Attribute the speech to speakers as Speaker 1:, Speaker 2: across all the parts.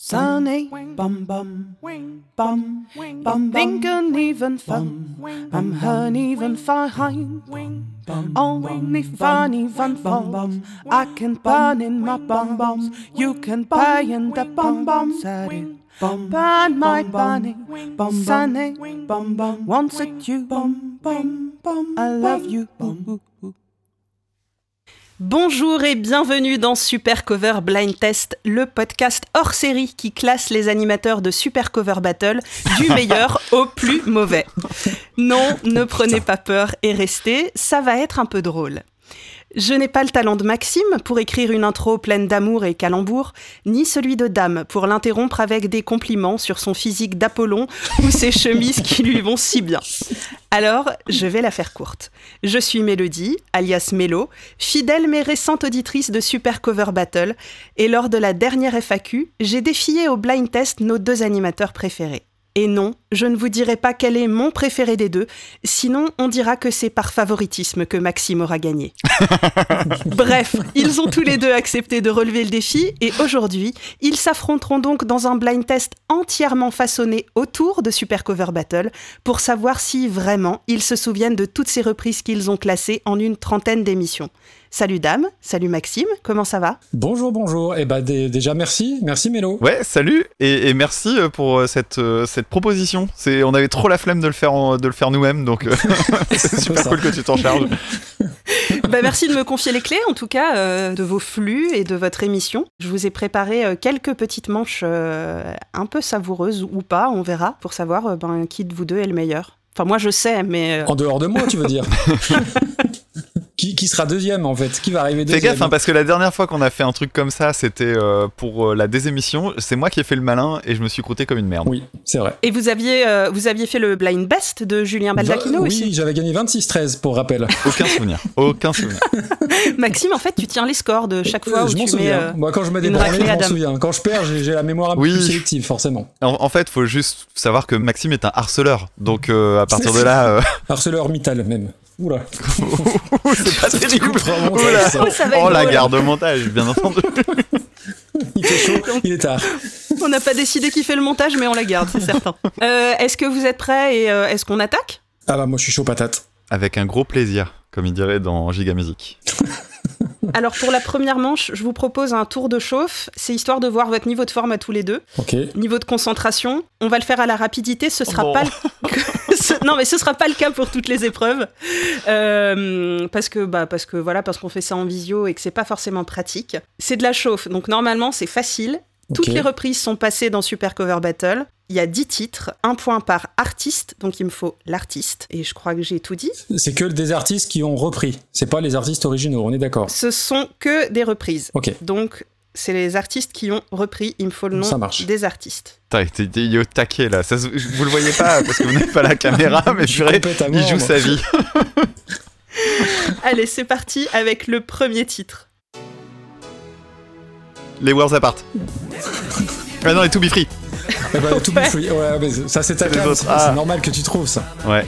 Speaker 1: Sunny, bum bum, bum, bum, thinking even fun. I'm hun even far home. Only fun even falls. I can burn in my bum bums. You can buy in the bum bums. Said it. Burn my bunny, sunny, bum bum. Once at you, bum bum bum. I love you.
Speaker 2: Bonjour et bienvenue dans Super Cover Blind Test, le podcast hors série qui classe les animateurs de Super Cover Battle du meilleur au plus mauvais. Non, ne prenez pas peur et restez, ça va être un peu drôle. Je n'ai pas le talent de Maxime pour écrire une intro pleine d'amour et calembour, ni celui de Dame pour l'interrompre avec des compliments sur son physique d'Apollon ou ses chemises qui lui vont si bien. Alors, je vais la faire courte. Je suis Mélodie, alias Mélo, fidèle mais récente auditrice de Super Cover Battle, et lors de la dernière FAQ, j'ai défié au blind test nos deux animateurs préférés. Et non, je ne vous dirai pas quel est mon préféré des deux, sinon on dira que c'est par favoritisme que Maxime aura gagné. Bref, ils ont tous les deux accepté de relever le défi et aujourd'hui, ils s'affronteront donc dans un blind test entièrement façonné autour de Super Cover Battle pour savoir si vraiment ils se souviennent de toutes ces reprises qu'ils ont classées en une trentaine d'émissions. Salut Dame, salut Maxime, comment ça va
Speaker 3: Bonjour, bonjour. Et bah dé- déjà merci, merci Mélo.
Speaker 4: Ouais, salut et, et merci euh, pour euh, cette, euh, cette proposition. C'est, on avait trop la flemme de le faire, en- de le faire nous-mêmes, donc euh, c'est
Speaker 3: un peu
Speaker 4: super
Speaker 3: ça.
Speaker 4: cool que tu t'en charges.
Speaker 2: Bah, merci de me confier les clés, en tout cas, euh, de vos flux et de votre émission. Je vous ai préparé euh, quelques petites manches euh, un peu savoureuses ou pas, on verra, pour savoir euh, ben, qui de vous deux est le meilleur. Enfin, moi, je sais, mais... euh,
Speaker 3: En dehors de moi, tu veux dire qui, qui sera deuxième en fait Qui va arriver
Speaker 4: Fais
Speaker 3: deuxième
Speaker 4: gaffe, hein, parce que la dernière fois qu'on a fait un truc comme ça, c'était euh, pour euh, la désémission. C'est moi qui ai fait le malin et je me suis croûté comme une merde.
Speaker 3: Oui, c'est vrai.
Speaker 2: Et vous aviez, euh, vous aviez fait le blind best de Julien Baldacchino
Speaker 3: Va- Bah, oui,
Speaker 2: aussi.
Speaker 3: j'avais gagné 26-13 pour rappel.
Speaker 4: Aucun souvenir. Aucun souvenir.
Speaker 2: Maxime, en fait, tu tiens les scores de chaque fois
Speaker 3: Euh,
Speaker 2: où
Speaker 3: je m'en
Speaker 2: tu mets...
Speaker 3: souviens.
Speaker 2: euh,
Speaker 3: Moi, quand je mets des
Speaker 2: une
Speaker 3: branlées,
Speaker 2: raclée
Speaker 3: je
Speaker 2: à
Speaker 3: m'en
Speaker 2: dame.
Speaker 3: souviens. Quand je perds, j'ai j'ai la mémoire un peu
Speaker 4: Oui.
Speaker 3: plus sélective, forcément.
Speaker 4: En, en fait, faut juste savoir que Maxime est un harceleur. Donc euh, à partir
Speaker 3: C'est
Speaker 4: de là, euh,
Speaker 3: Harceleur Mittal, même. Oula.
Speaker 4: Ah, c'est pas terrible.
Speaker 3: Vraiment,
Speaker 4: Oh là.
Speaker 3: ça,
Speaker 2: ça va être
Speaker 4: Oh la
Speaker 2: drôle.
Speaker 4: garde au montage, bien entendu.
Speaker 3: Il fait chaud, il est tard.
Speaker 2: On n'a pas décidé qui fait le montage, mais on la garde, c'est certain. Euh, est-ce que vous êtes prêts et euh, est-ce qu'on attaque
Speaker 3: Ah bah, moi, je suis chaud patate.
Speaker 4: Avec un gros plaisir, comme il dirait dans Giga Music.
Speaker 2: Alors, pour la première manche, je vous propose un tour de chauffe. C'est histoire de voir votre niveau de forme à tous les deux.
Speaker 3: Ok.
Speaker 2: niveau de concentration. On va le faire à la rapidité. Ce sera
Speaker 4: Oh non.
Speaker 2: pas le... ce- non mais ce sera pas le cas pour toutes les épreuves Euh, parce que bah parce que voilà parce qu'on fait ça en visio et que c'est pas forcément pratique. C'est de la chauffe donc normalement c'est facile. Toutes
Speaker 3: Ok.
Speaker 2: les reprises sont passées dans Super Cover Battle. Il y a 10 titres, un point par artiste, donc il me faut l'artiste. Et je crois que j'ai tout dit.
Speaker 3: C'est que des artistes qui ont repris. C'est pas les artistes originaux, on est d'accord.
Speaker 2: Ce sont que des reprises.
Speaker 3: Ok.
Speaker 2: Donc c'est les artistes qui ont repris, il me faut le nom
Speaker 3: Ça marche.
Speaker 2: des artistes.
Speaker 4: Putain, il était- il est au taquet là. Ça se- vous le voyez pas parce que vous n'avez pas la caméra, mais
Speaker 3: Je
Speaker 4: purée,
Speaker 3: complète à
Speaker 4: il
Speaker 3: mort,
Speaker 4: joue
Speaker 3: moi.
Speaker 4: sa vie.
Speaker 2: Allez, c'est parti avec le premier titre.
Speaker 4: Les Wars Apart. Ah non, les To Be Free.
Speaker 3: Eh bah, tout
Speaker 2: Ouais.
Speaker 3: me free. Ouais, mais ça, c'est ta
Speaker 4: C'est les
Speaker 3: cam,
Speaker 4: autres.
Speaker 3: C'est
Speaker 4: Ah.
Speaker 3: c'est normal que tu trouves ça.
Speaker 4: Ouais,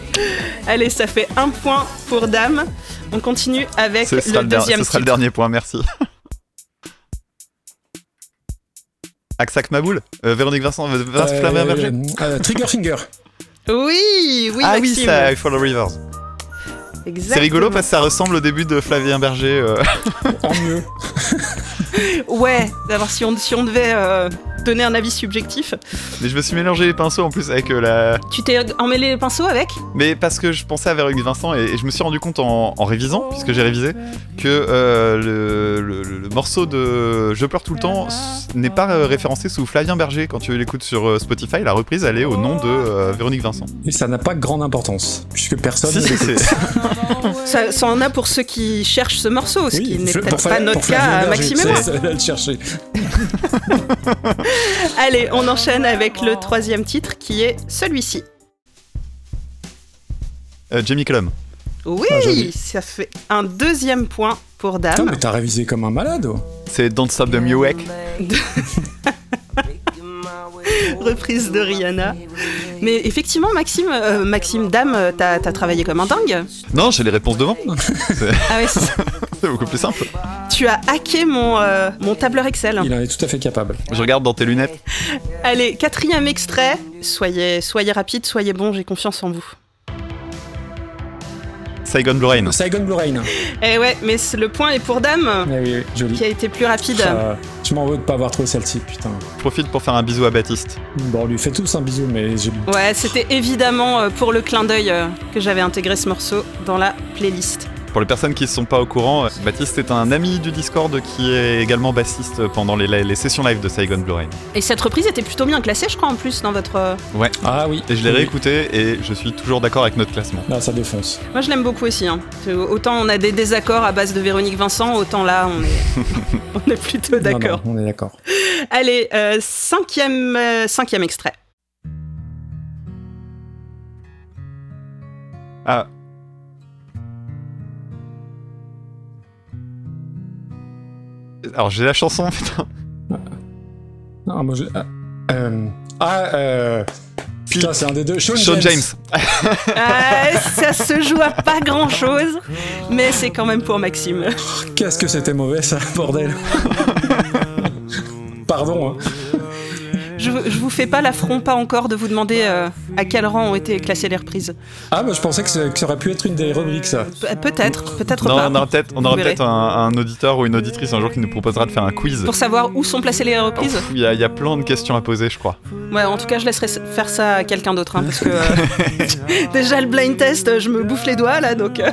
Speaker 2: Allez, ça fait un point pour Dame. On continue avec
Speaker 4: ce sera
Speaker 2: le
Speaker 4: le, der-
Speaker 2: deuxième
Speaker 4: ce sera le
Speaker 2: titre.
Speaker 4: dernier point, merci. Aksak Maboul Euh, Véronique Vincent, euh, Vince
Speaker 3: Euh,
Speaker 4: Flammerberger
Speaker 3: euh, Trigger Finger.
Speaker 2: Oui, oui,
Speaker 4: Ah oui,
Speaker 2: Maxime.
Speaker 4: ça, I Follow Rivers. C'est
Speaker 2: Exactement.
Speaker 4: rigolo parce que ça ressemble au début de Flavien Berger. euh.
Speaker 3: En mieux.
Speaker 2: Ouais, d'abord si on, si on devait euh, donner un avis subjectif.
Speaker 4: Mais je me suis mélangé les pinceaux en plus avec euh, la.
Speaker 2: Tu t'es emmêlé les pinceaux avec
Speaker 4: Mais parce que je pensais à Véronique Vincent et, et je me suis rendu compte en, en révisant, puisque j'ai révisé, que euh, le, le- le morceau de Je pleure tout le temps s- n'est pas euh, référencé sous Flavien Berger. Quand tu l'écoutes sur euh, Spotify, la reprise elle est au nom de euh, Véronique Vincent.
Speaker 3: Et ça n'a pas grande importance, puisque personne.
Speaker 4: Si, si, c'est-
Speaker 2: ça, ça en a pour ceux qui cherchent ce morceau, ce
Speaker 3: Oui,
Speaker 2: qui n'est
Speaker 3: Fla-
Speaker 2: peut-être
Speaker 3: pour
Speaker 2: pas
Speaker 3: Flavien-
Speaker 2: notre
Speaker 3: pour
Speaker 2: cas Ah
Speaker 3: Flavien
Speaker 2: à
Speaker 3: Berger,
Speaker 2: Maxime et
Speaker 3: c'est-
Speaker 2: moi.
Speaker 3: c'est allé le chercher.
Speaker 2: Allez, on enchaîne avec le troisième titre qui est celui-ci.
Speaker 4: Euh, Jamie Cullum.
Speaker 2: Oui,
Speaker 3: Ah, joli. Ah,
Speaker 2: ça fait un deuxième point pour Dame.
Speaker 3: Putain, mais t'as révisé comme un malade. oh.
Speaker 4: C'est Don't Stop the Music.
Speaker 2: reprise de Rihanna. Mais effectivement, Maxime, euh, Maxime Dame, euh, t'as t'as travaillé comme un dingue.
Speaker 4: Non, j'ai les réponses devant.
Speaker 2: Ah ouais, c'est ça.
Speaker 4: C'est beaucoup plus simple.
Speaker 2: Tu as hacké mon, euh, mon tableur Excel.
Speaker 3: Il en est tout à fait capable.
Speaker 4: Je regarde dans tes lunettes.
Speaker 2: Allez, quatrième extrait. Soyez, soyez rapide, soyez bon, j'ai confiance en vous.
Speaker 4: Saigon Blue Rain.
Speaker 3: Saigon Blue Rain.
Speaker 2: Eh ouais, mais c'est- le point est pour Dame,
Speaker 3: Eh oui, oui, joli.
Speaker 2: qui a été plus rapide.
Speaker 3: Ah, je m'en veux de pas avoir trouvé celle-ci, putain.
Speaker 4: Je profite pour faire un bisou à Baptiste.
Speaker 3: Bon, on lui fait tous un bisou, mais j'ai
Speaker 2: Ouais, c'était évidemment euh, pour le clin d'œil euh, que j'avais intégré ce morceau dans la playlist.
Speaker 4: Pour les personnes qui ne sont pas au courant, euh, Baptiste est un ami du Discord qui est également bassiste pendant les, les sessions live de Saigon Blue Rain.
Speaker 2: Et cette reprise était plutôt bien classée, je crois, en plus, dans votre. euh,
Speaker 3: Ah oui.
Speaker 4: Et je l'ai
Speaker 3: Oui.
Speaker 4: réécouté et je suis toujours d'accord avec notre classement.
Speaker 3: Là, ça défonce.
Speaker 2: Moi, je l'aime beaucoup aussi. hein. C'est- Autant on a des désaccords à base de Véronique Vincent, autant là, on est, on est plutôt
Speaker 3: Non, non,
Speaker 2: d'accord.
Speaker 3: on est d'accord.
Speaker 2: Allez, euh, cinquième, euh, cinquième extrait.
Speaker 4: Ah. Alors j'ai la chanson, putain.
Speaker 3: Ah, moi, je... Ah, euh... ah, euh... Putain, c'est un des deux. Sean,
Speaker 4: Sean James.
Speaker 2: Ah, ça se joue à pas grand chose, mais c'est quand même pour Maxime.
Speaker 3: Qu'est-ce que c'était mauvais, ça, bordel. Pardon, hein.
Speaker 2: Je, je vous fais pas l'affront, pas encore, de vous demander euh, à quel rang ont été classées les reprises.
Speaker 3: Ah, bah, je pensais que, c'est- que ça aurait pu être une des rubriques, ça.
Speaker 2: Pe- peut-être, peut-être
Speaker 4: Non,
Speaker 2: pas.
Speaker 4: on aura peut-être on aura
Speaker 2: Vous verrez.
Speaker 4: peut-être un, un auditeur ou une auditrice un jour qui nous proposera de faire un quiz.
Speaker 2: Pour savoir où sont placées les
Speaker 4: Ouf,
Speaker 2: reprises.
Speaker 4: Il y, a- il y a plein de questions à poser, je crois.
Speaker 2: Ouais, en tout cas, je laisserai s- faire ça à quelqu'un d'autre, hein, parce que euh, déjà le blind test, euh, je me bouffe les doigts là, donc. euh.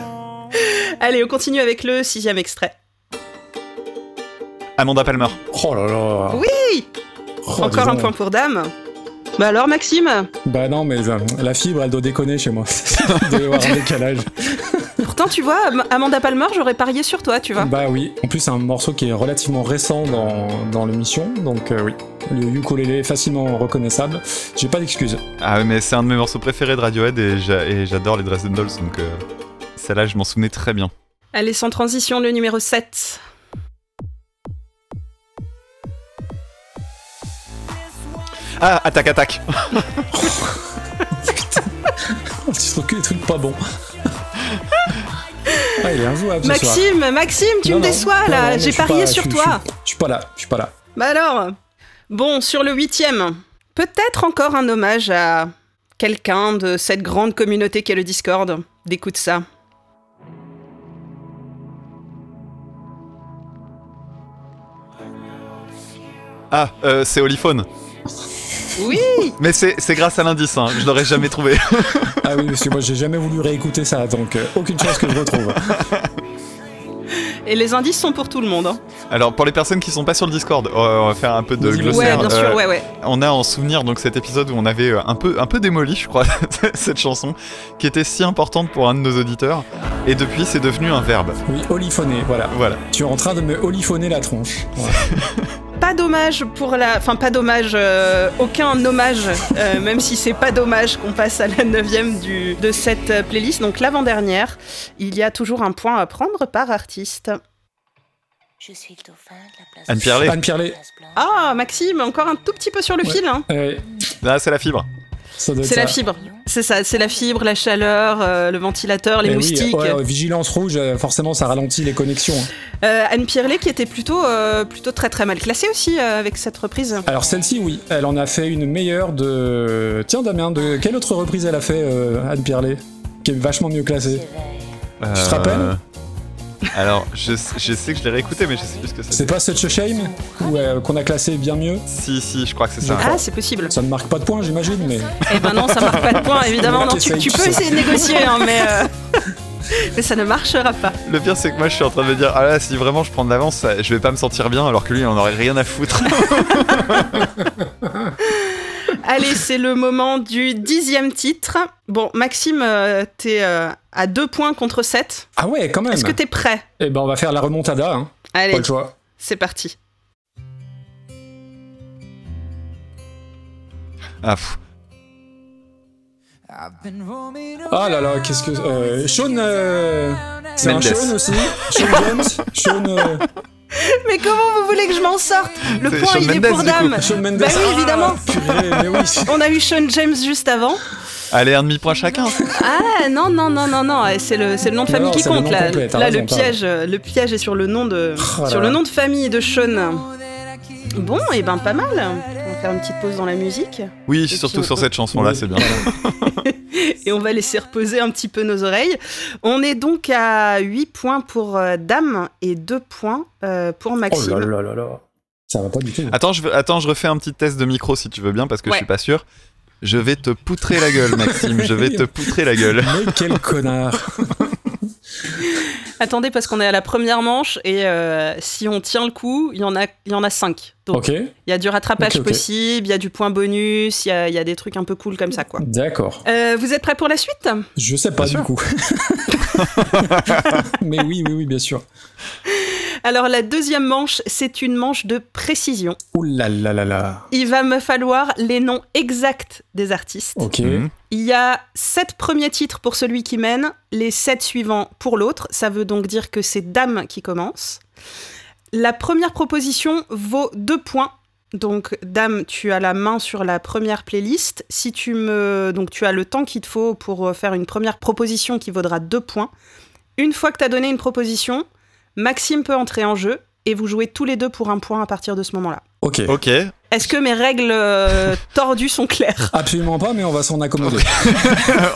Speaker 2: Allez, on continue avec le sixième extrait.
Speaker 4: Amanda Palmer.
Speaker 3: Oh là là.
Speaker 2: Oui
Speaker 3: Oh, dis
Speaker 2: Encore un
Speaker 3: donc.
Speaker 2: point pour Dame. Bah alors, Maxime,
Speaker 3: Bah non, mais euh, la fibre, elle doit déconner chez moi. Il doit y avoir un décalage.
Speaker 2: pourtant tu vois, Am- Amanda Palmer, j'aurais parié sur toi, tu vois.
Speaker 3: Bah oui. En plus, c'est un morceau qui est relativement récent dans, dans l'émission. Donc euh, oui, le ukulélé est facilement reconnaissable. J'ai pas d'excuses.
Speaker 4: Ah oui, mais c'est un de mes morceaux préférés de Radiohead et j'a- et j'adore les Dresden Dolls, donc euh, celle-là, je m'en souvenais très bien.
Speaker 2: Allez, sans transition, le numéro 7.
Speaker 4: Ah, attaque, attaque
Speaker 3: Tu trouves que des trucs pas bons. ah, il est injouable ce soir.
Speaker 2: Maxime, Maxime, tu
Speaker 3: Non,
Speaker 2: me
Speaker 3: non.
Speaker 2: déçois
Speaker 3: Non, non,
Speaker 2: là,
Speaker 3: mais
Speaker 2: j'ai
Speaker 3: je suis
Speaker 2: parié
Speaker 3: pas-
Speaker 2: sur
Speaker 3: je suis-
Speaker 2: toi.
Speaker 3: Je suis, je suis pas là, je suis pas là.
Speaker 2: Bah alors Bon, sur le huitième, peut-être encore un hommage à quelqu'un de cette grande communauté qu'est le Discord. D'écoute ça.
Speaker 4: Ah, euh, c'est Oliphone.
Speaker 2: Oui
Speaker 4: Mais c'est c'est grâce à l'indice, hein, je l'aurais jamais trouvé.
Speaker 3: Ah oui, parce que moi j'ai jamais voulu réécouter ça, donc euh, aucune chance que je retrouve.
Speaker 2: Et les indices sont pour tout le monde. hein.
Speaker 4: Alors, pour les personnes qui sont pas sur le Discord, euh, on va faire un peu de
Speaker 3: Dis-le.
Speaker 2: Ouais,
Speaker 4: glossaire.
Speaker 2: bien
Speaker 4: Euh,
Speaker 2: sûr, ouais, ouais.
Speaker 4: On a en souvenir donc cet épisode où on avait euh, un peu, un peu démoli, je crois, cette chanson, qui était si importante pour un de nos auditeurs. Et depuis, c'est devenu un verbe.
Speaker 3: Oui, oliphoné, voilà.
Speaker 4: Voilà.
Speaker 3: Tu es en train de me oliphoner la tronche. Voilà.
Speaker 2: Pas dommage pour la. Enfin, pas dommage, euh, aucun hommage, euh, même si c'est pas dommage qu'on passe à la neuvième du, de cette euh, playlist, donc l'avant-dernière. Il y a toujours un point à prendre par artiste.
Speaker 5: Je suis le dauphin de la place.
Speaker 4: Anne Pierlet.
Speaker 3: Anne Pierlet.
Speaker 5: Place Blanche.
Speaker 2: Ah, Maxime, encore un tout petit peu sur le
Speaker 3: Ouais.
Speaker 2: fil. Hein.
Speaker 3: Euh,
Speaker 4: Là, c'est la fibre.
Speaker 3: ça doit être
Speaker 2: C'est la
Speaker 3: ça.
Speaker 2: fibre. C'est ça, c'est la fibre, la chaleur, euh, le ventilateur, les
Speaker 3: Eh oui,
Speaker 2: moustiques.
Speaker 3: ouais, ouais, vigilance rouge, euh, forcément, ça ralentit les connexions. hein.
Speaker 2: Euh, Anne Pierlet qui était plutôt, euh, plutôt très très mal classée aussi euh, avec cette reprise.
Speaker 3: Alors celle-ci, oui, elle en a fait une meilleure de... Tiens Damien, de quelle autre reprise elle a fait, euh, Anne Pierlet Qui est vachement mieux classée.
Speaker 4: Tu
Speaker 3: te rappelles
Speaker 4: Euh, Alors, je, je sais que je l'ai réécouté, mais je sais plus ce que c'est.
Speaker 3: C'est pas Such a Shame ou, euh, Qu'on a classé bien mieux
Speaker 4: Si, si, je crois que c'est ça.
Speaker 2: Ah, c'est possible.
Speaker 3: Ça ne marque pas de points, j'imagine, mais...
Speaker 2: Eh ben non, ça marque pas de points, évidemment. Non, tu, tu peux essayer de négocier, hein, mais, euh, mais ça ne marchera pas.
Speaker 4: Le pire, c'est que moi, je suis en train de me dire, ah là, si vraiment je prends de l'avance, ça- je vais pas me sentir bien, alors que lui, il en aurait rien à foutre.
Speaker 2: Allez, c'est le moment du dixième titre. Bon, Maxime, euh, t'es euh, à deux points contre 7.
Speaker 3: Ah ouais, quand même
Speaker 2: Est-ce que t'es prêt
Speaker 3: Eh ben on va faire la remontada, hein. pas
Speaker 2: Allez,
Speaker 3: le choix.
Speaker 2: c'est parti.
Speaker 4: ah, pff.
Speaker 3: Ah là là, qu'est-ce que... euh, Sean... euh, C'est un
Speaker 4: Mendes.
Speaker 3: Sean aussi Sean James Sean, euh,
Speaker 2: Mais comment vous voulez que je m'en sorte Le
Speaker 4: C'est
Speaker 2: point,
Speaker 4: Shawn
Speaker 2: il est
Speaker 4: Mendes,
Speaker 2: pour
Speaker 4: du coup.
Speaker 2: dame.
Speaker 3: Shawn Mendes
Speaker 2: Bah oui, évidemment.
Speaker 3: Ah, purée, mais oui
Speaker 2: On a eu Sean James juste avant.
Speaker 4: Allez, un demi-point chacun.
Speaker 2: Ah non, non, non, non, non, eh, c'est le, c'est le nom de
Speaker 3: Non,
Speaker 2: famille qui
Speaker 3: c'est le
Speaker 2: compte
Speaker 3: nom
Speaker 2: là.
Speaker 3: complet, t'as
Speaker 2: là,
Speaker 3: raison,
Speaker 2: le
Speaker 3: pardon.
Speaker 2: piège, euh, le piège est sur le nom de,
Speaker 3: Oh là
Speaker 2: sur
Speaker 3: là.
Speaker 2: le nom de famille de Sean. Bon, et ben pas mal. On va faire une petite pause dans la musique
Speaker 4: Oui,
Speaker 2: puis
Speaker 4: surtout
Speaker 2: on-
Speaker 4: sur cette chanson-là, c'est bien.
Speaker 2: et on va laisser reposer un petit peu nos oreilles. On est donc à 8 points pour euh, Dame et 2 points euh, pour
Speaker 3: Oh
Speaker 2: Maxime.
Speaker 3: là là là Ah, là. Ça va pas du tout.
Speaker 4: Attends je, veux- attends, je refais un petit test de micro si tu veux bien, parce que
Speaker 2: Ouais.
Speaker 4: je suis pas sûr. Je vais te poutrer la gueule, Maxime. Je vais te poutrer la gueule.
Speaker 3: Mais quel connard.
Speaker 2: Attendez, parce qu'on est à la première manche et euh, si on tient le coup, il y en a, il y en a 5. Donc
Speaker 3: Ok,
Speaker 2: il y a du rattrapage
Speaker 3: Ok, ok.
Speaker 2: possible, il y a du point bonus, il y a, il y a des trucs un peu cool comme ça quoi.
Speaker 3: d'accord.
Speaker 2: Euh, vous êtes prêts pour la suite
Speaker 3: Je sais pas
Speaker 4: Bien
Speaker 3: du
Speaker 4: sûr.
Speaker 3: coup. Mais oui, oui, oui, bien sûr.
Speaker 2: Alors la deuxième manche, c'est une manche de précision.
Speaker 3: Ouh là là là là.
Speaker 2: Il va me falloir les noms exacts des artistes.
Speaker 3: Ok.
Speaker 4: Mhm.
Speaker 2: Il y a sept premiers titres pour celui qui mène, les sept suivants pour l'autre. Ça veut donc dire que c'est Dame qui commence. La première proposition vaut deux points. Donc Dame, tu as la main sur la première playlist. Si tu me donc tu as le temps qu'il te faut pour euh, faire une première proposition qui vaudra deux points. Une fois que tu as donné une proposition, Maxime peut entrer en jeu et vous jouez tous les deux pour un point à partir de ce moment-là.
Speaker 3: Ok.
Speaker 4: Ok.
Speaker 2: Est-ce que mes règles euh, tordues sont claires
Speaker 3: Absolument pas, mais on va s'en accommoder.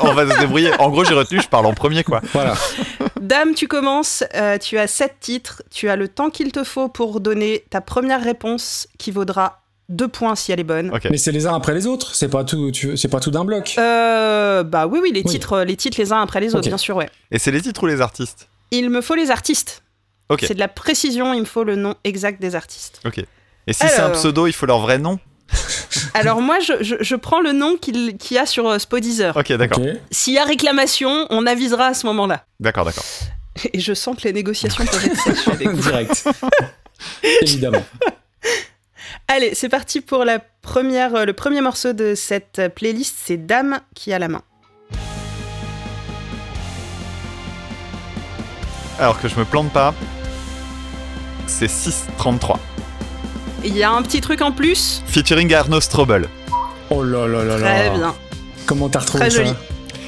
Speaker 4: On va se débrouiller. En gros, j'ai retenu, je parle en premier, quoi.
Speaker 3: Voilà.
Speaker 2: Dame, tu commences, euh, tu as sept titres, tu as le temps qu'il te faut pour donner ta première réponse qui vaudra deux points si elle est bonne.
Speaker 4: Ok.
Speaker 3: Mais c'est les uns après les autres. C'est pas tout. tu- C'est pas tout d'un bloc.
Speaker 2: Euh, bah oui, oui, les,
Speaker 3: Oui.
Speaker 2: Titres, les titres les uns après les autres,
Speaker 3: Ok.
Speaker 2: bien sûr, ouais.
Speaker 4: Et c'est les titres ou les artistes
Speaker 2: Il me faut les artistes.
Speaker 4: Ok.
Speaker 2: C'est de la précision, il me faut le nom exact des artistes.
Speaker 4: Et si c'est un
Speaker 2: Alors.
Speaker 4: pseudo, il faut leur vrai nom
Speaker 2: Alors moi, je, je- je prends le nom qu'il qu'il y a sur euh, Spodizer.
Speaker 4: Ok, d'accord.
Speaker 3: Ok.
Speaker 2: S'il y a réclamation, on avisera à ce moment-là.
Speaker 4: D'accord, d'accord.
Speaker 2: Et je sens que les négociations peuvent être sèches avec vous.
Speaker 3: Direct. Évidemment.
Speaker 2: Allez, c'est parti pour la première, euh, le premier morceau de cette euh, playlist, c'est Dame qui a la main.
Speaker 4: Alors que je me plante pas, c'est 6.33.
Speaker 2: Il y a un petit truc en plus.
Speaker 4: Featuring Arnaud Strobel.
Speaker 3: Oh là là là là.
Speaker 2: Très bien.
Speaker 3: Comment t'as retrouvé
Speaker 2: Très
Speaker 3: ça
Speaker 2: joli.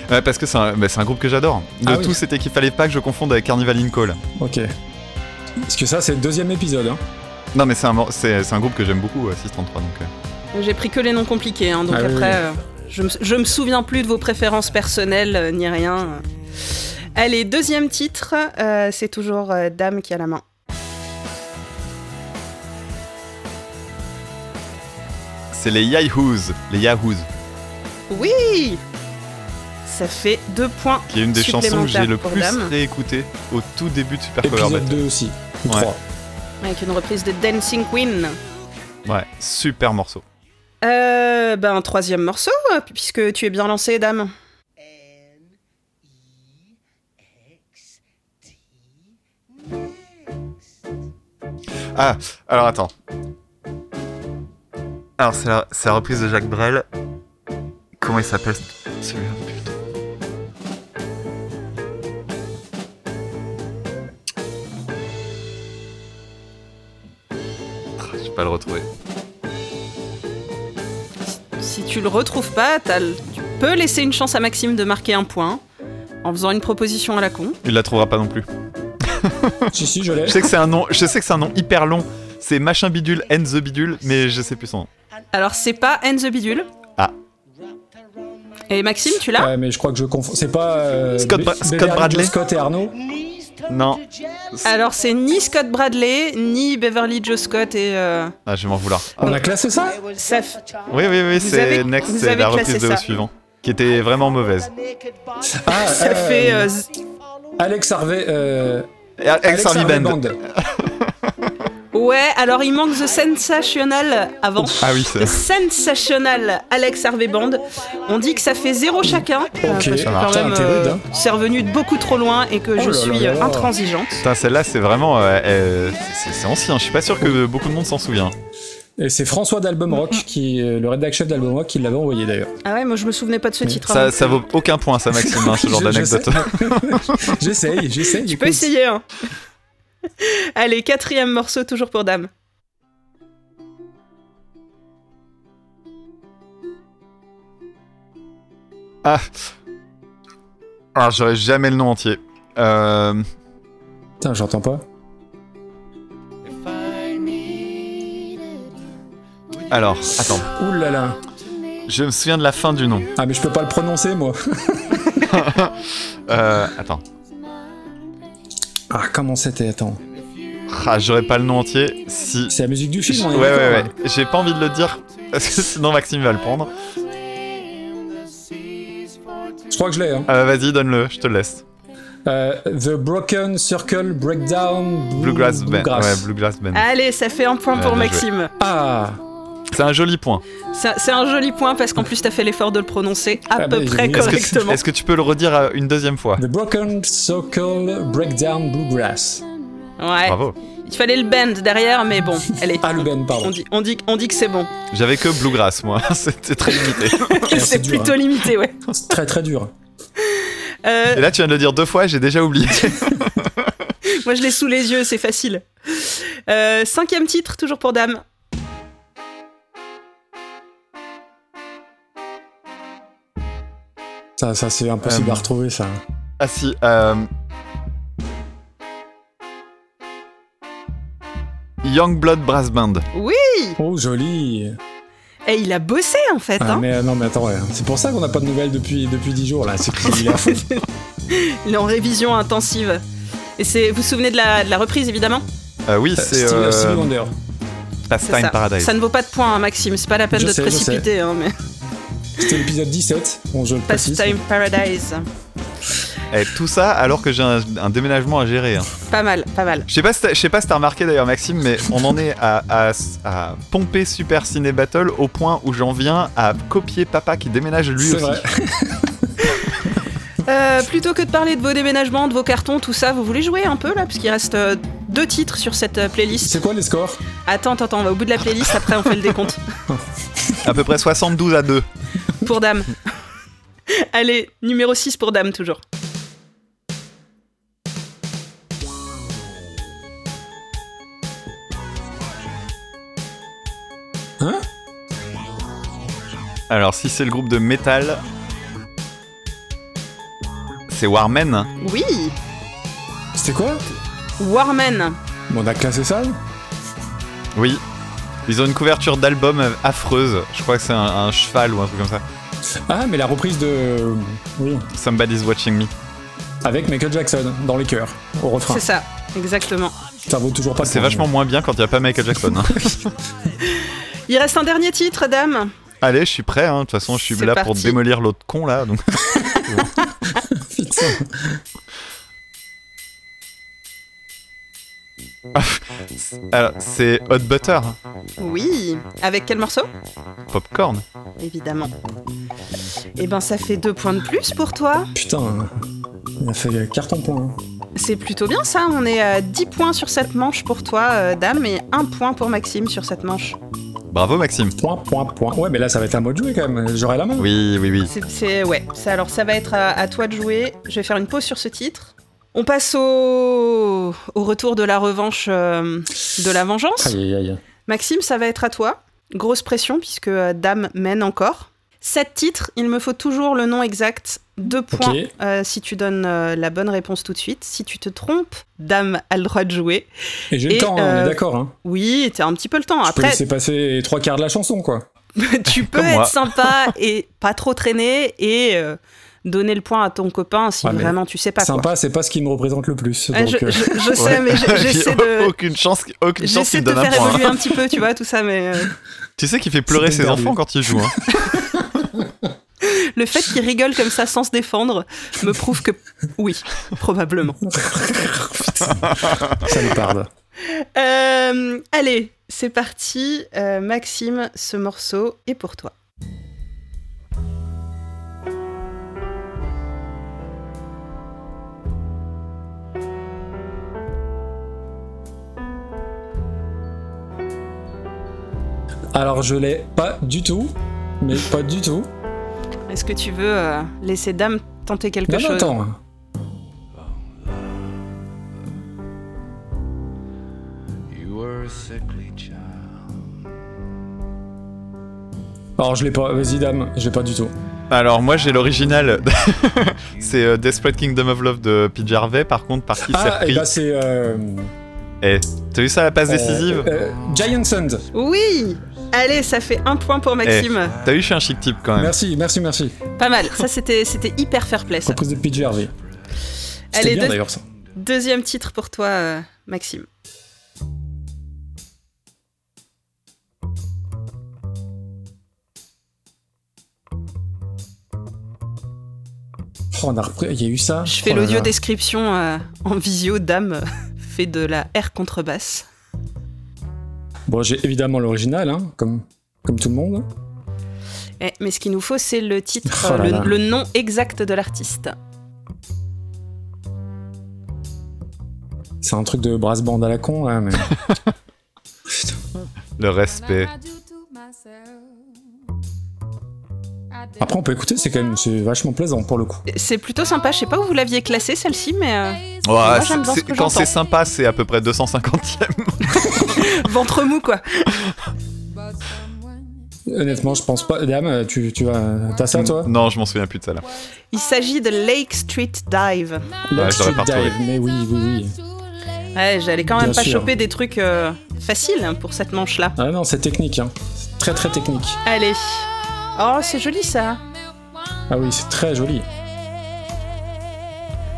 Speaker 4: Ouais, parce que c'est un, bah, c'est un groupe que j'adore. De
Speaker 3: Ah oui.
Speaker 4: tout, c'était qu'il fallait pas que je confonde avec Carnival In Call.
Speaker 3: Ok. Parce que ça, c'est le deuxième épisode. Hein.
Speaker 4: Non, mais c'est un, mor- c'est c'est un groupe que j'aime beaucoup, euh, 633. Donc, euh.
Speaker 2: J'ai pris que les noms compliqués, hein, donc
Speaker 3: Ah oui,
Speaker 2: après,
Speaker 3: oui.
Speaker 2: euh, je, me, je me souviens plus de vos préférences personnelles euh, ni rien. Allez, deuxième titre, euh, c'est toujours euh, Dame qui a la main.
Speaker 4: C'est les Yahoos. Les Yahoos.
Speaker 2: Oui Ça fait deux points.
Speaker 4: Qui est une des chansons que j'ai le
Speaker 2: Supplémentaire pour
Speaker 4: plus
Speaker 2: Dame.
Speaker 4: réécoutée au tout début de Super Cover
Speaker 3: Épisode
Speaker 4: Battle.
Speaker 3: 2 aussi. Ou
Speaker 4: Ouais.
Speaker 3: 3.
Speaker 2: Avec une reprise de Dancing Queen.
Speaker 4: Ouais, super morceau.
Speaker 2: Euh, ben, troisième morceau, euh, puisque tu es bien lancé, Dame.
Speaker 5: N I X T next.
Speaker 4: Ah, alors attends. Alors, c'est la, c'est la reprise de Jacques Brel. Comment il s'appelle celui-là putain. Ah, Je vais pas le retrouver.
Speaker 2: Si tu le retrouves pas, t'as le- tu peux laisser une chance à Maxime de marquer un point en faisant une proposition à la con.
Speaker 4: Il la trouvera pas non plus.
Speaker 3: Si, si, je l'ai.
Speaker 4: Je sais que c'est un nom, je sais que c'est un nom hyper long. C'est machin bidule and the bidule, mais je sais plus son nom.
Speaker 2: Alors c'est pas N the Bidule.
Speaker 4: Ah.
Speaker 2: Et Maxime, tu l'as
Speaker 3: Ouais, mais je crois que je confonds. C'est pas. euh,
Speaker 4: Scott
Speaker 3: Be-
Speaker 4: Bra- Scott
Speaker 3: Beverly Joe
Speaker 4: Bradley
Speaker 3: Scott et Arnaud.
Speaker 4: Non.
Speaker 2: Alors c'est ni Scott Bradley, ni Beverly Joe Scott et... euh,
Speaker 4: Ah, je vais m'en vouloir.
Speaker 3: On a classé ça
Speaker 2: ça f-
Speaker 4: Oui, oui, oui,
Speaker 2: avez-
Speaker 4: c'est Next,
Speaker 2: vous
Speaker 4: c'est
Speaker 2: avez
Speaker 4: la
Speaker 2: classé
Speaker 4: reprise de
Speaker 2: ça.
Speaker 4: suivant, qui était vraiment mauvaise.
Speaker 3: Ah,
Speaker 2: ça
Speaker 3: euh,
Speaker 2: fait... euh, z-
Speaker 3: Alex Harvey. euh,
Speaker 4: Et Alex Harvey Band.
Speaker 2: Ouais, alors il manque The Sensational avant.
Speaker 4: Ah oui,
Speaker 2: The
Speaker 4: c'est.
Speaker 2: Sensational Alex Harvey Band. On dit que ça fait zéro chacun. euh,
Speaker 3: Ok,
Speaker 2: parce que
Speaker 4: ça
Speaker 2: quand
Speaker 3: marche.
Speaker 2: même, euh,
Speaker 3: Putain, t'es rude, hein.
Speaker 2: c'est revenu de beaucoup trop loin et que je
Speaker 3: Oh là là
Speaker 2: suis
Speaker 3: là
Speaker 2: euh,
Speaker 3: là.
Speaker 2: intransigeante.
Speaker 4: Putain, celle-là, c'est vraiment. euh, euh, c'est c'est ancien, je suis pas sûr que beaucoup de monde s'en souvient.
Speaker 3: Et c'est François d'Album Rock, qui, euh, le rédacteur chef d'Album Rock, qui l'avait envoyé d'ailleurs.
Speaker 2: Ah ouais, moi je me souvenais pas de ce titre.
Speaker 4: Ça,
Speaker 2: avant.
Speaker 4: ça vaut aucun point, ça, Maxime, hein, ce genre
Speaker 3: Je- je sais.
Speaker 4: d'anecdote.
Speaker 3: J'essaye, j'essaye.
Speaker 2: Tu peux essayer, hein. Allez, quatrième morceau, toujours pour Dame.
Speaker 4: Ah. Ah, j'aurais jamais le nom entier. Euh,
Speaker 3: Putain, j'entends pas.
Speaker 4: alors, attends.
Speaker 3: Ouh là là.
Speaker 4: Je me souviens de la fin du nom.
Speaker 3: Ah, mais je peux pas le prononcer, moi.
Speaker 4: Euh, attends.
Speaker 3: Ah, comment c'était Attends.
Speaker 4: Ah, j'aurais pas le nom entier si.
Speaker 3: C'est la musique du film, on est
Speaker 4: ouais, ouais,
Speaker 3: d'accord,
Speaker 4: ouais.
Speaker 3: hein.
Speaker 4: J'ai pas envie de le dire. Parce que sinon, Maxime va le prendre.
Speaker 3: Je crois que je l'ai. Hein.
Speaker 4: Euh, Vas-y, donne-le, je te le laisse.
Speaker 3: Euh, The Broken Circle Breakdown Blue-
Speaker 4: Bluegrass Band.
Speaker 3: Bluegrass.
Speaker 4: Ouais, Bluegrass Band.
Speaker 2: Allez, ça fait un point
Speaker 4: Ouais,
Speaker 2: pour
Speaker 4: bien joué.
Speaker 2: Maxime.
Speaker 3: Ah,
Speaker 4: C'est un joli point.
Speaker 2: Ça- C'est un joli point parce qu'en plus, t'as fait l'effort de le prononcer à
Speaker 3: Ah
Speaker 2: peu
Speaker 3: bah,
Speaker 2: près
Speaker 3: j'ai vu. Est-ce
Speaker 4: que-
Speaker 2: correctement.
Speaker 4: Est-ce que tu peux le redire euh, une deuxième fois
Speaker 3: The Broken Circle Breakdown Bluegrass.
Speaker 2: Ouais.
Speaker 4: Bravo.
Speaker 2: Il fallait le bend derrière, mais bon, allez.
Speaker 3: Ah, le Ben,
Speaker 2: On
Speaker 3: pardon.
Speaker 2: dit, on dit, on dit que c'est bon.
Speaker 4: J'avais que Bluegrass, moi. C'était très limité.
Speaker 3: Ah,
Speaker 2: c'est
Speaker 3: dur,
Speaker 2: plutôt
Speaker 3: hein.
Speaker 2: limité, ouais.
Speaker 3: C'est très très dur.
Speaker 2: Euh,
Speaker 4: Et là, tu viens de le dire deux fois, j'ai déjà oublié.
Speaker 2: moi, je l'ai sous les yeux, c'est facile. Euh, cinquième titre, toujours pour Dame.
Speaker 3: Ça, ça c'est impossible
Speaker 4: Euh,
Speaker 3: à retrouver, ça.
Speaker 4: ah si, euh... Youngblood Brass Band.
Speaker 3: Oh, joli.
Speaker 2: Et Eh, il a bossé, en fait.
Speaker 3: Ah,
Speaker 2: hein.
Speaker 3: mais, euh, non, mais attends, ouais. c'est pour ça qu'on n'a pas de nouvelles depuis, depuis 10 jours, là. C'est qu'il est à fond.
Speaker 2: Il est en révision intensive. Et c'est, vous vous souvenez de la, de la reprise, évidemment
Speaker 4: Euh, oui, c'est
Speaker 3: Steve,
Speaker 4: euh,
Speaker 3: Stevie Wonder.
Speaker 2: C'est
Speaker 4: Pastime
Speaker 2: ça.
Speaker 4: Paradise.
Speaker 2: Ça ne vaut pas de points, hein, Maxime. C'est pas la peine
Speaker 3: Je
Speaker 2: de te
Speaker 3: sais, je sais.
Speaker 2: précipiter. Hein, mais...
Speaker 3: C'était l'épisode 17. Bon, je le précise.
Speaker 2: Pastime Paradise.
Speaker 4: Et Eh, tout ça alors que j'ai un, un déménagement à gérer. hein.
Speaker 2: Pas mal, pas mal.
Speaker 4: Je sais pas si t'as- je sais pas si t'as remarqué d'ailleurs Maxime, mais on en est à, à- à pomper Super Ciné Battle au point où j'en viens à copier papa qui déménage lui
Speaker 3: C'est
Speaker 4: aussi.
Speaker 3: vrai.
Speaker 2: Euh, plutôt que de parler de vos déménagements, de vos cartons, tout ça, vous voulez jouer un peu là Puisqu'il reste euh, deux titres sur cette euh, playlist.
Speaker 3: C'est quoi les scores
Speaker 2: Attends, attends, attends, on va au bout de la playlist, après on fait le décompte.
Speaker 4: À peu près 72 à 2.
Speaker 2: Pour Dame. Allez, numéro 6 pour Dame toujours.
Speaker 3: Hein
Speaker 4: Alors si c'est le groupe de métal, c'est Warmen.
Speaker 2: Oui
Speaker 3: C'était quoi
Speaker 2: Warman.
Speaker 3: Bon, On a classé ça
Speaker 4: Oui. Ils ont une couverture d'album affreuse. Je crois que c'est un, un cheval ou un truc comme ça.
Speaker 3: Ah, mais la reprise de. Oui.
Speaker 4: Somebody's watching me.
Speaker 3: Avec Michael Jackson dans les chœurs, au refrain.
Speaker 2: C'est ça, exactement.
Speaker 3: Ça vaut toujours pas le hein.
Speaker 4: C'est
Speaker 2: Oh.
Speaker 3: point,
Speaker 4: vachement moins bien quand il n'y a pas Michael Jackson. hein.
Speaker 2: Il reste un dernier titre, Dame.
Speaker 4: Allez, je suis prêt. hein. De toute façon, je suis
Speaker 2: C'est
Speaker 4: là pour
Speaker 2: parti.
Speaker 4: démolir l'autre con là. Donc...
Speaker 3: mais- Putain.
Speaker 4: Alors, c'est Hot Butter,
Speaker 2: Oui. Avec quel morceau
Speaker 4: Popcorn.
Speaker 2: Évidemment. Eh ben, ça fait deux points de plus pour toi.
Speaker 3: Putain. hein. Il a fait carton point. hein.
Speaker 2: C'est plutôt bien ça. On est à 10 points sur cette manche pour toi, euh, Dame, et un point pour Maxime sur cette manche.
Speaker 4: Bravo Maxime.
Speaker 3: Point, point, point. Ouais, mais là, ça va être un mode jouer quand même. J'aurai la main.
Speaker 4: Oui, oui, oui.
Speaker 2: C'est- C'est ouais. Ça, alors ça va être à, à toi de jouer. Je vais faire une pause sur ce titre. On passe au, au retour de la revanche, euh, de la vengeance.
Speaker 3: Aïe, aïe, aïe.
Speaker 2: Maxime, ça va être à toi. Grosse pression puisque euh, Dame mène encore. Sept titres, il me faut toujours le nom exact. Deux points
Speaker 3: Ok.
Speaker 2: euh, si tu donnes euh, la bonne réponse tout de suite. Si tu te trompes, Dame a le droit de jouer.
Speaker 3: Et j'ai
Speaker 2: Et,
Speaker 3: le temps, hein, on
Speaker 2: euh,
Speaker 3: est d'accord. Hein.
Speaker 2: Oui, t'as un petit peu le temps.
Speaker 3: Je peux
Speaker 2: Après,
Speaker 3: laisser passer trois quarts de la chanson, quoi.
Speaker 2: tu peux
Speaker 4: Comme
Speaker 2: être
Speaker 4: moi.
Speaker 2: sympa et pas trop traîner et euh, donner le point à ton copain si
Speaker 3: Ouais, mais
Speaker 2: vraiment tu sais pas. quoi.
Speaker 3: Sympa, c'est pas ce qui me représente le plus.
Speaker 2: Ah,
Speaker 3: donc,
Speaker 2: je,
Speaker 3: euh,
Speaker 2: je- je sais,
Speaker 4: Ouais.
Speaker 2: mais je-
Speaker 4: J'ai
Speaker 2: j'essaie de,
Speaker 4: Aucune chance, aucune chance
Speaker 2: j'essaie
Speaker 4: qu'il
Speaker 2: de
Speaker 4: me
Speaker 2: te
Speaker 4: donne un
Speaker 2: faire
Speaker 4: point. hein.
Speaker 2: évoluer un petit peu, tu vois, tout ça. Mais euh,
Speaker 4: Tu sais qu'il fait pleurer
Speaker 3: C'était
Speaker 4: ses
Speaker 3: perdu.
Speaker 4: enfants quand il joue. hein.
Speaker 2: le fait qu'il rigole comme ça sans se défendre me prouve que oui, probablement.
Speaker 3: ça me parle.
Speaker 2: Euh, allez, c'est parti. Euh, Maxime, ce morceau est pour toi.
Speaker 3: Alors, je l'ai pas du tout. Mais pas du tout.
Speaker 2: Est-ce que tu veux euh, laisser Dame tenter quelque
Speaker 3: Non, non,
Speaker 2: chose
Speaker 3: attends.
Speaker 5: You were a sickly child.
Speaker 3: Alors, je l'ai pas. Vas-y, dame, je l'ai pas du tout.
Speaker 4: Bah, Alors moi j'ai l'original, c'est euh, Desperate Kingdom of Love de Pete Harvey. Par contre, par qui c'est
Speaker 3: Ah, et
Speaker 4: repris
Speaker 3: bah c'est. euh,
Speaker 4: Eh, T'as vu ça la passe
Speaker 3: euh,
Speaker 4: décisive
Speaker 3: euh, Giant Sand.
Speaker 2: Oui Allez, ça fait un point
Speaker 3: Eh.
Speaker 2: pour Maxime.
Speaker 4: T'as vu, je suis un chic type quand même.
Speaker 3: Merci, merci, merci.
Speaker 2: Pas mal. Ça, c'était c'était hyper fair play. ça.
Speaker 3: Propose de PJ Harvey.
Speaker 2: Allez,
Speaker 3: C'était bien
Speaker 2: deux-
Speaker 3: d'ailleurs ça.
Speaker 2: Deuxième titre pour toi, euh, Maxime.
Speaker 3: Oh, on a repris- Il y a eu ça.
Speaker 2: Je fais
Speaker 3: Oh là
Speaker 2: l'audio
Speaker 3: là.
Speaker 2: description euh, en visio. Dame euh, fait de la R contrebasse.
Speaker 3: Bon, j'ai évidemment l'original, hein, comme, comme tout le monde.
Speaker 2: Eh, mais ce qu'il nous faut, c'est le titre,
Speaker 3: Oh
Speaker 2: euh,
Speaker 3: là
Speaker 2: le,
Speaker 3: là.
Speaker 2: le nom exact de l'artiste.
Speaker 3: C'est un truc de brass band à la con, là, mais. Putain.
Speaker 4: Le respect.
Speaker 3: Après, on peut écouter, c'est quand même c'est vachement plaisant pour le coup.
Speaker 2: C'est plutôt sympa. Je sais pas où vous l'aviez classée celle-ci, mais euh,
Speaker 4: Ouais,
Speaker 2: Moi,
Speaker 4: c'est-
Speaker 2: j'aime bien ce
Speaker 4: c'est-
Speaker 2: que
Speaker 4: quand
Speaker 2: j'entends.
Speaker 4: c'est sympa, c'est à peu près 250e.
Speaker 2: euh, ventre mou quoi.
Speaker 3: Honnêtement, je pense pas. Dame, tu, tu vas. T'as ça, toi
Speaker 4: non, je m'en souviens plus de ça là.
Speaker 2: Il s'agit de Lake Street Dive.
Speaker 3: Là,
Speaker 4: je l'aurais pas retrouvé.
Speaker 3: mais oui, oui, oui.
Speaker 2: Ouais, j'allais quand
Speaker 3: Bien
Speaker 2: même pas
Speaker 3: sûr.
Speaker 2: choper des trucs euh, faciles hein, pour cette manche-là.
Speaker 3: Ah non, c'est technique, hein. C'est très très technique.
Speaker 2: Allez. Oh, c'est joli ça.
Speaker 3: Ah oui, c'est très joli.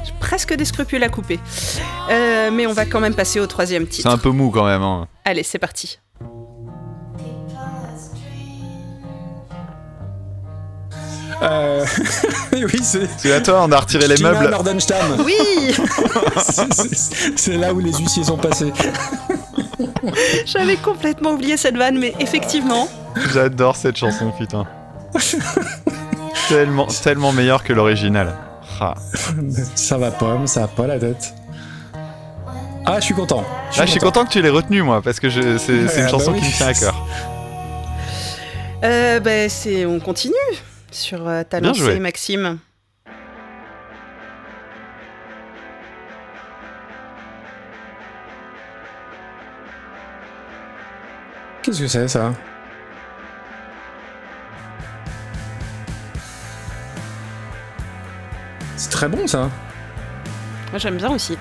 Speaker 2: J'ai presque des scrupules à couper. Euh, mais on va quand même passer au troisième
Speaker 4: C'est
Speaker 2: titre.
Speaker 4: un peu mou quand même. hein.
Speaker 2: Allez, c'est parti.
Speaker 3: Euh... oui, c'est.
Speaker 4: Parce que à toi, on a retiré les
Speaker 3: Gina
Speaker 4: meubles.
Speaker 3: Nordenstam.
Speaker 2: Oui
Speaker 3: C'est- c'est c'est là où les huissiers sont passés.
Speaker 2: J'avais complètement oublié cette vanne, mais effectivement.
Speaker 4: J'adore cette chanson, putain. tellement, tellement meilleur que l'original. Ah,
Speaker 3: Ça va pas, mais ça va pas la tête. Ah, je suis content.
Speaker 4: Là, je suis content que tu l'aies retenu, moi, parce que je- c'est c'est
Speaker 3: Ah,
Speaker 4: une
Speaker 3: bah
Speaker 4: chanson
Speaker 3: oui.
Speaker 4: qui me tient à cœur.
Speaker 2: Euh, ben, c'est... on continue sur euh, ta
Speaker 4: Bien
Speaker 2: lancée,
Speaker 4: joué.
Speaker 2: Maxime.
Speaker 3: Qu'est-ce que c'est ça C'est très bon ça.
Speaker 2: Moi, j'aime bien aussi.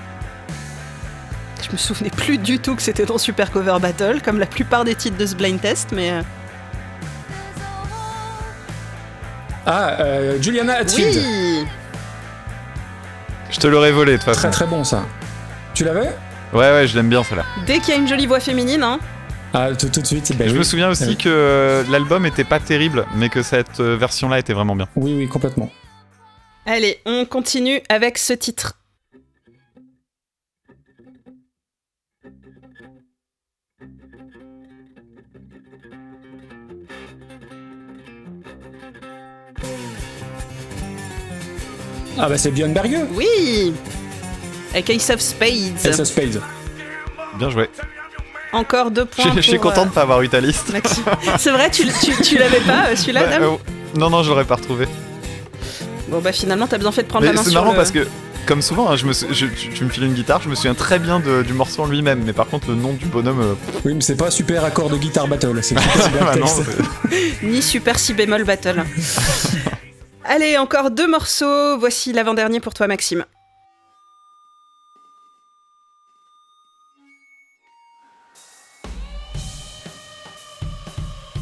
Speaker 2: Je me souvenais plus du tout que c'était dans Super Cover Battle, comme la plupart des titres de ce blind test, mais... euh,
Speaker 3: Ah, euh, Juliana Hatfield.
Speaker 2: Oui
Speaker 4: Je te l'aurais volé, de toute façon.
Speaker 3: Très très bon ça. Tu l'avais
Speaker 4: Ouais, ouais, je l'aime bien, celle-là.
Speaker 2: Dès qu'il y a une jolie voix féminine, hein,
Speaker 3: Ah, tout, tout de suite. ben
Speaker 4: je
Speaker 3: oui.
Speaker 4: me souviens aussi
Speaker 3: Oui.
Speaker 4: que euh, l'album était pas terrible, mais que cette euh, version-là était vraiment bien.
Speaker 3: Oui, oui, complètement.
Speaker 2: Allez, on continue avec ce titre.
Speaker 3: Ah, bah c'est Björn Berge.
Speaker 2: Oui Avec Ace of
Speaker 3: Et
Speaker 2: Spades.
Speaker 3: ça Spades.
Speaker 4: Bien joué.
Speaker 2: Encore deux
Speaker 4: Je
Speaker 2: points.
Speaker 4: je suis
Speaker 2: pour,
Speaker 4: content de
Speaker 2: euh,
Speaker 4: pas avoir eu ta liste.
Speaker 2: Maxime. C'est vrai, tu, tu, tu l'avais pas euh, celui-là,
Speaker 4: Ouais,
Speaker 2: dame
Speaker 4: euh, non, non, je l'aurais pas retrouvé.
Speaker 2: Bon, bah finalement, t'as bien euh. fait de prendre
Speaker 4: Mais
Speaker 2: la main
Speaker 4: c'est
Speaker 2: sur
Speaker 4: marrant
Speaker 2: le-
Speaker 4: parce que, comme souvent, hein, je me sou- je- tu, tu me files une guitare, je me souviens très bien de- du morceau en lui-même, mais par contre, le nom du bonhomme. euh,
Speaker 3: Oui, mais c'est pas super accord de guitare battle. C'est super cyber
Speaker 4: bah non,
Speaker 3: texte.
Speaker 4: c'est-
Speaker 2: Ni Super Si bémol Battle. Allez, encore deux morceaux. Voici l'avant-dernier pour toi, Maxime.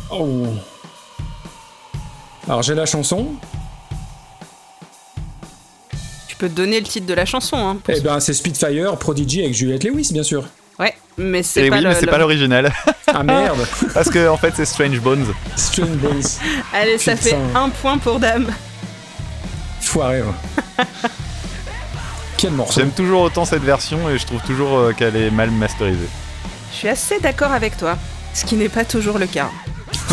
Speaker 3: Oh. Alors j'ai la chanson.
Speaker 2: Tu peux donner le titre de la chanson. Hein, pour-
Speaker 3: Eh ben c'est Spitfire, Prodigy avec Juliette Lewis, bien sûr.
Speaker 2: Ouais, mais c'est
Speaker 4: Et
Speaker 2: pas,
Speaker 4: Eh oui,
Speaker 2: le-
Speaker 4: mais c'est
Speaker 2: le-
Speaker 4: pas l'original.
Speaker 3: Ah merde.
Speaker 4: parce que, en fait, c'est Strange Bones.
Speaker 3: Strange Bones.
Speaker 2: Allez, ça fait
Speaker 3: Putain.
Speaker 2: un point pour Dame.
Speaker 3: Foiré. hein. Quel morceau.
Speaker 4: J'aime toujours autant cette version et je trouve toujours euh, qu'elle est mal masterisée.
Speaker 2: Je suis assez d'accord avec toi, ce qui n'est pas toujours le cas.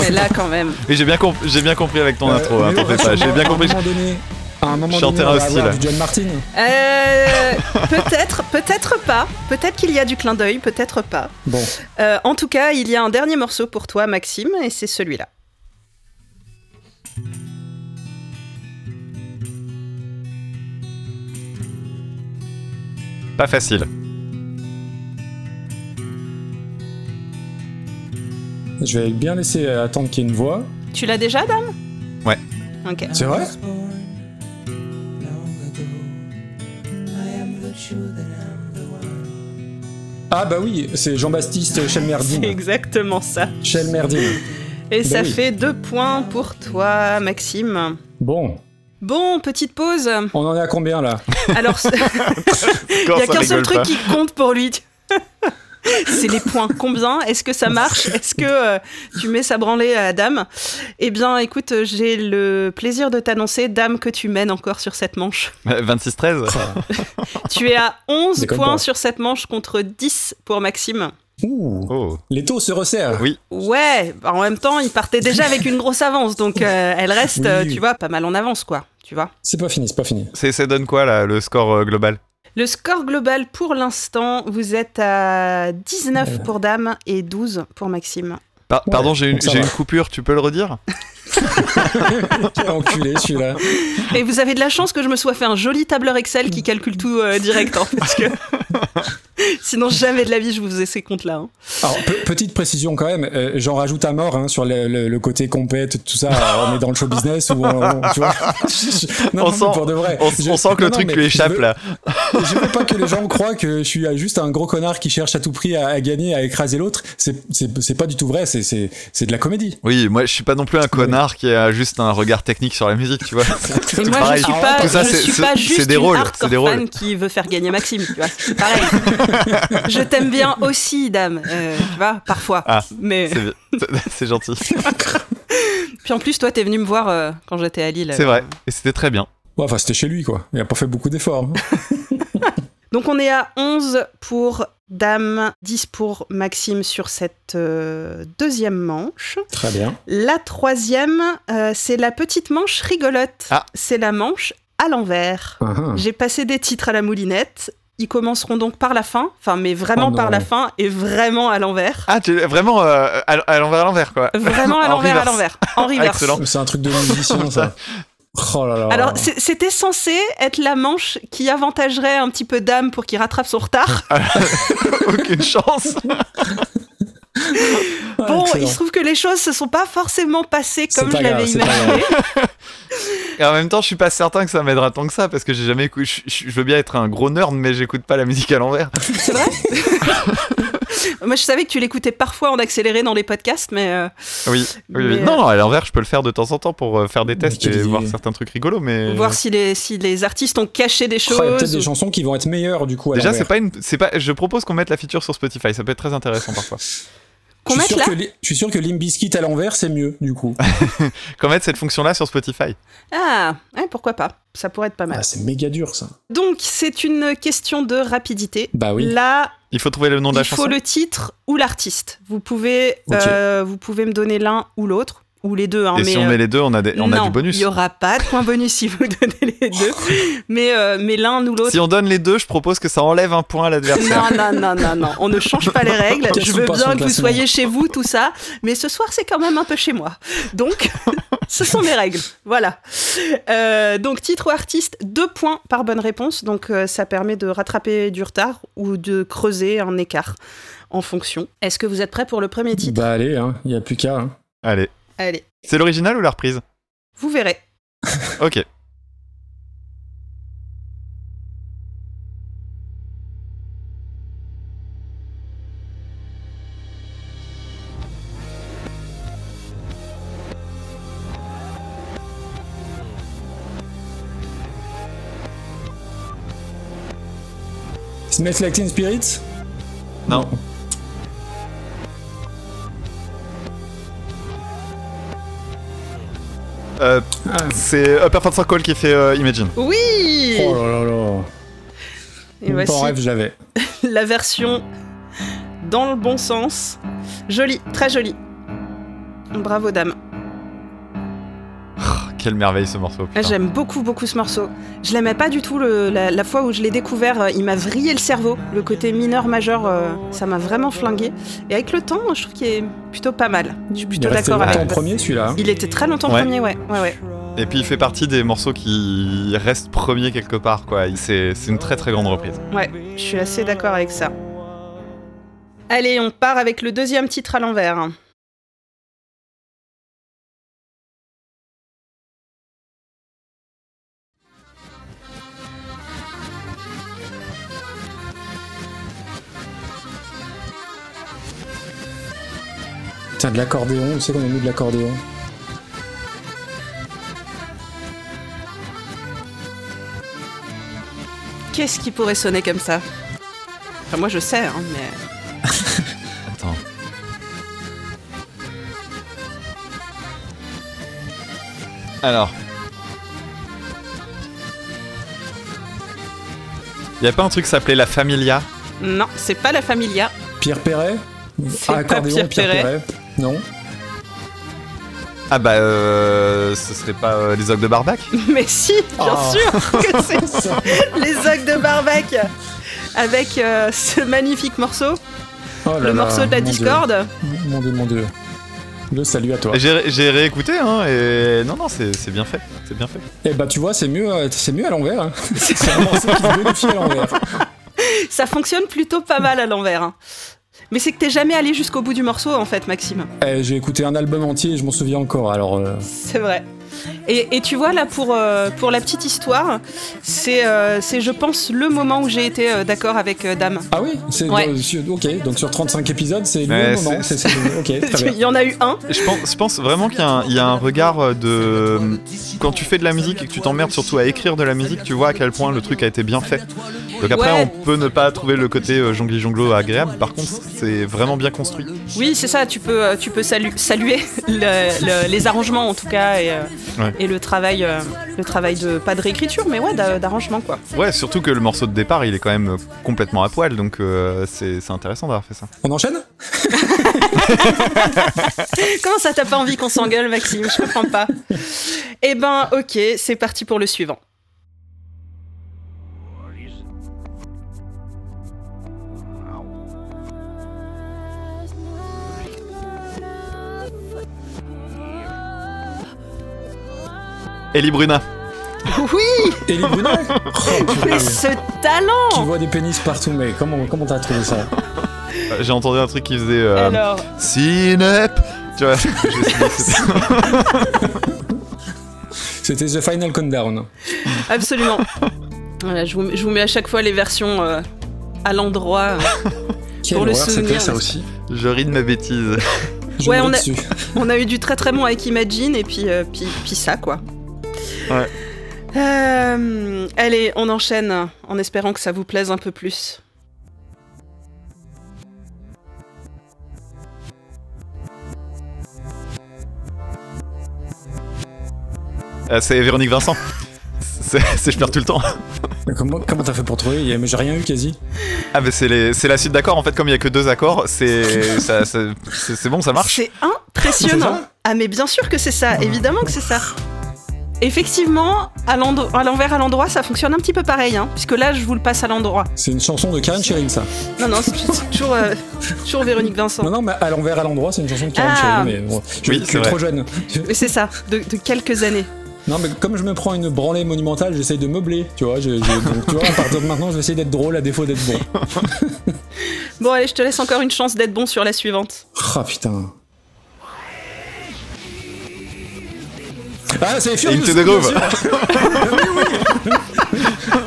Speaker 2: Mais là, quand même.
Speaker 4: Et j'ai bien, comp- j'ai bien compris avec ton
Speaker 3: Euh,
Speaker 4: intro, hein,
Speaker 3: mais
Speaker 4: t'en
Speaker 3: ouais,
Speaker 4: fais pas.
Speaker 3: à
Speaker 4: J'ai
Speaker 3: un
Speaker 4: bien compris.
Speaker 3: moment donné- à un moment
Speaker 4: Chanter
Speaker 3: donné, on va
Speaker 4: un
Speaker 3: avoir
Speaker 4: style.
Speaker 3: du John Martin.
Speaker 2: Euh, peut-être, peut-être pas. Peut-être qu'il y a du clin d'œil, peut-être pas.
Speaker 3: Bon,
Speaker 2: Euh, en tout cas, il y a un dernier morceau pour toi, Maxime, et c'est celui-là.
Speaker 4: Pas facile.
Speaker 3: je vais bien laisser euh, attendre qu'il y ait une voix.
Speaker 2: Tu l'as déjà, Dame Ok.
Speaker 3: C'est vrai Ah bah oui, c'est Jean-Baptiste
Speaker 2: C'est
Speaker 3: Chelmerdine.
Speaker 2: exactement ça.
Speaker 3: Chelmerdine.
Speaker 2: Et ça
Speaker 3: Ben oui.
Speaker 2: fait deux points pour toi, Maxime.
Speaker 3: Bon,
Speaker 2: Bon, petite pause.
Speaker 3: on en est à combien là
Speaker 2: Alors, ce- il n'y a qu'un seul truc qui compte pour lui. C'est les points. Combien Est-ce que ça marche Est-ce que euh, tu mets ça branlée à Dame Eh bien, écoute, euh, j'ai le plaisir de t'annoncer, Dame, que tu mènes encore sur cette manche.
Speaker 4: 26-13
Speaker 2: Tu es à 11
Speaker 3: Déconne
Speaker 2: points
Speaker 3: pas.
Speaker 2: sur cette manche contre 10 pour Maxime.
Speaker 3: Ouh,
Speaker 4: Oh.
Speaker 3: les taux se resserrent.
Speaker 4: Oui.
Speaker 2: Ouais, bah, en même temps, il partait déjà avec une grosse avance, donc euh, elle reste,
Speaker 3: Oui,
Speaker 2: euh,
Speaker 3: oui.
Speaker 2: tu vois, pas mal en avance, quoi. Tu vois.
Speaker 3: C'est pas fini, c'est pas fini.
Speaker 4: C'est- Ça donne quoi là, le score euh, global
Speaker 2: Le score global pour l'instant, vous êtes à 19 pour Dame et 12 pour Maxime.
Speaker 4: Par-
Speaker 3: Ouais,
Speaker 4: Pardon, j'ai une,
Speaker 3: donc ça
Speaker 4: j'ai
Speaker 3: va.
Speaker 4: une coupure, tu peux le redire
Speaker 3: Quel enculé celui-là.
Speaker 2: Et vous avez de la chance que je me sois fait un joli tableur Excel qui calcule tout euh, direct, hein, parce que sinon jamais de la vie je vous ai ces comptes-là. hein.
Speaker 3: Alors, pe- petite précision quand même, euh, j'en rajoute à mort hein, sur le, le- le côté compète, tout ça. euh, on est dans le show business ou on, on- tu vois. non,
Speaker 4: On
Speaker 3: non, mais
Speaker 4: sent-
Speaker 3: pour de vrai.
Speaker 4: on,
Speaker 3: Je-
Speaker 4: on sent que
Speaker 3: non,
Speaker 4: le
Speaker 3: non,
Speaker 4: truc
Speaker 3: mais
Speaker 4: lui échappe
Speaker 3: je veux-
Speaker 4: là.
Speaker 3: Je veux pas que les gens croient que je suis euh, juste un gros connard qui cherche à tout prix à, à gagner, à écraser l'autre. C'est- C'est c'est pas du tout vrai, c'est- c'est c'est de la comédie.
Speaker 4: Oui, moi je suis pas non plus un connard qui a juste un regard technique sur la musique, tu vois.
Speaker 2: Et moi
Speaker 4: pareil.
Speaker 2: je suis
Speaker 3: Ah,
Speaker 2: pas,
Speaker 4: tout ça,
Speaker 2: je
Speaker 4: c'est-
Speaker 2: suis
Speaker 4: c'est-
Speaker 2: pas
Speaker 4: c'est
Speaker 2: juste
Speaker 4: des
Speaker 2: une
Speaker 4: rôles,
Speaker 2: hardcore
Speaker 4: c'est des rôles.
Speaker 2: fan qui veut faire gagner Maxime, tu vois. C'est pareil. je t'aime bien aussi, Dame, euh, tu vois, parfois.
Speaker 4: Ah,
Speaker 2: Mais
Speaker 4: C'est c'est gentil.
Speaker 2: puis en plus toi t'es venu me voir euh, quand j'étais à Lille.
Speaker 4: C'est vrai. Et c'était très bien.
Speaker 3: Ouais, enfin, c'était chez lui, quoi. Il a pas fait beaucoup d'efforts. hein.
Speaker 2: Donc on est à 11 pour Dame, 10 pour Maxime sur cette euh, deuxième manche.
Speaker 3: Très bien.
Speaker 2: La troisième, euh, c'est la petite manche rigolote.
Speaker 4: Ah.
Speaker 2: C'est la manche à l'envers.
Speaker 3: Ah, ah.
Speaker 2: J'ai passé des titres à la moulinette. Ils commenceront donc par la fin, enfin mais vraiment
Speaker 3: Oh non.
Speaker 2: par la fin et vraiment à l'envers.
Speaker 4: Ah, tu, vraiment euh, à, à l'envers, à l'envers quoi.
Speaker 3: Ah.
Speaker 2: Vraiment à
Speaker 4: En
Speaker 2: l'envers, à
Speaker 4: reverse.
Speaker 2: l'envers. En reverse.
Speaker 4: Excellent.
Speaker 3: C'est un truc de musicien, ça. Oh là là.
Speaker 2: Alors c'est- c'était censé être la manche qui avantagerait un petit peu Dame pour qu'il rattrape son retard.
Speaker 4: Aucune chance.
Speaker 3: Ah,
Speaker 2: Bon,
Speaker 3: excellent.
Speaker 2: il se trouve que les choses se sont pas forcément passées
Speaker 3: C'est
Speaker 2: comme
Speaker 3: pas
Speaker 2: je l'avais
Speaker 3: grave, c'est pas grave.
Speaker 2: imaginé.
Speaker 4: Et en même temps, je suis pas certain que ça m'aidera tant que ça parce que j'ai jamais écouté. Je, je- je veux bien être un gros nerd, mais j'écoute pas la musique à l'envers.
Speaker 2: C'est vrai Moi, je savais que tu l'écoutais parfois en accéléré dans les podcasts, mais euh,
Speaker 4: Oui. oui, oui.
Speaker 2: Mais, euh,
Speaker 4: Non, non, à l'envers, je peux le faire de temps en temps pour euh, faire des tests
Speaker 3: Mais tu
Speaker 4: et
Speaker 3: dis-
Speaker 4: voir certains trucs rigolos, mais.
Speaker 2: voir si les, si les artistes ont caché des
Speaker 3: Euh. Oh, il y a peut-être
Speaker 2: choses.
Speaker 3: des chansons qui vont être meilleures, du coup. à
Speaker 4: Déjà,
Speaker 3: l'envers.
Speaker 4: c'est pas une. C'est pas. Je propose qu'on mette la feature sur Spotify. Ça peut être très intéressant parfois.
Speaker 2: Qu'on
Speaker 3: je
Speaker 2: mette
Speaker 3: suis sûr
Speaker 2: là
Speaker 3: que li- Je suis sûr que Limbiskit à l'envers, c'est mieux, du coup.
Speaker 4: Qu'on mette cette fonction-là sur Spotify.
Speaker 2: Ah, ouais, pourquoi pas Ça pourrait être pas mal.
Speaker 3: Ah, c'est méga dur, ça.
Speaker 2: Donc, c'est une question de rapidité.
Speaker 3: Bah oui.
Speaker 2: Là,
Speaker 4: Il faut trouver le nom de la
Speaker 2: il
Speaker 4: chanson.
Speaker 2: faut le titre ou l'artiste. Vous pouvez,
Speaker 3: Ok.
Speaker 2: euh, vous pouvez me donner l'un ou l'autre, ou les deux. hein,
Speaker 4: Et
Speaker 2: mais,
Speaker 4: si on
Speaker 2: euh,
Speaker 4: met les deux, on a, des- on a
Speaker 2: non,
Speaker 4: du bonus.
Speaker 2: Il n'y aura pas de point bonus si vous donnez les deux. Mais, euh, mais l'un ou l'autre.
Speaker 4: Si on donne les deux, je propose que ça enlève un point à l'adversaire.
Speaker 2: Non, non, non, non, non, on ne change pas les règles.
Speaker 3: Qu'est-ce
Speaker 2: Je
Speaker 3: qu'on
Speaker 2: veux
Speaker 3: passe
Speaker 2: bien
Speaker 3: au
Speaker 2: que vous
Speaker 3: classement
Speaker 2: soyez chez vous, tout ça. Mais ce soir, c'est quand même un peu chez moi. Donc, ce sont mes règles. Voilà. Euh, donc, titre ou artiste, deux points par bonne réponse. Donc, euh, ça permet de rattraper du retard ou de creuser un écart en fonction. Est-ce que vous êtes prêts pour le premier titre
Speaker 3: Bah allez, il hein, n'y a plus qu'à. hein.
Speaker 4: Allez.
Speaker 2: Allez,
Speaker 4: C'est l'original ou la reprise
Speaker 2: vous verrez.
Speaker 4: Ok.
Speaker 3: Smells Like Teen Spirit
Speaker 4: Non. Euh,
Speaker 3: Ah.
Speaker 4: c'est Upper Fun Circle qui fait euh, Imagine.
Speaker 2: Oui
Speaker 3: Oh là là là.
Speaker 2: Et
Speaker 3: Même pas en
Speaker 2: voici
Speaker 3: rêve, je l'avais.
Speaker 2: la version dans le bon sens. Jolie, très jolie. Bravo, dame.
Speaker 4: Oh, quelle merveille ce morceau.
Speaker 2: Ah,
Speaker 4: putain.
Speaker 2: J'aime beaucoup, beaucoup ce morceau. Je l'aimais pas du tout le- la, la fois où je l'ai découvert. euh, Il m'a vrillé le cerveau. Le côté mineur-majeur, ça m'a vraiment flingué. Et avec le temps, je trouve qu'il est plutôt pas mal. Je suis
Speaker 3: Il est
Speaker 2: plutôt
Speaker 3: resté
Speaker 2: d'accord
Speaker 3: longtemps
Speaker 2: avec. toi.
Speaker 3: premier, celui-là. hein.
Speaker 2: Il était très longtemps
Speaker 4: Ouais.
Speaker 2: premier, ouais. ouais, ouais.
Speaker 4: Et puis il fait partie des morceaux qui restent premiers quelque part, quoi. Il- C'est c'est une très très grande reprise.
Speaker 2: Ouais, je suis assez d'accord avec ça. Allez, on part avec le deuxième titre à l'envers.
Speaker 3: Tiens, de l'accordéon, tu sais qu'on a mis de l'accordéon.
Speaker 2: Qu'est-ce qui pourrait sonner comme ça Enfin, moi je sais, hein, mais.
Speaker 4: Attends. Alors. Y a pas un truc qui s'appelait la familia
Speaker 2: Non, c'est pas la familia.
Speaker 3: Pierre Perret Ah,
Speaker 2: C'est pas Pierre Perret.
Speaker 3: Non.
Speaker 4: Ah bah euh, ce serait pas euh, les ogres de Barbac
Speaker 2: Mais si, bien
Speaker 3: Ah.
Speaker 2: sûr que c'est ça. Les ogres de Barbac Avec euh, ce magnifique morceau,
Speaker 3: Oh là
Speaker 2: le
Speaker 3: là,
Speaker 2: morceau de la
Speaker 3: mon Dieu.
Speaker 2: discorde.
Speaker 3: Mon Dieu, mon Dieu. Le salut à toi.
Speaker 4: J'ai j'ai réécouté hein et non non c'est c'est bien fait c'est bien fait.
Speaker 3: Eh bah tu vois, c'est mieux, euh, c'est mieux à l'envers. hein. c'est un morceau qui se vérifie à l'envers.
Speaker 2: Ça fonctionne plutôt pas mal à l'envers. hein. Mais c'est que t'es jamais allé jusqu'au bout du morceau en fait, Maxime.
Speaker 3: Eh, J'ai écouté un album entier et je m'en souviens encore. Alors, euh,
Speaker 2: C'est vrai. Et, et tu vois, là, pour, euh, pour la petite histoire, c'est, euh, c'est, je pense, le moment où j'ai été euh, d'accord avec euh, Dame.
Speaker 3: ah oui, c'est
Speaker 2: Ouais.
Speaker 3: euh, sur- ok. Donc sur 35 épisodes, c'est
Speaker 4: Ouais,
Speaker 3: le moment.
Speaker 4: c'est-
Speaker 3: c'est- c'est- Ok, très bien.
Speaker 2: Il y en a eu un.
Speaker 4: Je pense, je pense vraiment qu'il y, a un- il y a un regard euh, de. Quand tu fais de la musique et que tu t'emmerdes surtout à écrire de la musique, tu vois à quel point le truc a été bien fait. Donc après,
Speaker 2: Ouais.
Speaker 4: on peut ne pas trouver le côté euh, jongli jonglo agréable. Par contre, c'est vraiment bien construit.
Speaker 2: Oui, c'est ça, tu peux, euh, tu peux salu- saluer le- le- les arrangements en tout cas et, euh,
Speaker 4: Ouais.
Speaker 2: et le travail, euh, le travail de, pas de réécriture, mais ouais, d'a- d'arrangement quoi.
Speaker 4: Ouais, surtout que le morceau de départ, il est quand même euh, complètement à poil, donc euh, c'est c'est intéressant d'avoir fait ça.
Speaker 3: On enchaîne
Speaker 2: Comment ça, t'as pas envie qu'on s'engueule, Maxime Je comprends pas. Eh ben, ok, c'est parti pour le suivant.
Speaker 4: Ellie Bruna.
Speaker 2: Oui,
Speaker 3: Élie Brunet Oh, purée.
Speaker 2: mais ce
Speaker 3: Tu
Speaker 2: talent
Speaker 3: vois des pénis partout, mais comment comment t'as trouvé ça
Speaker 4: Euh, J'ai entendu un truc qui faisait. euh,
Speaker 2: Alors,
Speaker 4: Synep Tu vois, je sais pas, c'est-
Speaker 3: C'était The Final Countdown.
Speaker 2: absolument. Voilà, je, vous, je vous mets à chaque fois les versions euh, à l'endroit. euh.
Speaker 3: Quelle
Speaker 2: Pour le
Speaker 3: horreur, c'était
Speaker 2: souvenir,
Speaker 3: ça
Speaker 2: mais-
Speaker 3: aussi.
Speaker 4: je ris de ma bêtise.
Speaker 3: Je
Speaker 2: Ouais,
Speaker 3: me
Speaker 2: on
Speaker 3: ris
Speaker 2: a-
Speaker 3: dessus.
Speaker 2: On a eu du très très bon avec Imagine et puis, euh, puis, puis ça quoi.
Speaker 4: Ouais.
Speaker 2: Euh, allez, on enchaîne en espérant que ça vous plaise un peu plus.
Speaker 4: Euh, c'est Véronique Vincent. C'est c'est- je perds tout le temps.
Speaker 3: Mais Comment comment t'as fait pour trouver Il y a- mais J'ai rien eu quasi.
Speaker 4: Ah mais c'est les- c'est la suite d'accords en fait comme il y a que deux accords c'est ça- ça- c'est c'est bon ça marche
Speaker 2: C'est impressionnant.
Speaker 3: C'est
Speaker 2: Ah mais bien sûr que c'est ça, évidemment que c'est ça. Effectivement, à l'endo- à l'envers, à l'endroit, ça fonctionne un petit peu pareil, hein, puisque là, je vous le passe à l'endroit.
Speaker 3: C'est une chanson de Karen Sheeran, ça.
Speaker 2: Non, non, c'est c'est toujours, euh, toujours Véronique Vincent.
Speaker 3: Non, non, mais à l'envers, à l'endroit, c'est une chanson de Karen
Speaker 2: Ah.
Speaker 3: Sheeran. Mais bon, je,
Speaker 4: Oui,
Speaker 3: je
Speaker 4: c'est
Speaker 3: suis
Speaker 4: vrai.
Speaker 3: trop jeune.
Speaker 2: Mais c'est ça, de, de quelques années.
Speaker 3: Non, mais comme je me prends une branlée monumentale, j'essaye de meubler. Tu vois, je- je- donc, tu vois, à partir de maintenant, je vais essayer d'être drôle à défaut d'être bon.
Speaker 2: Bon, allez, je te laisse encore une chance d'être bon sur la suivante.
Speaker 3: Ah putain. Ah, c'est Furious
Speaker 4: Into the
Speaker 3: bien
Speaker 4: Groove.
Speaker 3: sûr.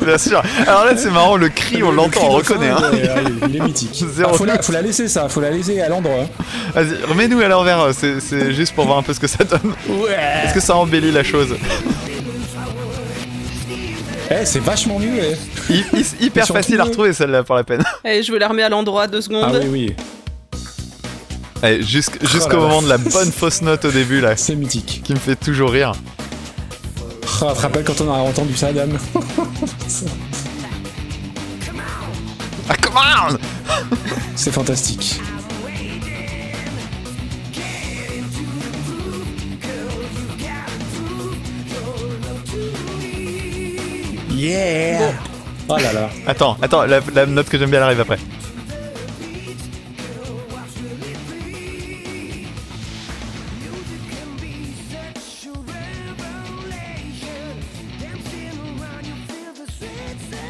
Speaker 4: bien sûr alors là c'est marrant le cri on
Speaker 3: Le
Speaker 4: l'entend
Speaker 3: cri de
Speaker 4: on reconnaît
Speaker 3: fin,
Speaker 4: hein.
Speaker 3: ouais, ouais, Il est mythique.
Speaker 4: Zéro
Speaker 3: Ah, faut, la, faut la laisser, ça. Faut la laisser à l'endroit. hein.
Speaker 4: vas-y remets-nous à l'envers c'est c'est juste pour voir un peu ce que ça donne
Speaker 3: Ouais.
Speaker 4: est-ce que ça embellit la chose
Speaker 3: Eh, c'est vachement mieux. eh.
Speaker 4: Hy- hy- hyper
Speaker 3: Ils sont
Speaker 4: facile
Speaker 3: tous
Speaker 4: à
Speaker 3: nus.
Speaker 4: retrouver celle-là pour la peine
Speaker 2: Allez, je vous la remets à l'endroit, deux secondes.
Speaker 3: Ah oui, oui.
Speaker 4: Allez, Eh, jusqu- jusqu'au
Speaker 3: la
Speaker 4: moment de la
Speaker 3: vache.
Speaker 4: bonne fausse note au début là
Speaker 3: C'est mythique.
Speaker 4: qui me fait toujours rire
Speaker 3: Ah, te rappelles quand on a entendu ça, dame
Speaker 4: ah come on
Speaker 3: C'est fantastique. Yeah Oh là là.
Speaker 4: attends attends la, la note que j'aime bien elle arrive après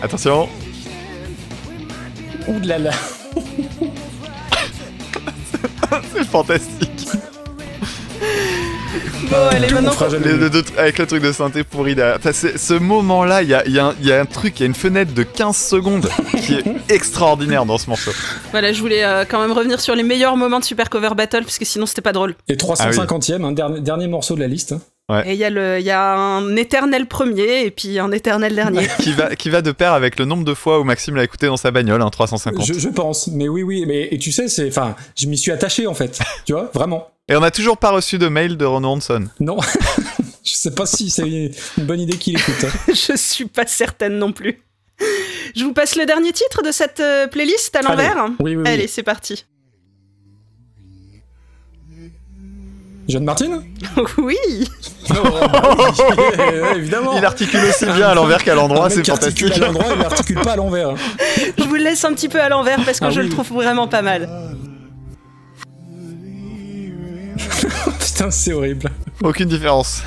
Speaker 4: Attention,
Speaker 3: Ouh là là.
Speaker 4: c'est fantastique.
Speaker 2: Bon, allez,
Speaker 3: on
Speaker 2: maintenant.
Speaker 3: fera jamais
Speaker 4: Les-
Speaker 3: mieux.
Speaker 4: le- le- avec le truc de synthé pourri là. Enfin, c'est- ce moment-là, il y a, il y a un- il y a un truc, il y a une fenêtre de 15 secondes qui est extraordinaire dans ce morceau.
Speaker 2: Voilà, je voulais euh, quand même revenir sur les meilleurs moments de Super Cover Battle, parce que sinon c'était pas drôle.
Speaker 4: Ah
Speaker 3: Et 350e, hein, dernier, dernier morceau de la liste. hein.
Speaker 2: Et il y, a le- il y a un éternel premier et puis un éternel dernier.
Speaker 4: Qui va, qui va de pair avec le nombre de fois où Maxime l'a écouté dans sa bagnole, hein, 350.
Speaker 3: Je, je pense, mais oui, oui, mais et tu sais, c'est, enfin, je m'y suis attaché en fait, tu vois, vraiment.
Speaker 4: Et on n'a toujours pas reçu de mail de Ron Ronson.
Speaker 3: Non, je sais pas si c'est une bonne idée qu'il écoute. hein.
Speaker 2: je suis pas certaine non plus. Je vous passe le dernier titre de cette euh, playlist à l'envers.
Speaker 3: Allez. Oui, oui, oui.
Speaker 2: Allez, c'est parti.
Speaker 3: John Martin
Speaker 2: oui,
Speaker 3: Non, bah oui, évidemment.
Speaker 4: Il articule aussi bien à l'envers qu'à
Speaker 3: Un
Speaker 4: l'endroit,
Speaker 3: Oh. mec
Speaker 4: c'est
Speaker 3: qui articule
Speaker 4: fantastique.
Speaker 3: À l'endroit, il articule pas à l'envers. hein.
Speaker 2: je vous le laisse un petit peu à l'envers parce que
Speaker 3: Ah
Speaker 2: je
Speaker 3: oui,
Speaker 2: le
Speaker 3: oui.
Speaker 2: trouve vraiment pas mal.
Speaker 3: Putain, c'est horrible.
Speaker 4: Aucune différence.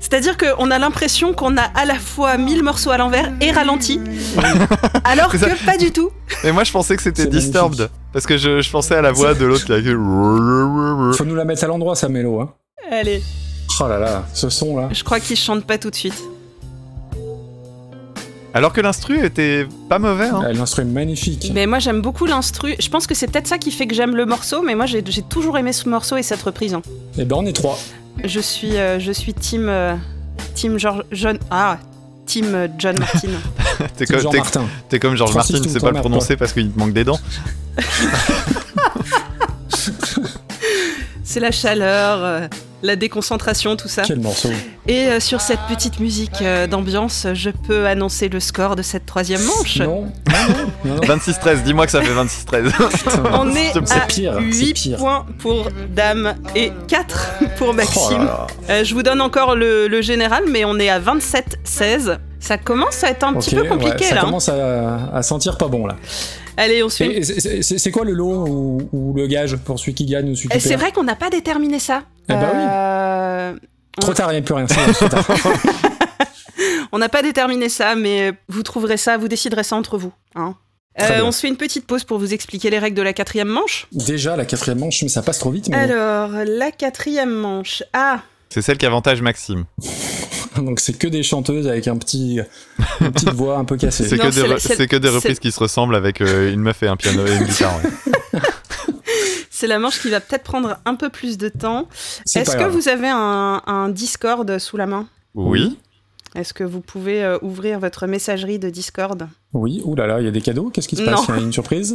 Speaker 2: C'est-à-dire qu'on a l'impression qu'on a à la fois mis le morceau à l'envers et ralenti, alors
Speaker 4: C'est ça.
Speaker 2: que pas du tout.
Speaker 4: Et moi, je pensais que c'était
Speaker 3: C'est magnifique.
Speaker 4: Disturbed. Parce que je, je pensais à la voix de l'autre qui a
Speaker 3: Faut nous la mettre à l'endroit, sa mélo. Hein.
Speaker 2: Allez,
Speaker 3: Oh là là, ce son là.
Speaker 2: je crois qu'il chante pas tout de suite.
Speaker 4: Alors que l'instru était pas mauvais. Hein.
Speaker 3: Ah, L'instru est magnifique.
Speaker 2: Mais moi j'aime beaucoup l'instru. Je pense que c'est peut-être ça qui fait que j'aime le morceau, mais moi j'ai j'ai toujours aimé ce morceau et cette reprise. hein.
Speaker 3: Et ben on est trois.
Speaker 2: Je suis, euh, je suis team, euh, team George, John. Ah, team euh, John Martin.
Speaker 4: T'es
Speaker 3: C'est
Speaker 4: comme,
Speaker 3: Jean
Speaker 4: t'es-
Speaker 3: Martin.
Speaker 4: t'es comme George
Speaker 3: Francis,
Speaker 4: Martin,
Speaker 3: tu
Speaker 4: tu
Speaker 3: me
Speaker 4: sais pas le
Speaker 3: t'emmerdes,
Speaker 4: prononcer parce qu'il te manque des dents.
Speaker 2: c'est la chaleur, euh, la déconcentration, tout ça.
Speaker 3: Quel morceau.
Speaker 2: Et euh, sur cette petite musique euh, d'ambiance, je peux annoncer le score de cette troisième manche.
Speaker 3: Non, non, non, non, non. Oh
Speaker 4: 26-13, dis-moi que ça fait 26-13.
Speaker 3: Putain.
Speaker 2: On est
Speaker 4: C'est
Speaker 2: à
Speaker 3: pire, c'est
Speaker 2: 8
Speaker 3: pire.
Speaker 2: points pour Dame et 4 pour
Speaker 3: Oh
Speaker 2: Maxime.
Speaker 3: là là.
Speaker 2: Euh, je vous donne encore le, le général, mais on est à 27-16. Ça commence à être un petit
Speaker 3: Ok,
Speaker 2: peu compliqué
Speaker 3: ouais, ça
Speaker 2: là. hein.
Speaker 3: commence à, à sentir pas bon là.
Speaker 2: Allez, on se fait
Speaker 3: Et c'est- c'est c'est quoi le lot ou, ou le gage pour celui qui gagne ou celui
Speaker 2: Et
Speaker 3: qui
Speaker 2: Eh, c'est
Speaker 3: perd
Speaker 2: vrai qu'on n'a pas déterminé ça.
Speaker 3: Eh ben oui.
Speaker 2: Euh,
Speaker 3: Trop tard, il n'y a plus rien. c'est trop tard.
Speaker 2: On n'a pas déterminé ça, mais vous trouverez ça, vous déciderez ça entre vous. hein.
Speaker 3: Très
Speaker 2: Euh,
Speaker 3: bien.
Speaker 2: on se fait une petite pause pour vous expliquer les règles de la quatrième manche.
Speaker 3: Déjà la quatrième manche, mais ça passe trop vite. Mais...
Speaker 2: Alors, la quatrième manche. Ah,
Speaker 4: C'est celle qui avantage Maxime.
Speaker 3: Donc c'est que des chanteuses avec un petit, une petite voix un peu cassée.
Speaker 4: C'est
Speaker 2: Non,
Speaker 4: que,
Speaker 2: c'est
Speaker 4: des
Speaker 2: la-
Speaker 4: re-
Speaker 2: c'est-
Speaker 4: c'est que des
Speaker 2: c'est-
Speaker 4: reprises qui se ressemblent avec euh, une meuf et un piano et une guitare. ouais.
Speaker 2: c'est la manche qui va peut-être prendre un peu plus de temps.
Speaker 3: C'est
Speaker 2: Est-ce
Speaker 3: pas
Speaker 2: que
Speaker 3: grave.
Speaker 2: vous avez un, un Discord sous la main
Speaker 4: Oui.
Speaker 2: Est-ce que vous pouvez euh, ouvrir votre messagerie de Discord
Speaker 3: Oui, oulala, il y a des cadeaux. Qu'est-ce qui se passe
Speaker 2: Non.
Speaker 3: Il y a une surprise.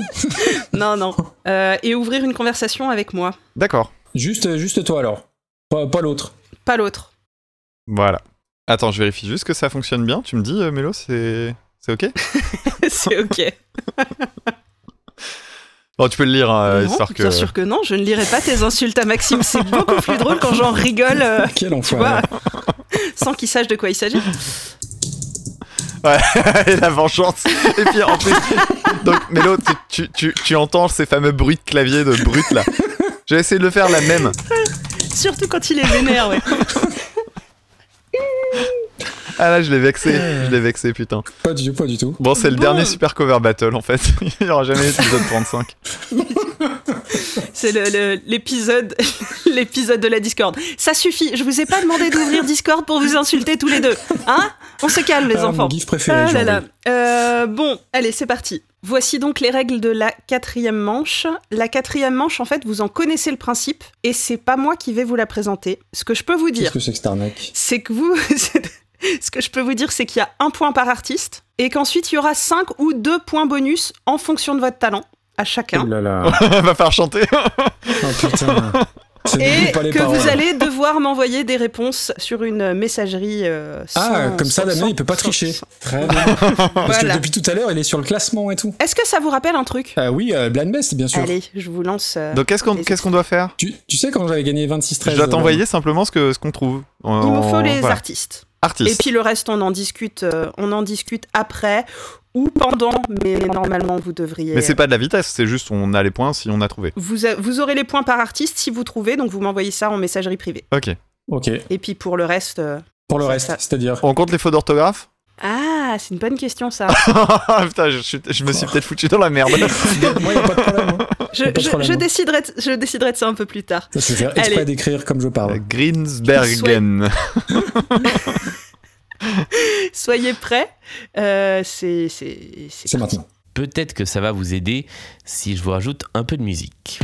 Speaker 2: Non, non. Euh, et ouvrir une conversation avec moi,
Speaker 4: D'accord.
Speaker 3: Juste, juste toi alors. Pas, pas l'autre.
Speaker 2: pas l'autre.
Speaker 4: Voilà. Attends, je vérifie juste que ça fonctionne bien. Tu me dis, euh, Mélo, c'est c'est ok
Speaker 2: c'est ok.
Speaker 4: Bon, tu peux le lire, hein,
Speaker 3: Euh,
Speaker 2: Non,
Speaker 4: histoire que.
Speaker 2: Bien sûr que non, je ne lirai pas tes insultes à Maxime. C'est beaucoup plus drôle quand j'en rigole. euh,
Speaker 3: Quel
Speaker 2: Tu vois,
Speaker 3: enfoiré.
Speaker 2: sans qu'il sache de quoi il s'agit.
Speaker 4: Ouais, et la vengeance. Et puis en plus, donc Mélo, tu, tu, tu, tu entends ces fameux bruits de clavier de brut là. J'ai essayé de le faire la même.
Speaker 2: Surtout quand il est vénère, ouais.
Speaker 4: Ah là, je l'ai vexé. Je l'ai vexé, putain.
Speaker 3: Pas du tout, pas du tout.
Speaker 4: Bon, c'est le
Speaker 2: Bon.
Speaker 4: dernier Super Cover Battle en fait. Il n'y aura jamais d'épisode 35.
Speaker 2: C'est le- le- l'épisode l'épisode de la Discord. Ça suffit, je vous ai pas demandé d'ouvrir Discord pour vous insulter tous les deux. Hein On se calme, les
Speaker 3: Ah, mon
Speaker 2: enfants.
Speaker 3: gif préféré.
Speaker 2: Ah là
Speaker 3: j'ai
Speaker 2: là.
Speaker 3: envie.
Speaker 2: Euh, bon, allez, c'est parti. Voici donc les règles de la quatrième manche. La quatrième manche, en fait, vous en connaissez le principe, et c'est pas moi qui vais vous la présenter. Ce que je peux vous dire,
Speaker 3: Qu'est-ce que c'est que cette arnaque
Speaker 2: c'est que vous. Ce que je peux vous dire, c'est qu'il y a un point par artiste et qu'ensuite il y aura 5 ou 2 points bonus en fonction de votre talent à chacun.
Speaker 3: Oh là là.
Speaker 4: Va faire chanter.
Speaker 3: Oh putain. C'est
Speaker 2: Et
Speaker 3: beaucoup pas les
Speaker 2: que
Speaker 3: paroles.
Speaker 2: vous allez devoir m'envoyer des réponses sur une messagerie. euh,
Speaker 3: Ah,
Speaker 2: sans-
Speaker 3: comme ça,
Speaker 2: sans-
Speaker 3: Damien,
Speaker 2: sans-
Speaker 3: il peut pas
Speaker 2: sans-
Speaker 3: tricher.
Speaker 2: sans-
Speaker 3: Très bien. Parce que
Speaker 2: Voilà.
Speaker 3: depuis tout à l'heure, il est sur le classement et tout.
Speaker 2: Est-ce que ça vous rappelle un truc
Speaker 3: Ah oui, euh, Blind Best, bien sûr.
Speaker 2: Allez, je vous lance. euh,
Speaker 4: Donc qu'est-ce qu'on qu'est-ce qu'on doit faire
Speaker 3: Tu, tu sais quand j'avais gagné 26-13
Speaker 4: Je dois
Speaker 3: euh,
Speaker 4: t'envoyer simplement ce que ce qu'on trouve.
Speaker 2: Il me faut les
Speaker 4: voilà.
Speaker 2: artistes. Et
Speaker 4: artistes.
Speaker 2: puis le reste, on en discute. euh, on en discute après ou pendant, mais normalement vous devriez.
Speaker 4: Mais c'est pas de la vitesse, c'est juste on a les points si on a trouvé.
Speaker 2: Vous, a- vous aurez les points par artiste si vous trouvez, donc vous m'envoyez ça en messagerie privée.
Speaker 4: Ok.
Speaker 3: Ok,
Speaker 2: Et puis pour le reste. euh,
Speaker 3: pour le
Speaker 2: Ça,
Speaker 3: reste,
Speaker 2: ça-
Speaker 3: c'est-à-dire.
Speaker 4: Oh. On compte les fautes d'orthographe
Speaker 2: Ah, Ah, c'est une bonne question ça.
Speaker 4: Putain, je, suis- je me suis peut-être foutu dans la merde.
Speaker 3: Moi, il a pas de problème. hein.
Speaker 2: Je,
Speaker 3: Pas de
Speaker 2: je-
Speaker 3: problème.
Speaker 2: je déciderai de, je déciderai de ça un peu plus tard.
Speaker 3: Ça, je vais faire exprès
Speaker 2: Allez.
Speaker 3: d'écrire comme je parle.
Speaker 4: Greensbergen.
Speaker 2: Soyez prêts. Euh, c'est c'est- c'est
Speaker 3: C'est
Speaker 2: parti.
Speaker 3: maintenant.
Speaker 6: Peut-être que ça va vous aider si je vous rajoute un peu de musique.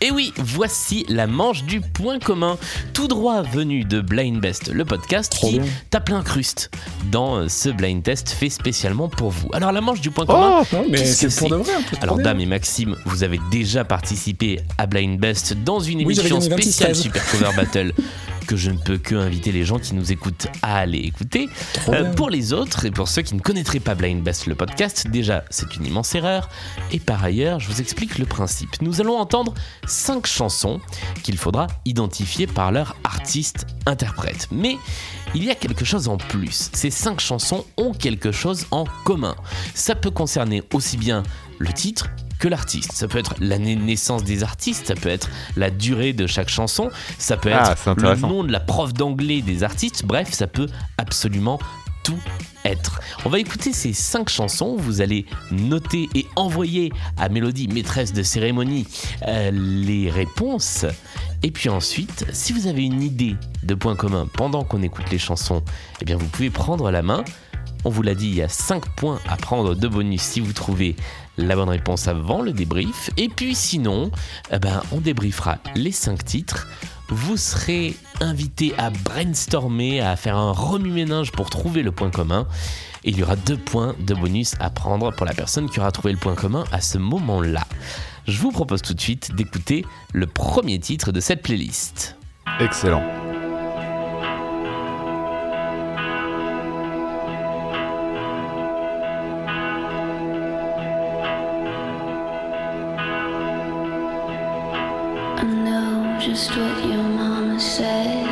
Speaker 6: Et oui, voici la manche du point commun, tout droit venu de Blind Best, le podcast
Speaker 3: Trop
Speaker 6: qui
Speaker 3: bien.
Speaker 6: tape l'incruste dans euh, ce blind test fait spécialement pour vous. Alors la manche du point commun,
Speaker 4: Oh
Speaker 3: Non, mais
Speaker 6: Qu'est-ce que
Speaker 3: c'est pour
Speaker 6: c'est
Speaker 3: de vrai. en plus,
Speaker 6: alors
Speaker 3: trop bien.
Speaker 6: Dame et Maxime, vous avez déjà participé à Blind Best dans une
Speaker 3: Oui, j'avais gagné
Speaker 6: émission
Speaker 3: 26,
Speaker 6: spéciale
Speaker 3: 13.
Speaker 6: Super Cover Battle que je ne peux que inviter les gens qui nous écoutent à aller écouter.
Speaker 3: Trop
Speaker 6: Euh,
Speaker 3: bien.
Speaker 6: pour les autres et pour ceux qui ne connaîtraient pas Blind Best le podcast, déjà c'est une immense erreur. Et par ailleurs, je vous explique le principe. Nous allons entendre cinq chansons qu'il faudra identifier par leur artiste-interprète. Mais il y a quelque chose en plus. Ces cinq chansons ont quelque chose en commun. Ça peut concerner aussi bien le titre que l'artiste. Ça peut être l'année de naissance des artistes, ça peut être la durée de chaque chanson, ça peut
Speaker 4: Ah,
Speaker 6: être
Speaker 4: c'est
Speaker 6: le
Speaker 4: intéressant.
Speaker 6: nom de la prof d'anglais des artistes. Bref, ça peut absolument tout être. On va écouter ces cinq chansons. Vous allez noter et envoyer à Mélodie, maîtresse de cérémonie, euh, les réponses. Et puis ensuite, si vous avez une idée de point commun pendant qu'on écoute les chansons, eh bien vous pouvez prendre la main. On vous l'a dit, il y a 5 points à prendre de bonus si vous trouvez la bonne réponse avant le débrief. Et puis sinon, eh ben, on débriefera les 5 titres. Vous serez invité à brainstormer, à faire un remue-ménage pour trouver le point commun. Et il y aura 2 points de bonus à prendre pour la personne qui aura trouvé le point commun à ce moment-là. Je vous propose tout de suite d'écouter le premier titre de cette playlist.
Speaker 4: Excellent.
Speaker 7: I know just what your mama said.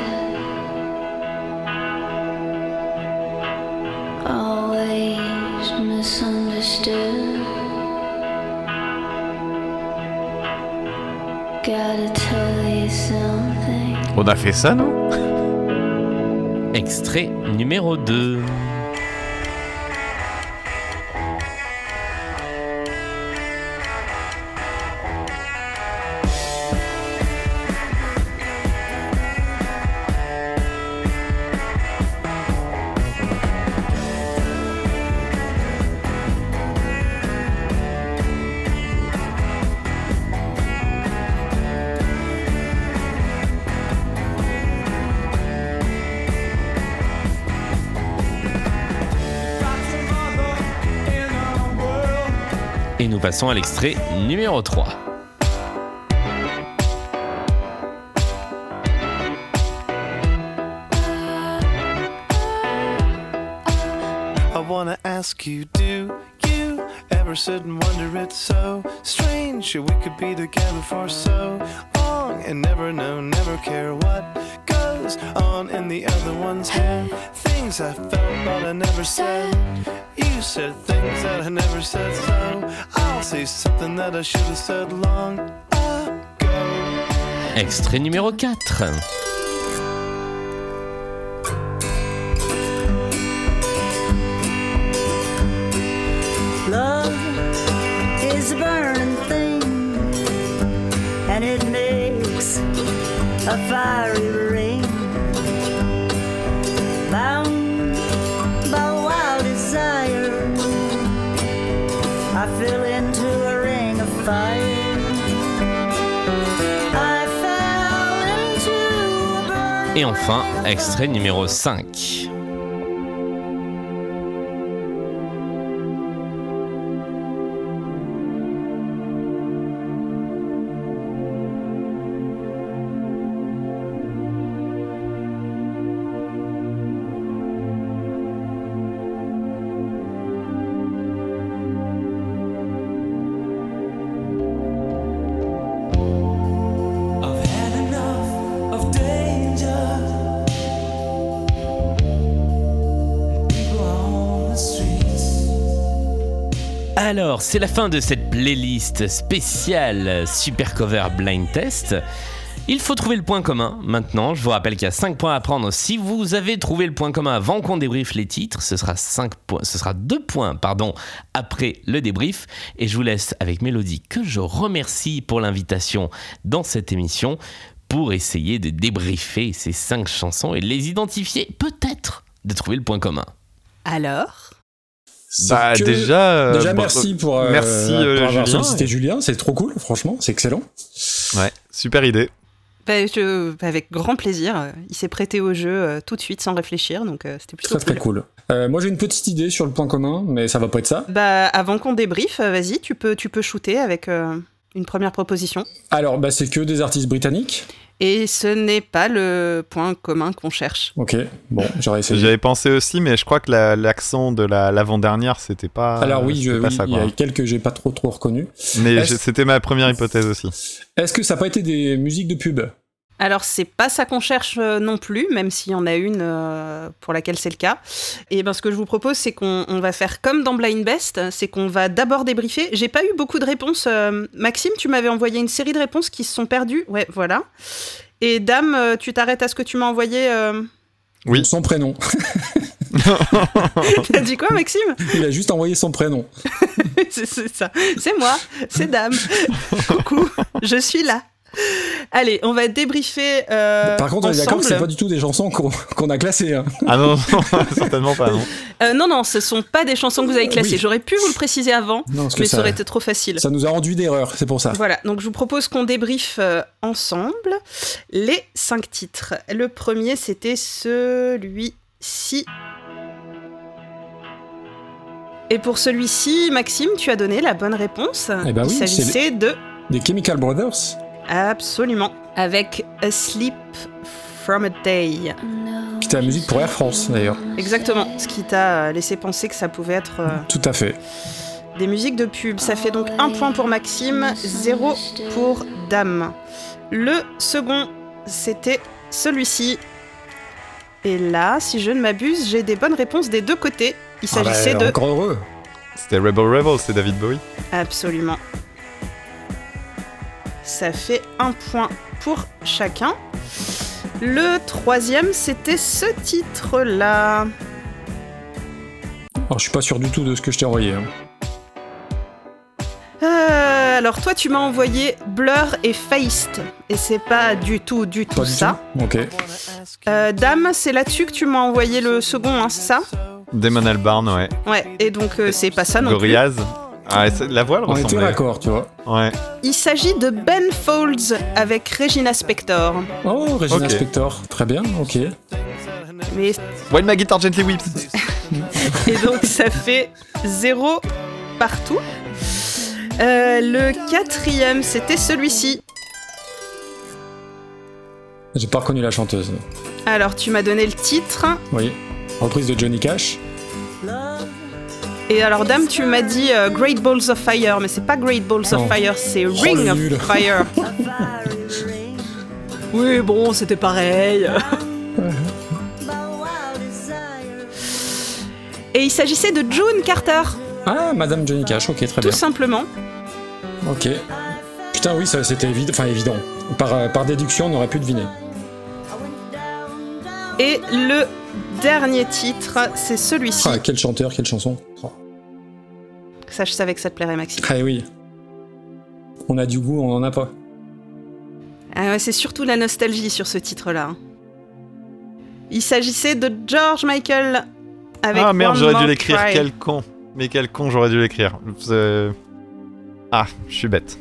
Speaker 7: Always misunderstood. Gotta tell you something.
Speaker 4: On a fait ça, non
Speaker 6: Extrait numéro 2. Et nous passons à l'extrait numéro 3.
Speaker 8: I wanna ask you, do you ever sit and wonder it's so strange that we could be together for so long and never know, never care what goes on in the other one's head? Things I felt but I never said. You said things that I never said, so I'll say something that I should have said long ago.
Speaker 6: Extrait numéro 4.
Speaker 9: Love is a burning thing, and it makes a fiery ring. Bound by wild desire, I fell into a ring of fire. I fell into a burning
Speaker 6: Et enfin, extrait numéro 5. Alors, c'est la fin de cette playlist spéciale Super Cover Blind Test. Il faut trouver le point commun maintenant. Je vous rappelle qu'il y a 5 points à prendre. Si vous avez trouvé le point commun avant qu'on débriefe les titres, ce sera, 5 points, ce sera 2 points pardon, après le débrief. Et je vous laisse avec Mélodie, que je remercie pour l'invitation dans cette émission, pour essayer de débriefer ces 5 chansons et de les identifier, peut-être de trouver le point commun.
Speaker 2: Alors
Speaker 3: C'est
Speaker 4: Bah,
Speaker 3: que-
Speaker 4: déjà. euh,
Speaker 3: déjà
Speaker 4: bon,
Speaker 3: merci pour, euh,
Speaker 4: merci,
Speaker 3: pour
Speaker 4: euh,
Speaker 3: avoir
Speaker 4: Julien.
Speaker 3: sollicité Julien. C'est trop cool, franchement, c'est excellent.
Speaker 4: Ouais, super idée.
Speaker 2: Bah, je- avec grand plaisir. euh, Il s'est prêté au jeu euh, tout de suite sans réfléchir, donc euh, c'était plutôt
Speaker 3: Très très
Speaker 2: cool.
Speaker 3: cool. Euh, moi j'ai une petite idée sur le point commun, mais ça va pas être ça.
Speaker 2: Bah, avant qu'on débriefe, euh, vas-y, tu peux, tu peux shooter avec euh, une première proposition.
Speaker 3: Alors bah c'est que des artistes britanniques.
Speaker 2: Et ce n'est pas le point commun qu'on cherche.
Speaker 3: Ok, bon j'aurais essayé.
Speaker 4: J'avais pensé aussi, mais je crois que la- l'accent de la- l'avant-dernière, c'était pas.
Speaker 3: Alors oui, Ah, je-
Speaker 4: c'était pas
Speaker 3: oui,
Speaker 4: ça,
Speaker 3: il y
Speaker 4: quoi.
Speaker 3: a quelques que j'ai pas trop trop reconnu.
Speaker 4: Mais
Speaker 3: Est-ce-
Speaker 4: je- c'était ma première hypothèse aussi.
Speaker 3: Est-ce que ça n'a pas été des musiques de pub
Speaker 2: Alors, c'est pas ça qu'on cherche euh, non plus, même s'il y en a une euh, pour laquelle c'est le cas. Et ben, ce que je vous propose, c'est qu'on on va faire comme dans Blind Best, c'est qu'on va d'abord débriefer. J'ai pas eu beaucoup de réponses. euh, Maxime, tu m'avais envoyé une série de réponses qui se sont perdues. Ouais, voilà. Et Dame, euh, tu t'arrêtes à ce que tu m'as envoyé. euh,
Speaker 4: Oui.
Speaker 3: Son prénom.
Speaker 2: T'as dit quoi, Maxime
Speaker 3: Il a juste envoyé son prénom.
Speaker 2: c'est c'est ça. C'est moi, c'est Dame. Coucou, je suis là. Allez, on va débriefer. euh,
Speaker 3: Par contre, on est d'accord que
Speaker 2: ensemble.
Speaker 3: c'est pas du tout des chansons qu'on qu'on a classées. hein.
Speaker 4: Ah non, non, certainement pas, non.
Speaker 2: Euh, non, non, ce sont pas des chansons que vous avez classées.
Speaker 3: Oui.
Speaker 2: J'aurais pu vous le préciser avant,
Speaker 3: Non, parce que
Speaker 2: mais ça
Speaker 3: ça,
Speaker 2: aurait été trop facile.
Speaker 3: ça nous a rendu d'erreur, c'est pour ça.
Speaker 2: Voilà, donc je vous propose qu'on débriefe euh, ensemble les cinq titres. Le premier, c'était celui-ci. Et pour celui-ci, Maxime, tu as donné la bonne réponse.
Speaker 3: Eh ben oui,
Speaker 2: Il
Speaker 3: c'est-
Speaker 2: s'agissait de
Speaker 3: Des Chemical Brothers
Speaker 2: Absolument. Avec A Sleep from a Day.
Speaker 3: Qui était la musique pour Air France, d'ailleurs.
Speaker 2: Exactement. Ce qui t'a euh, laissé penser que ça pouvait être euh,
Speaker 3: Tout à fait.
Speaker 2: des musiques de pub. Ça fait donc un point pour Maxime, zéro pour Dame. Le second, c'était celui-ci. Et là, si je ne m'abuse, j'ai des bonnes réponses des deux côtés. Il
Speaker 3: Ah bah,
Speaker 2: s'agissait de...
Speaker 3: Encore heureux.
Speaker 4: C'était Rebel Rebel, c'est David Bowie.
Speaker 2: Absolument. Ça fait un point pour chacun. Le troisième, c'était ce titre-là.
Speaker 3: Alors, Oh, je suis pas sûr du tout de ce que je t'ai envoyé. hein.
Speaker 2: Euh, alors toi, tu m'as envoyé Blur et Feist, et c'est pas du tout, du tout
Speaker 3: Pas du
Speaker 2: ça.
Speaker 3: tout Ok.
Speaker 2: Euh, Dame, c'est là-dessus que tu m'as envoyé le second, hein, c'est ça
Speaker 4: Damon Albarn, ouais.
Speaker 2: Ouais. Et donc euh, c'est pas ça non plus.
Speaker 4: Gorillaz. Ah, et ça- la voix, elle
Speaker 3: On était
Speaker 4: ressemblait.
Speaker 3: d'accord, tu vois.
Speaker 4: Ouais.
Speaker 2: Il s'agit de Ben Folds avec Regina Spector.
Speaker 3: Oh, Regina
Speaker 4: Ok.
Speaker 3: Spector. Très bien, ok.
Speaker 2: Mais
Speaker 4: While my guitar gently whips.
Speaker 2: Et donc ça fait zéro partout. Euh, le quatrième, c'était celui-ci.
Speaker 3: J'ai pas reconnu la chanteuse.
Speaker 2: Alors tu m'as donné le titre.
Speaker 3: Oui. Reprise de Johnny Cash.
Speaker 2: Et alors dame, tu m'as dit euh, Great Balls of Fire, mais c'est pas Great Balls
Speaker 3: Non.
Speaker 2: of Fire, c'est
Speaker 3: Oh,
Speaker 2: Ring
Speaker 3: le
Speaker 2: of
Speaker 3: nul.
Speaker 2: Fire. oui, bon, c'était pareil. Et il s'agissait de June Carter,
Speaker 3: Ah, Madame Johnny Cash, ok, très
Speaker 2: tout
Speaker 3: bien.
Speaker 2: simplement.
Speaker 3: Ok. Putain, oui, ça c'était évident. Enfin, évident. Par, euh, par déduction, on aurait pu deviner.
Speaker 2: Et le dernier titre, c'est celui-ci.
Speaker 3: Ah, quel chanteur, quelle chanson. Oh.
Speaker 2: Ça, je savais que ça te plairait, Maxime.
Speaker 3: Ah oui. On a du goût, on en a pas.
Speaker 2: Ah ouais, c'est surtout la nostalgie sur ce titre-là. hein. Il s'agissait de George Michael avec
Speaker 4: Ah merde,
Speaker 2: One
Speaker 4: j'aurais
Speaker 2: More
Speaker 4: dû l'écrire.
Speaker 2: Try.
Speaker 4: Quel con. Mais quel con, j'aurais dû l'écrire. Euh, Ah, je suis bête.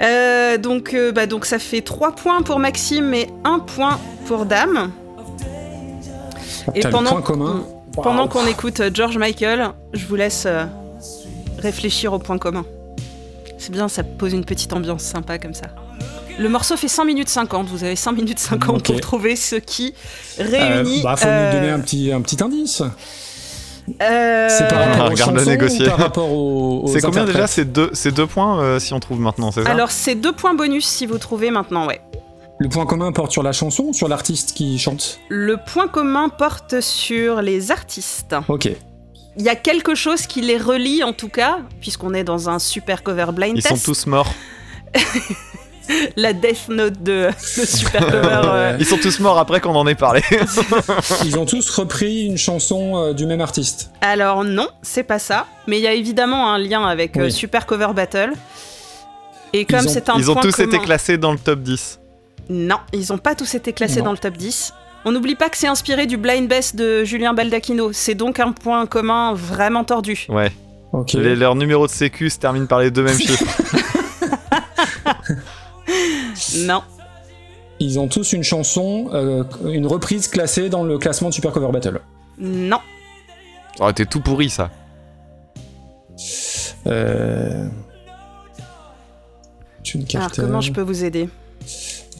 Speaker 2: Euh, donc, euh, bah, donc ça fait 3 points pour Maxime et 1 point pour Dame.
Speaker 3: Oh,
Speaker 2: Et
Speaker 3: putain, le
Speaker 2: pendant-
Speaker 3: point commun.
Speaker 2: Pendant
Speaker 3: Waouh.
Speaker 2: qu'on écoute euh, George Michael, je vous laisse euh, réfléchir au point commun. C'est bien, ça pose une petite ambiance sympa comme ça. Le morceau fait 5 minutes 50, vous avez 5 minutes 50 pour
Speaker 3: Ok.
Speaker 2: trouver ce qui
Speaker 3: Euh,
Speaker 2: réunit...
Speaker 3: bah, faut
Speaker 2: euh,
Speaker 3: nous donner un petit, un petit indice.
Speaker 2: euh,
Speaker 3: C'est par
Speaker 4: Euh,
Speaker 3: rapport aux
Speaker 4: regarde le
Speaker 3: chansons
Speaker 4: négocier.
Speaker 3: ou par rapport aux, aux
Speaker 4: C'est combien déjà
Speaker 3: interprètes
Speaker 4: ces deux, ces deux points euh, si on trouve maintenant, c'est ça
Speaker 2: Alors, c'est deux points bonus si vous trouvez maintenant, ouais.
Speaker 3: Le point commun porte sur la chanson ou sur l'artiste qui chante
Speaker 2: Le point commun porte sur les artistes.
Speaker 3: Ok.
Speaker 2: Euh, Il y a quelque chose qui les relie, en tout cas, puisqu'on est dans un super cover blind
Speaker 4: Ils sont
Speaker 2: test.
Speaker 4: tous morts.
Speaker 2: la Death Note de, de Super Cover. euh,
Speaker 4: Ils sont tous morts après qu'on en ait parlé.
Speaker 3: Euh, Ils ont tous repris une chanson euh, du même artiste.
Speaker 2: Alors non, c'est pas ça, mais il y a évidemment un lien avec euh,
Speaker 3: Oui.
Speaker 2: Super Cover Battle. Et comme
Speaker 3: ont-
Speaker 2: c'est un
Speaker 4: Ils ont
Speaker 2: point
Speaker 4: tous été
Speaker 2: commun-
Speaker 4: classés dans le top 10.
Speaker 2: Non, ils ont pas tous été classés
Speaker 3: Non.
Speaker 2: dans le top 10. On n'oublie pas que c'est inspiré du Blind Best de Julien Baldacchino. C'est donc un point commun vraiment tordu.
Speaker 4: Ouais.
Speaker 3: Ok.
Speaker 4: Les- leur numéro de sécu se termine par les deux mêmes chiffres.
Speaker 2: Non,
Speaker 3: Ils ont tous une chanson, euh, une reprise classée dans le classement de Super Cover Battle.
Speaker 2: non.
Speaker 4: Oh, t'es tout pourri ça.
Speaker 3: Euh... June
Speaker 2: Alors
Speaker 3: Carter.
Speaker 2: comment je peux vous aider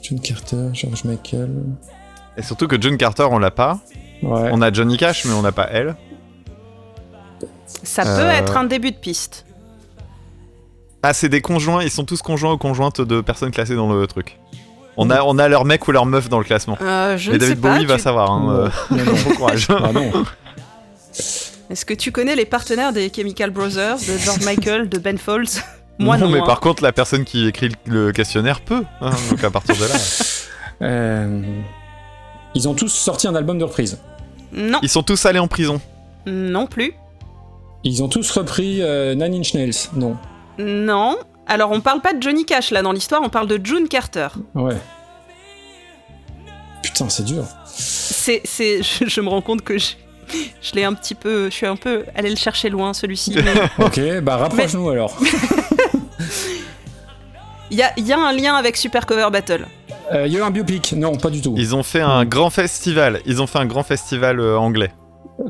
Speaker 3: June Carter, George Michael.
Speaker 4: Et surtout que John Carter, on l'a pas.
Speaker 3: Ouais.
Speaker 4: On a Johnny Cash, mais on n'a pas elle.
Speaker 2: Ça
Speaker 4: Euh.
Speaker 2: peut être un début de piste.
Speaker 4: Ah, c'est des conjoints, ils sont tous conjoints ou conjointes de personnes classées dans le truc. On a, on a leur mec ou leur meuf dans le classement.
Speaker 2: Euh, je
Speaker 4: mais
Speaker 2: ne sais
Speaker 4: David
Speaker 2: pas.
Speaker 4: Bowie va
Speaker 2: tu-
Speaker 4: savoir. hein, euh,
Speaker 3: Non, non.
Speaker 4: bon courage.
Speaker 3: Ah non.
Speaker 2: Est-ce que tu connais les partenaires des Chemical Brothers, de George Michael, de Ben Folds Moi non.
Speaker 4: mais
Speaker 2: hein.
Speaker 4: par contre, la personne qui écrit le questionnaire peut. hein, donc à partir de là.
Speaker 3: Euh, Ils ont tous sorti un album de reprise.
Speaker 2: Non,
Speaker 4: Ils sont tous allés en prison.
Speaker 2: non plus.
Speaker 3: Ils ont tous repris euh, Nine Inch Nails. Non.
Speaker 2: Non. Alors on parle pas de Johnny Cash là dans l'histoire, on parle de June Carter.
Speaker 3: Ouais. Putain, c'est dur.
Speaker 2: C'est, c'est, je, je me rends compte que je, je l'ai un petit peu, je suis un peu allé le chercher loin celui-ci. mais
Speaker 3: Ok, bah rapproche-nous alors.
Speaker 2: Il y a, il y a un lien avec Super Cover Battle.
Speaker 3: Euh, Il y a eu un biopic Non, pas du tout.
Speaker 4: Ils ont fait un grand festival. Ils ont fait un grand festival euh, anglais.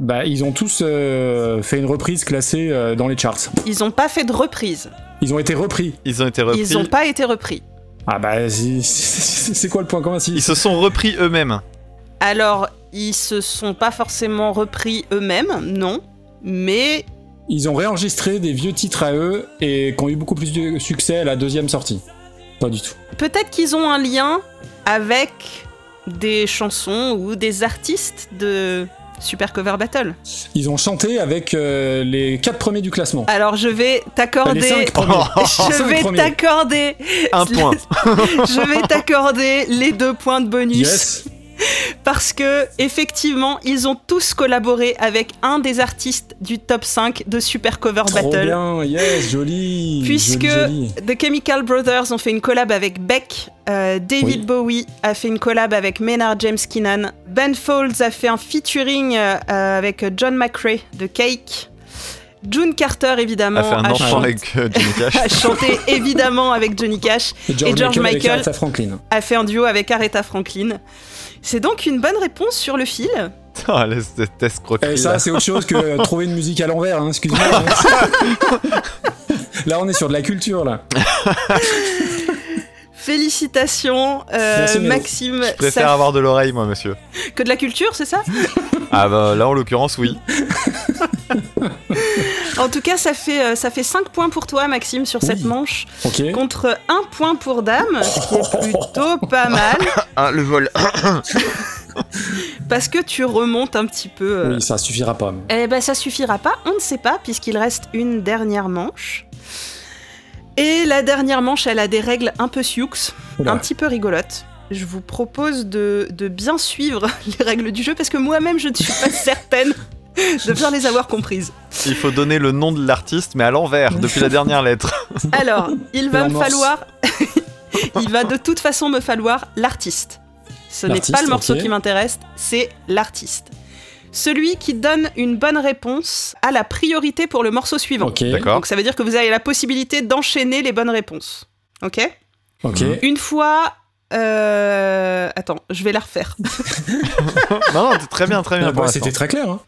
Speaker 3: Bah, ils ont tous euh, fait une reprise classée euh, dans les charts.
Speaker 2: Ils ont pas fait de reprise.
Speaker 3: Ils ont été repris.
Speaker 4: Ils ont été repris.
Speaker 2: Ils ont pas été repris.
Speaker 3: Ah bah, c'est- c'est c'est quoi le point commun si-
Speaker 4: Ils se sont repris eux-mêmes.
Speaker 2: Alors ils se sont pas forcément repris eux-mêmes, non. Mais
Speaker 3: Ils ont réenregistré des vieux titres à eux et qui ont eu beaucoup plus de succès à la deuxième sortie. Pas du tout.
Speaker 2: peut-être qu'ils ont un lien avec des chansons ou des artistes de Super Cover Battle.
Speaker 3: Ils ont chanté avec euh, les quatre premiers du classement.
Speaker 2: Alors je vais
Speaker 3: les
Speaker 2: t'accorder.
Speaker 3: cinq premiers.
Speaker 2: Je
Speaker 3: cinq
Speaker 2: vais
Speaker 3: premiers.
Speaker 2: t'accorder
Speaker 4: Un point.
Speaker 2: je vais t'accorder les deux points de bonus
Speaker 3: Yes.
Speaker 2: parce que effectivement ils ont tous collaboré avec un des artistes du top 5 de Super Cover
Speaker 3: Trop
Speaker 2: Battle.
Speaker 3: bien. Yes, joli.
Speaker 2: Puisque
Speaker 3: joli, joli.
Speaker 2: The Chemical Brothers ont fait une collab avec Beck, euh, David
Speaker 3: Oui.
Speaker 2: Bowie a fait une collab avec Maynard James Keenan, Ben Folds a fait un featuring euh, euh, avec John McRae de Cake, June Carter évidemment
Speaker 4: A fait un enfant
Speaker 2: chan-
Speaker 4: avec euh, Johnny Cash.
Speaker 2: a chanté évidemment avec Johnny Cash,
Speaker 3: George,
Speaker 2: et George
Speaker 3: Michael, avec
Speaker 2: Michael.
Speaker 3: Aretha Franklin.
Speaker 2: a fait un duo avec Aretha Franklin. C'est donc une bonne réponse sur le fil.
Speaker 4: Putain, laisse de test
Speaker 3: Et ça, c'est autre chose que euh, trouver une musique à l'envers, hein, excuse-moi. hein. là, on est sur de la culture, là.
Speaker 2: Félicitations, euh,
Speaker 3: Merci, Mélo.
Speaker 2: Maxime.
Speaker 4: Je préfère
Speaker 2: Ça-
Speaker 4: avoir de l'oreille, moi, monsieur.
Speaker 2: Que de la culture, c'est ça
Speaker 4: Ah bah là, en l'occurrence, oui.
Speaker 2: En tout cas, ça fait, euh, ça fait 5 points pour toi, Maxime, sur
Speaker 3: Oui.
Speaker 2: cette manche,
Speaker 3: Ok.
Speaker 2: contre 1 point pour Dame, ce qui est plutôt pas mal,
Speaker 4: Ah, le vol.
Speaker 2: parce que tu remontes un petit peu. euh.
Speaker 3: Oui, ça suffira pas. mais-
Speaker 2: Eh ben, ça suffira pas, on ne sait pas, puisqu'il reste une dernière manche. Et la dernière manche, elle a des règles un peu sioux.
Speaker 3: Oula.
Speaker 2: un petit peu rigolote. Je vous propose de, de bien suivre les règles du jeu parce que moi-même je ne suis pas certaine de bien les avoir comprises.
Speaker 4: Il faut donner le nom de l'artiste, mais à l'envers, depuis la dernière lettre.
Speaker 2: Alors, il va
Speaker 3: Et en
Speaker 2: me
Speaker 3: morse.
Speaker 2: falloir. il va de toute façon me falloir l'artiste. Ce n'est
Speaker 3: L'artiste,
Speaker 2: pas le morceau
Speaker 3: ok.
Speaker 2: qui m'intéresse, c'est l'artiste. Celui qui donne une bonne réponse a la priorité pour le morceau suivant.
Speaker 3: Ok.
Speaker 4: D'accord
Speaker 2: Donc ça veut dire que vous avez la possibilité d'enchaîner les bonnes réponses. Ok
Speaker 3: Ok.
Speaker 2: Une fois. euh, Attends, je vais la refaire.
Speaker 4: Non, non, t'es très bien, très bien.
Speaker 3: Ah,
Speaker 4: pour
Speaker 3: bah,
Speaker 4: l'instant.
Speaker 3: C'était très clair. Hein.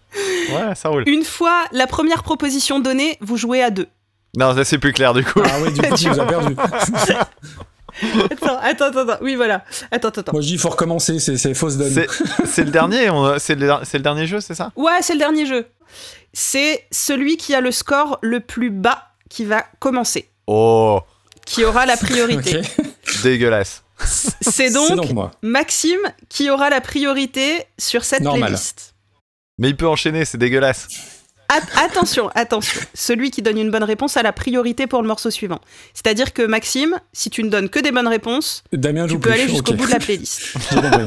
Speaker 4: Ouais, ça roule.
Speaker 2: Une fois la première proposition donnée, vous jouez à deux.
Speaker 4: Non, ça c'est plus clair du coup.
Speaker 3: Ah ouais, du coup, tu nous as perdu.
Speaker 2: Attends, attends, attends, attends. oui voilà. Attends, attends, attends.
Speaker 3: Moi, je dis, il faut recommencer, c'est c'est fausse donne.
Speaker 4: C'est c'est le dernier, on a- c'est le, c'est le dernier jeu, c'est ça
Speaker 2: Ouais, c'est le dernier jeu. C'est celui qui a le score le plus bas qui va commencer,
Speaker 4: Oh,
Speaker 2: qui aura la
Speaker 3: Ok.
Speaker 2: priorité.
Speaker 4: dégueulasse.
Speaker 2: C'est donc,
Speaker 3: moi.
Speaker 2: Maxime qui aura la priorité sur cette
Speaker 3: Normal.
Speaker 2: playlist.
Speaker 4: Mais il peut enchaîner, c'est dégueulasse.
Speaker 2: At- attention, attention. Celui qui donne une bonne réponse a la priorité pour le morceau suivant. C'est-à-dire que Maxime, si tu ne donnes que des bonnes réponses,
Speaker 3: Damien
Speaker 2: tu
Speaker 3: joue
Speaker 2: peux
Speaker 3: plus.
Speaker 2: aller jusqu'au
Speaker 3: Ok.
Speaker 2: bout de la playlist.
Speaker 3: J'ai compris.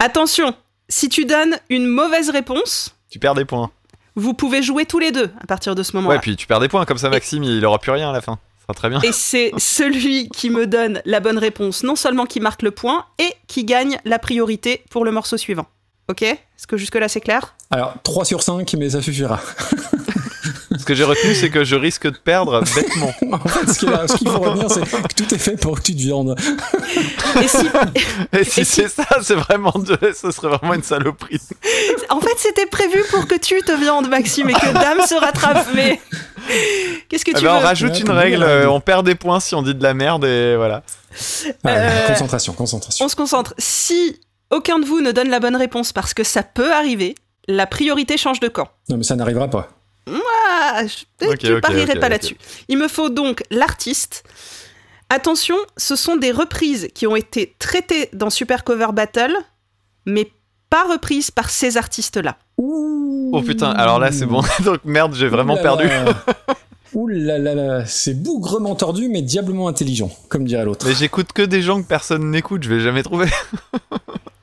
Speaker 2: Attention, si tu donnes une mauvaise réponse,
Speaker 4: Tu perds des points.
Speaker 2: vous pouvez jouer tous les deux à partir de ce
Speaker 4: Ouais,
Speaker 2: moment-là.
Speaker 4: puis tu perds des points, comme ça Maxime, il aura plus rien à la fin. Ça sera très bien.
Speaker 2: Et c'est celui qui me donne la bonne réponse, non seulement qui marque le point, et qui gagne la priorité pour le morceau suivant. Ok Est-ce que jusque-là c'est clair
Speaker 3: Alors, 3 sur 5, mais ça suffira.
Speaker 4: Ce que j'ai retenu, c'est que je risque de perdre bêtement.
Speaker 3: En fait, ce qu'il a- ce qu'il faut retenir, c'est que tout est fait pour que tu te viandes.
Speaker 2: Et si-
Speaker 4: Et si
Speaker 2: Et si-
Speaker 4: c'est ça, c'est vraiment de... ce serait vraiment une saloperie.
Speaker 2: En fait, c'était prévu pour que tu te viandes, Maxime, et que Dame se rattrape, mais. Qu'est-ce que
Speaker 4: Eh
Speaker 2: tu
Speaker 4: ben, on
Speaker 2: veux
Speaker 4: rajoute
Speaker 3: Ouais,
Speaker 4: une
Speaker 3: t'as
Speaker 4: règle,
Speaker 3: oublié la
Speaker 4: euh,
Speaker 3: règle.
Speaker 4: on perd des points si on dit de la merde et voilà.
Speaker 3: Ah,
Speaker 2: Euh,
Speaker 3: Concentration, concentration.
Speaker 2: On se concentre. Si aucun de vous ne donne la bonne réponse parce que ça peut arriver, la priorité change de camp.
Speaker 3: Non, mais ça n'arrivera pas.
Speaker 2: Ah, je,
Speaker 4: Ok,
Speaker 2: je
Speaker 4: ok,
Speaker 2: parierais
Speaker 4: ok,
Speaker 2: pas
Speaker 4: ok.
Speaker 2: là-dessus. Il me faut donc l'artiste. Attention, ce sont des reprises qui ont été traitées dans Super Cover Battle, mais pas reprises par ces artistes-là.
Speaker 4: Oh putain, alors là c'est bon. Donc merde, j'ai vraiment
Speaker 3: Ouh là
Speaker 4: perdu.
Speaker 3: là. Ouh là là là, c'est bougrement tordu, mais diablement intelligent, comme dirait l'autre.
Speaker 4: Mais j'écoute que des gens que personne n'écoute, je vais jamais trouver.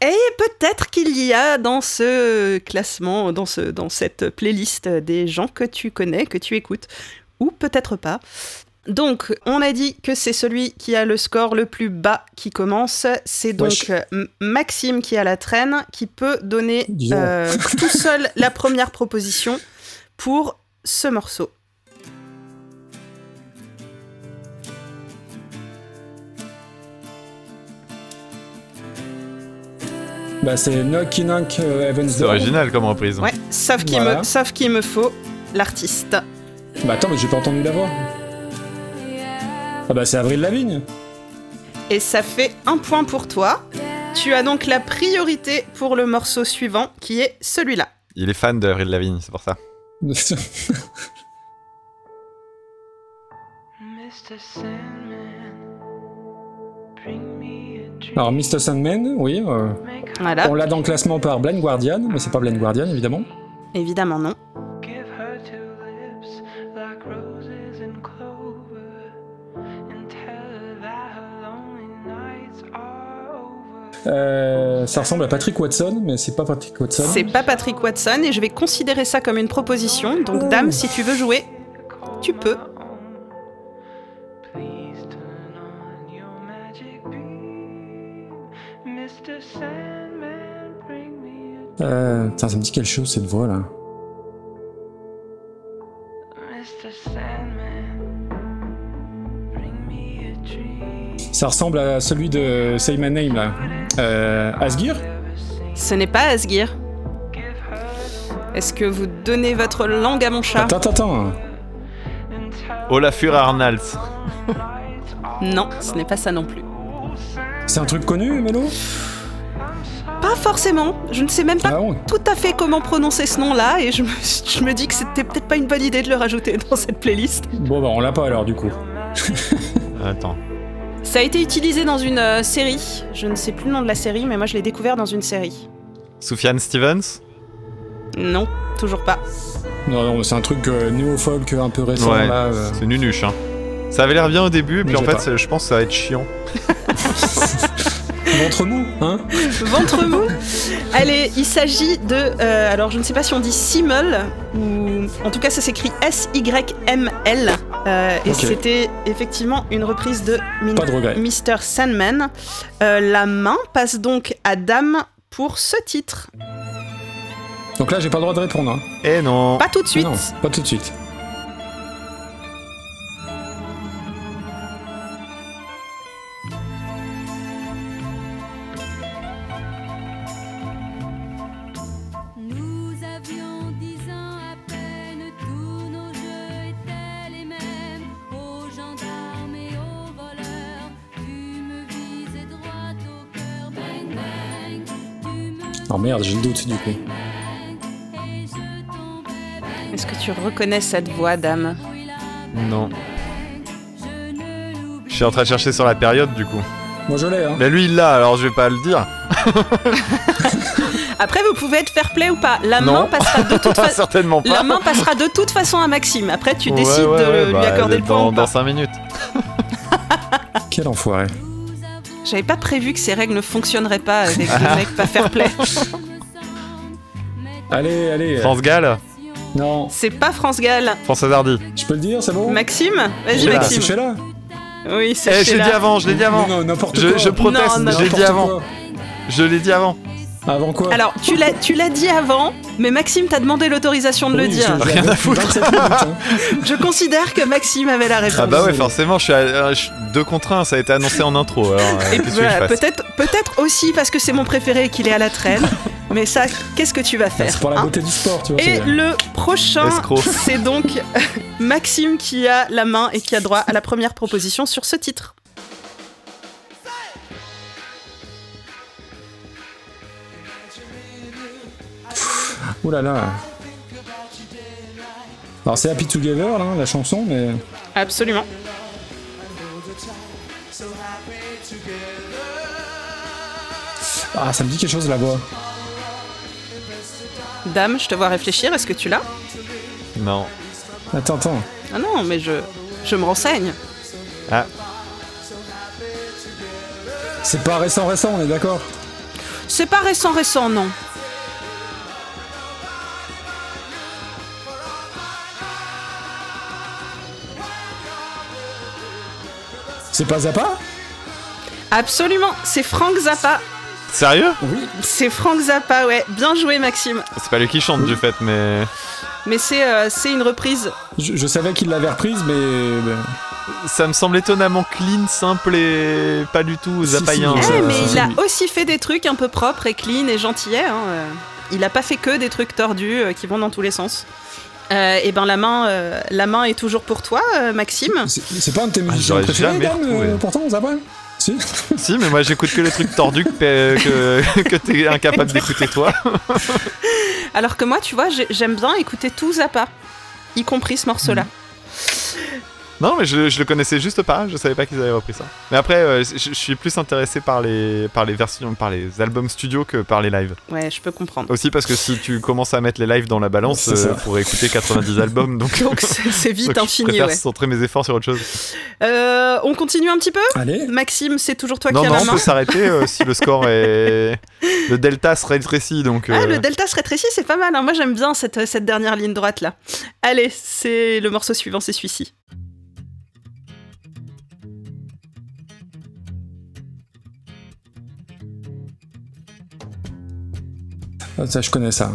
Speaker 2: Et peut-être qu'il y a dans ce classement, dans, ce, dans cette playlist, des gens que tu connais, que tu écoutes, ou peut-être pas. Donc, on a dit que c'est celui qui a le score le plus bas qui commence. C'est donc
Speaker 3: Wesh.
Speaker 2: euh, M- Maxime qui a la traîne, qui peut donner
Speaker 3: Dis donc.
Speaker 2: euh, tout seul la première proposition pour ce morceau.
Speaker 3: Bah, c'est Knocky Knock euh, Evans
Speaker 4: C'est original comme reprise.
Speaker 2: Ouais, sauf qu'il
Speaker 3: Voilà.
Speaker 2: me, sauf qu'il me faut l'artiste.
Speaker 3: Bah, attends, mais j'ai pas entendu la voix. Ah, bah, c'est Avril Lavigne.
Speaker 2: Et ça fait un point pour toi. Tu as donc la priorité pour le morceau suivant, qui est celui-là.
Speaker 4: Il est fan d'Avril Lavigne, c'est pour ça.
Speaker 3: Alors, Mr. Sandman, oui. euh,
Speaker 2: Voilà,
Speaker 3: on l'a dans le classement par Blind Guardian, mais c'est pas Blind Guardian, évidemment.
Speaker 2: évidemment non.
Speaker 3: Euh, ça ressemble à Patrick Watson, mais c'est pas Patrick Watson.
Speaker 2: C'est pas Patrick Watson et je vais considérer ça comme une proposition. Donc dame, si tu veux jouer, tu peux.
Speaker 3: Euh, putain, ça me dit quelque chose, cette voix, là. Ça ressemble à celui de Say My Name, là. Euh, Asgir
Speaker 2: Ce n'est pas Asgir. Est-ce que vous donnez votre langue à mon chat
Speaker 3: Attends, attends, attends.
Speaker 4: Olafur Arnalds.
Speaker 2: Non, ce n'est pas ça non plus.
Speaker 3: C'est un truc connu, Mélo
Speaker 2: Pas forcément. Je ne sais même pas
Speaker 3: Ah bon
Speaker 2: tout à fait comment prononcer ce nom-là et je me, je me dis que c'était peut-être pas une bonne idée de le rajouter dans cette playlist.
Speaker 3: Bon, bah, on l'a pas alors, du coup.
Speaker 4: Attends.
Speaker 2: Ça a été utilisé dans une euh, série. Je ne sais plus le nom de la série, mais moi je l'ai découvert dans une série.
Speaker 4: Soufiane Stevens
Speaker 2: Non, toujours pas.
Speaker 3: Non, non, c'est un truc euh, néo-folk un peu récent,
Speaker 4: Ouais.
Speaker 3: là. euh.
Speaker 4: C'est nunuche, hein. Ça avait l'air bien au début, puis
Speaker 3: Mais
Speaker 4: en
Speaker 3: j'ai
Speaker 4: fait,
Speaker 3: pas.
Speaker 4: c'est- je pense que ça va être chiant.
Speaker 3: Ventre mou, hein
Speaker 2: Ventre mou. Allez, il s'agit de. euh, alors je ne sais pas si on dit Simmel ou. En tout cas, ça s'écrit S-Y-M-L. euh, et
Speaker 3: Ok.
Speaker 2: c'était effectivement une reprise de, Min-
Speaker 3: Pas de regret.
Speaker 2: Mr. Sandman. Euh, la main passe donc à Dame pour ce titre.
Speaker 3: Donc là, j'ai pas le droit de répondre. Hein. Ah
Speaker 4: Eh non
Speaker 2: Pas tout de suite.
Speaker 3: Non, pas tout de suite.
Speaker 9: Nous avions dix ans à peine, tous nos jeux étaient les mêmes. Aux gendarmes et aux voleurs, tu me visais droit au cœur. Bang bang, tu me
Speaker 3: Oh merde, j'ai le doute, du coup.
Speaker 9: bang et je tombais. Bang
Speaker 2: Est-ce que tu reconnais cette voix, Dame
Speaker 4: Non. Je suis en train de chercher sur la période, du coup.
Speaker 3: Moi je l'ai, hein.
Speaker 4: Mais lui, il l'a, alors je vais pas le dire.
Speaker 2: Après, vous pouvez être fair play ou pas. La
Speaker 4: Non.
Speaker 2: main passera de toute façon.
Speaker 4: Certainement pas.
Speaker 2: La main passera de toute façon à Maxime. Après, tu
Speaker 4: Ouais,
Speaker 2: décides
Speaker 4: ouais,
Speaker 2: de
Speaker 4: ouais,
Speaker 2: lui
Speaker 4: bah,
Speaker 2: accorder le point
Speaker 4: dans,
Speaker 2: ou pas.
Speaker 4: 5 minutes.
Speaker 3: Quel enfoiré.
Speaker 2: J'avais pas prévu que ces règles ne fonctionneraient pas avec les mecs pas fair play.
Speaker 3: Allez, allez. euh,
Speaker 4: France Gall,
Speaker 3: Non,
Speaker 2: C'est pas France Gall.
Speaker 4: Françoise Hardy.
Speaker 3: je peux le dire, c'est bon
Speaker 2: Maxime Vas-y,
Speaker 3: Oula,
Speaker 2: Maxime.
Speaker 3: c'est Sheila.
Speaker 2: Oui,
Speaker 4: Eh,
Speaker 2: c'est
Speaker 4: je l'ai
Speaker 2: Sheila.
Speaker 4: dit avant, je l'ai dit avant.
Speaker 3: Non, non, n'importe
Speaker 4: Je,
Speaker 3: quoi.
Speaker 4: je proteste,
Speaker 2: Non, non,
Speaker 4: je l'ai dit
Speaker 3: N'importe
Speaker 4: avant.
Speaker 3: quoi.
Speaker 4: Je l'ai dit avant.
Speaker 3: Avant quoi
Speaker 2: Alors, tu l'as, tu l'as dit avant, mais Maxime t'a demandé l'autorisation de le hein. dire.
Speaker 4: Rien à foutre.
Speaker 3: hein.
Speaker 2: Je considère que Maxime avait la réponse.
Speaker 4: Ah bah ouais,
Speaker 3: Désolé.
Speaker 4: forcément, je suis, à, euh, je suis deux contre un, ça a été annoncé en intro. Alors, euh,
Speaker 2: Et
Speaker 4: qu'est-ce que tu veux que je
Speaker 2: voilà,
Speaker 4: fasse
Speaker 2: peut-être, peut-être aussi parce que c'est mon préféré et qu'il est à la traîne. mais ça, qu'est-ce que tu
Speaker 4: Bah,
Speaker 2: vas faire
Speaker 3: C'est pour la
Speaker 2: hein
Speaker 3: beauté du sport, tu vois.
Speaker 2: Et
Speaker 3: c'est-
Speaker 2: le prochain,
Speaker 4: Escroc.
Speaker 2: c'est donc Maxime qui a la main et qui a droit à la première proposition sur ce titre.
Speaker 3: Ouh là là. Alors c'est Happy Together, là, la chanson, mais...
Speaker 2: Absolument.
Speaker 3: Ah, ça me dit quelque chose, la voix.
Speaker 2: Dame, je te vois réfléchir, est-ce que tu l'as
Speaker 4: Non.
Speaker 3: Attends, attends.
Speaker 2: Ah non, mais je, je me renseigne.
Speaker 4: Ah,
Speaker 3: C'est pas récent, récent, on est d'accord
Speaker 2: C'est pas récent, récent, non.
Speaker 3: C'est pas Zappa
Speaker 2: Absolument, c'est Frank Zappa.
Speaker 4: sérieux
Speaker 2: C'est Frank Zappa, ouais. Bien joué, Maxime.
Speaker 4: C'est pas lui qui chante du fait, mais
Speaker 2: Mais c'est euh, c'est une reprise.
Speaker 3: je, je savais qu'il l'avait reprise, mais... mais-
Speaker 4: ça me semble étonnamment clean, simple et pas du tout
Speaker 3: Si, si,
Speaker 4: zapaïen.
Speaker 3: Eh,
Speaker 2: Eh,
Speaker 4: euh,
Speaker 2: mais il a
Speaker 4: oui.
Speaker 2: aussi fait des trucs un peu propres et clean et gentillets. hein, euh. Il a pas fait que des trucs tordus euh, qui vont dans tous les sens. et ben la main, euh, la main est toujours pour toi, euh, Maxime.
Speaker 3: C'est c'est pas un de tes
Speaker 4: Ah,
Speaker 3: musiciens
Speaker 4: j'aurais
Speaker 3: préférés,
Speaker 4: jamais
Speaker 3: Dan,
Speaker 4: retrouvé.
Speaker 3: euh, pourtant, Zappa Si
Speaker 4: Si, mais moi j'écoute que les trucs tordus que, que, que t'es incapable d'écouter toi.
Speaker 2: Alors que moi, tu vois, j'ai- j'aime bien écouter tout Zappa, y compris ce morceau-là.
Speaker 4: Non, mais je, je le connaissais juste pas, je savais pas qu'ils avaient repris ça. Mais après, euh, je, je suis plus intéressé par les, par les versions, par les albums studio que par les lives.
Speaker 2: Ouais, je peux comprendre.
Speaker 4: Aussi parce que si tu commences à mettre les lives dans la balance,
Speaker 3: C'est ça.
Speaker 4: euh, pour écouter 90 albums, donc.
Speaker 2: Donc c'est c'est
Speaker 4: donc
Speaker 2: vite
Speaker 4: je
Speaker 2: infini,
Speaker 4: préfère
Speaker 2: ouais.
Speaker 4: centrer mes efforts sur autre chose.
Speaker 2: Euh, on continue un petit peu
Speaker 3: Allez
Speaker 2: Maxime, c'est toujours toi
Speaker 4: non,
Speaker 2: qui as
Speaker 4: non,
Speaker 2: la
Speaker 4: on
Speaker 2: main.
Speaker 4: peut s'arrêter euh, si le score est. Le delta se rétrécit, donc.
Speaker 2: Ah,
Speaker 4: euh,
Speaker 2: le delta se rétrécit, c'est pas mal. hein. Moi, j'aime bien cette, cette dernière ligne droite là. Allez, c'est le morceau suivant, c'est celui-ci.
Speaker 3: Ah, Ça, je connais ça.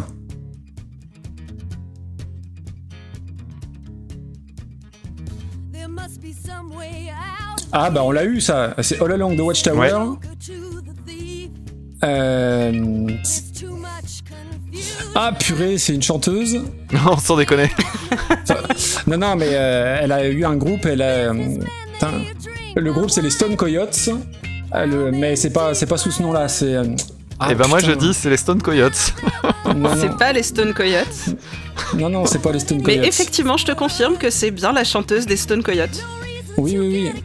Speaker 9: There must be some way out.
Speaker 3: Ah, bah on l'a eu, ça. C'est All Along the Watchtower.
Speaker 9: Go to the thief.
Speaker 3: Euh...
Speaker 9: It's too much confusion.
Speaker 3: Ah, purée, c'est une chanteuse.
Speaker 4: Non, sans déconner.
Speaker 3: Non, non, mais euh, elle a eu un groupe, elle a... euh, putain. Le groupe, c'est les Stone Coyotes. Euh, le- mais c'est pas, c'est pas sous ce nom-là, c'est... euh, ah,
Speaker 4: et ben moi je
Speaker 3: putain.
Speaker 4: dis, c'est les Stone Coyotes.
Speaker 3: Non, non,
Speaker 2: C'est pas les Stone Coyotes,
Speaker 3: non, non, c'est pas les Stone
Speaker 2: mais
Speaker 3: Coyotes.
Speaker 2: effectivement, je te confirme que c'est bien la chanteuse des Stone Coyotes.
Speaker 3: Oui, oui, oui.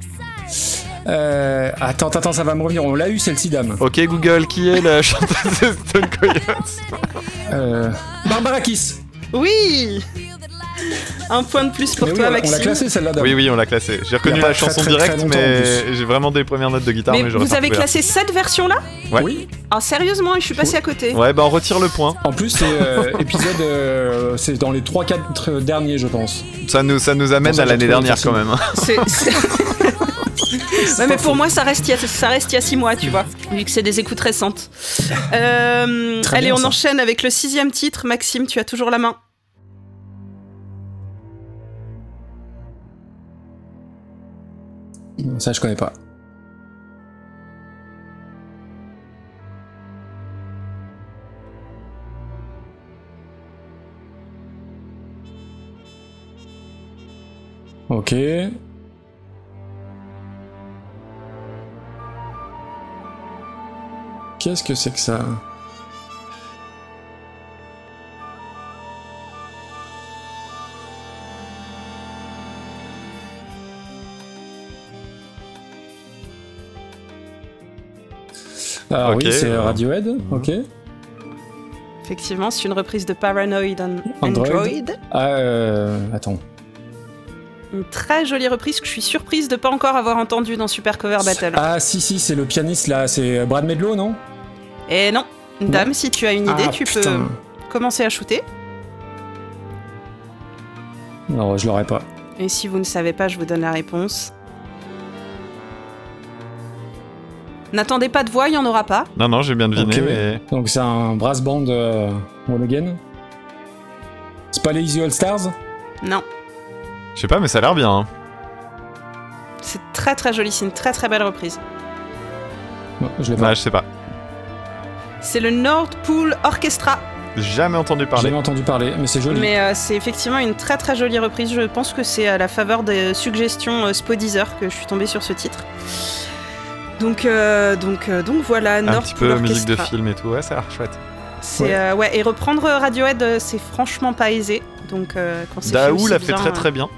Speaker 3: Euh, attends, attends, ça va me revenir. On l'a eu, celle-ci, dame.
Speaker 4: ok Google, qui est la chanteuse des Stone Coyotes
Speaker 3: Euh, Barbara Kiss.
Speaker 2: Oui Un point de plus pour
Speaker 3: mais oui,
Speaker 2: toi,
Speaker 3: on l'a- on l'a
Speaker 2: Maxime.
Speaker 3: classée, celle-là, dame.
Speaker 4: Oui, oui, on l'a classée. J'ai
Speaker 3: Il
Speaker 4: reconnu
Speaker 3: y a pas
Speaker 4: la
Speaker 3: très,
Speaker 4: chanson
Speaker 3: très, très
Speaker 4: directe,
Speaker 3: longtemps, en
Speaker 4: mais
Speaker 3: plus.
Speaker 4: j'ai vraiment des premières notes de guitare. Mais,
Speaker 2: mais
Speaker 4: j'aurais
Speaker 2: vous
Speaker 4: pas
Speaker 2: avez
Speaker 4: trouvé
Speaker 2: classé cette version-là
Speaker 4: Ouais.
Speaker 3: Oui.
Speaker 2: Ah, sérieusement, je suis passée à côté.
Speaker 4: la- Ouais, bah on retire le point.
Speaker 3: En plus, c'est euh, épisode. euh, c'est dans les 3-4 derniers, je pense.
Speaker 4: Ça nous, ça nous amène
Speaker 3: Bon, ça,
Speaker 4: à l'année
Speaker 3: j'ai trouvé
Speaker 4: dernière quand
Speaker 3: facile.
Speaker 4: même. hein.
Speaker 2: C'est- c'est- Ouais, mais pour moi, ça reste, il y a, ça reste il y a six mois, tu vois, vu que c'est des écoutes récentes. Euh,
Speaker 3: Très
Speaker 2: allez,
Speaker 3: bien,
Speaker 2: on
Speaker 3: ça.
Speaker 2: enchaîne avec le sixième titre. Maxime, tu as toujours la main.
Speaker 3: Ça, je connais pas. Ok. Qu'est-ce que c'est que ça Ah
Speaker 4: Ok,
Speaker 3: oui, c'est
Speaker 4: euh,
Speaker 3: Radiohead, ok.
Speaker 2: Effectivement, c'est une reprise de Paranoid on
Speaker 3: Android.
Speaker 2: Android.
Speaker 3: Ah, euh, attends.
Speaker 2: Une très jolie reprise que je suis surprise de pas encore avoir entendue dans Super Cover Battle.
Speaker 3: Ah, si, si, c'est le pianiste là, c'est Brad Medlow, non
Speaker 2: Et non, dame, si tu as une idée,
Speaker 3: Ah,
Speaker 2: tu
Speaker 3: putain.
Speaker 2: peux commencer à shooter.
Speaker 3: Non, je l'aurais pas.
Speaker 2: Et si vous ne savez pas, je vous donne la réponse. N'attendez pas de voix, il n'y en aura pas.
Speaker 4: Non, non, j'ai bien deviné.
Speaker 3: Ok.
Speaker 4: mais-
Speaker 3: Donc c'est un brass band euh, Wall Again. C'est pas les Easy All Stars
Speaker 2: Non,
Speaker 4: Je sais pas, mais ça a l'air bien. hein.
Speaker 2: c'est très très joli, c'est une très très belle reprise.
Speaker 3: Non, je l'ai
Speaker 4: Bah,
Speaker 3: pas.
Speaker 4: je sais pas.
Speaker 2: C'est le Nord Pool Orchestra,
Speaker 4: Jamais entendu
Speaker 3: J'ai
Speaker 4: parler.
Speaker 3: entendu parler, mais c'est joli.
Speaker 2: mais euh, c'est effectivement une très très jolie reprise. Je pense que c'est à la faveur des suggestions euh, Spodeezer que je suis tombée sur ce titre. Donc, euh, donc, euh, donc voilà,
Speaker 4: Un
Speaker 2: Nord
Speaker 4: petit
Speaker 2: Pool
Speaker 4: peu musique de
Speaker 2: Orchestra.
Speaker 4: film et tout. Ouais, ça a l'air chouette.
Speaker 2: C'est
Speaker 3: Ouais.
Speaker 2: euh, ouais, et reprendre euh, Radiohead, euh, c'est franchement pas aisé. Donc euh, quand c'est
Speaker 4: Daou
Speaker 2: aussi
Speaker 4: l'a fait
Speaker 2: bien,
Speaker 4: très
Speaker 2: euh,
Speaker 4: très bien.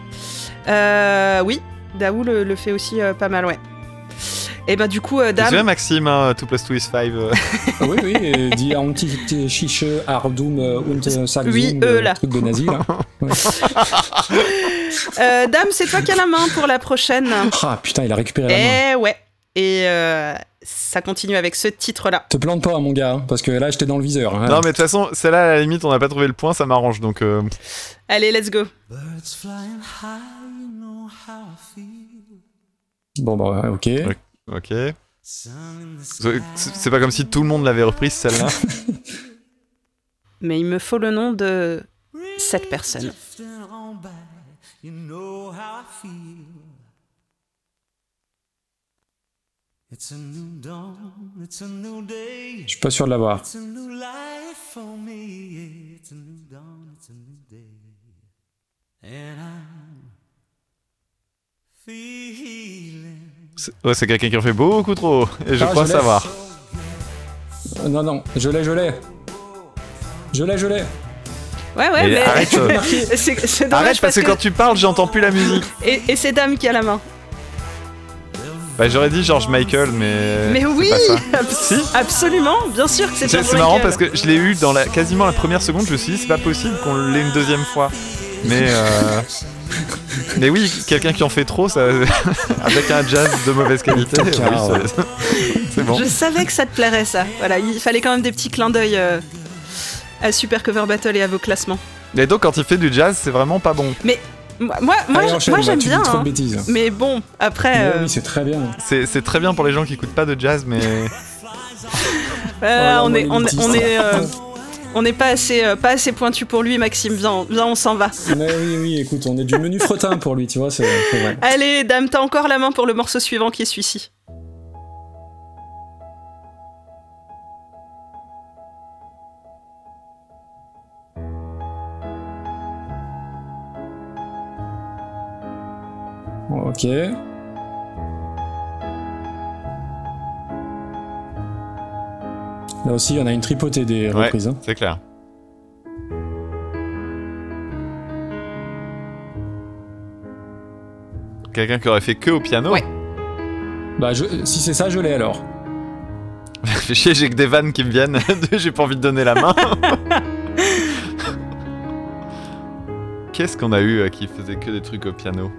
Speaker 2: Euh, oui, Daou le, le fait aussi euh, pas mal, ouais. Et bah du coup, euh,
Speaker 4: Désolé,
Speaker 2: Dame,
Speaker 4: Maxime, hein, 2 plus 2 is 5.
Speaker 3: oui, oui, et dit un petit- petit chiche Ardum euh, und euh, Saxum,
Speaker 2: Oui,
Speaker 3: le
Speaker 2: eux, là.
Speaker 3: truc de nazi là.
Speaker 2: euh, Dame, c'est toi qui as la main pour la prochaine.
Speaker 3: Ah putain, il a récupéré la main.
Speaker 2: Eh ouais. Et euh, ça continue avec ce titre-là.
Speaker 3: Te plante pas, mon gars, hein, parce que là, j'étais dans le viseur. hein.
Speaker 4: Non, mais de toute façon, celle-là, à la limite, on n'a pas trouvé le point, ça m'arrange. Donc, euh,
Speaker 2: Allez, let's go.
Speaker 1: Birds flying high, you know how I feel.
Speaker 3: Bon, bah, ok.
Speaker 4: ok.
Speaker 1: Sun in the
Speaker 4: C'est
Speaker 1: sky.
Speaker 4: c'est pas comme si tout le monde l'avait reprise, celle-là.
Speaker 2: Mais il me faut le nom de cette personne.
Speaker 1: Drifting on by, you know how I feel. It's a new dawn, it's a new day.
Speaker 3: Je suis pas sûr de l'avoir.
Speaker 1: It's a new life for me. It's a new dawn, it's a new day. And I'm feeling
Speaker 4: C'est- Ouais, c'est quelqu'un qui en fait beaucoup trop. Et je
Speaker 3: Ah,
Speaker 4: crois
Speaker 3: je l'ai.
Speaker 4: savoir.
Speaker 3: Euh, Non, non, je l'ai, je l'ai. Je l'ai, je l'ai.
Speaker 2: Ouais, ouais,
Speaker 4: Mais
Speaker 2: mais.
Speaker 4: arrête, euh,
Speaker 2: c'est c'est dommage
Speaker 4: Arrête, parce que quand tu parles, j'entends plus la musique.
Speaker 2: Et, et c'est Dame qui a la main.
Speaker 4: Bah, j'aurais dit George Michael, mais.
Speaker 2: Mais
Speaker 4: Euh, c'est
Speaker 2: oui
Speaker 4: pas ça.
Speaker 2: abs- Absolument Bien sûr que c'est
Speaker 4: C'est
Speaker 2: George
Speaker 4: c'est marrant
Speaker 2: Michael.
Speaker 4: parce que je l'ai eu dans la, quasiment la première seconde, je me suis dit c'est pas possible qu'on l'ait une deuxième fois. Mais euh, mais oui, quelqu'un qui en fait trop, ça, avec un jazz de mauvaise qualité,
Speaker 3: Le tocard,
Speaker 4: oui, ça- c'est bon.
Speaker 2: Je savais que ça te plairait ça. Voilà, il fallait quand même des petits clins d'œil euh, à Super Cover Battle et à vos classements.
Speaker 4: Et donc quand il fait du jazz, c'est vraiment pas bon.
Speaker 2: Moi, moi, moi,
Speaker 3: Allez,
Speaker 2: je-
Speaker 3: enchaîne,
Speaker 2: moi,
Speaker 3: bah,
Speaker 2: j'aime
Speaker 3: tu dis
Speaker 2: bien.
Speaker 3: trop de
Speaker 2: hein.
Speaker 3: bêtises.
Speaker 2: Mais bon, après,
Speaker 3: Mais
Speaker 2: euh,
Speaker 3: Oui, c'est très bien.
Speaker 4: C'est c'est très bien pour les gens qui écoutent pas de jazz, mais
Speaker 2: voilà,
Speaker 3: Oh,
Speaker 2: euh, on
Speaker 3: moi,
Speaker 2: est,
Speaker 3: les
Speaker 2: on, est- on
Speaker 3: bêtises.
Speaker 2: est, euh, on n'est pas assez, euh, pas assez pointu pour lui, Maxime. Viens, viens, on s'en va.
Speaker 3: Mais oui, oui, écoute, on est du menu fretin pour lui, tu vois, c'est c'est vrai.
Speaker 2: Allez, dame, t'as encore la main pour le morceau suivant qui est celui-ci.
Speaker 3: Ok. Là aussi, on a une tripotée des
Speaker 4: Ouais.
Speaker 3: reprises. hein.
Speaker 4: c'est clair. Quelqu'un qui aurait fait que au piano.
Speaker 2: Ouais.
Speaker 3: Bah, je- si c'est ça, je l'ai alors.
Speaker 4: Fais chier, j'ai que des vannes qui me viennent. j'ai pas envie de donner la main. Qu'est-ce qu'on a eu euh, qui faisait que des trucs au piano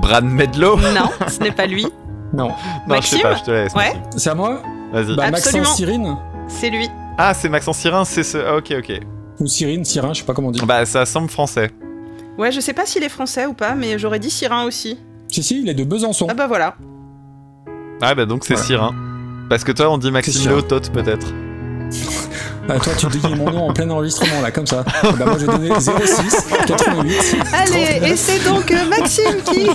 Speaker 4: Brad Medlow
Speaker 2: Non, ce n'est pas lui.
Speaker 3: Non.
Speaker 4: Non, je sais
Speaker 2: Maxime
Speaker 4: pas, je te laisse.
Speaker 2: Ouais.
Speaker 4: Maxime.
Speaker 3: C'est à moi
Speaker 4: Vas-y.
Speaker 3: Bah,
Speaker 2: Absolument.
Speaker 3: Maxence Cyrine
Speaker 2: C'est lui.
Speaker 4: Ah, c'est Maxence Sirin, c'est ce. ah, ok, ok.
Speaker 3: Ou Cyrine, Cyrin, je sais pas comment on dit.
Speaker 4: Bah, ça semble français.
Speaker 2: Ouais, je sais pas s'il est français ou pas, mais j'aurais dit Sirin aussi.
Speaker 3: Si, si, il est de Besançon.
Speaker 2: Ah bah voilà.
Speaker 4: Ah, bah donc c'est
Speaker 3: Ouais.
Speaker 4: Sirin. Parce que toi, on dit
Speaker 3: C'est
Speaker 4: Maxime
Speaker 3: Cyrin.
Speaker 4: Léotot, peut-être.
Speaker 3: Ah, toi, tu dis mon nom en plein enregistrement, là, comme ça. Bah, moi, j'ai donné 06 88.
Speaker 2: Allez, et c'est donc euh, Maxime qui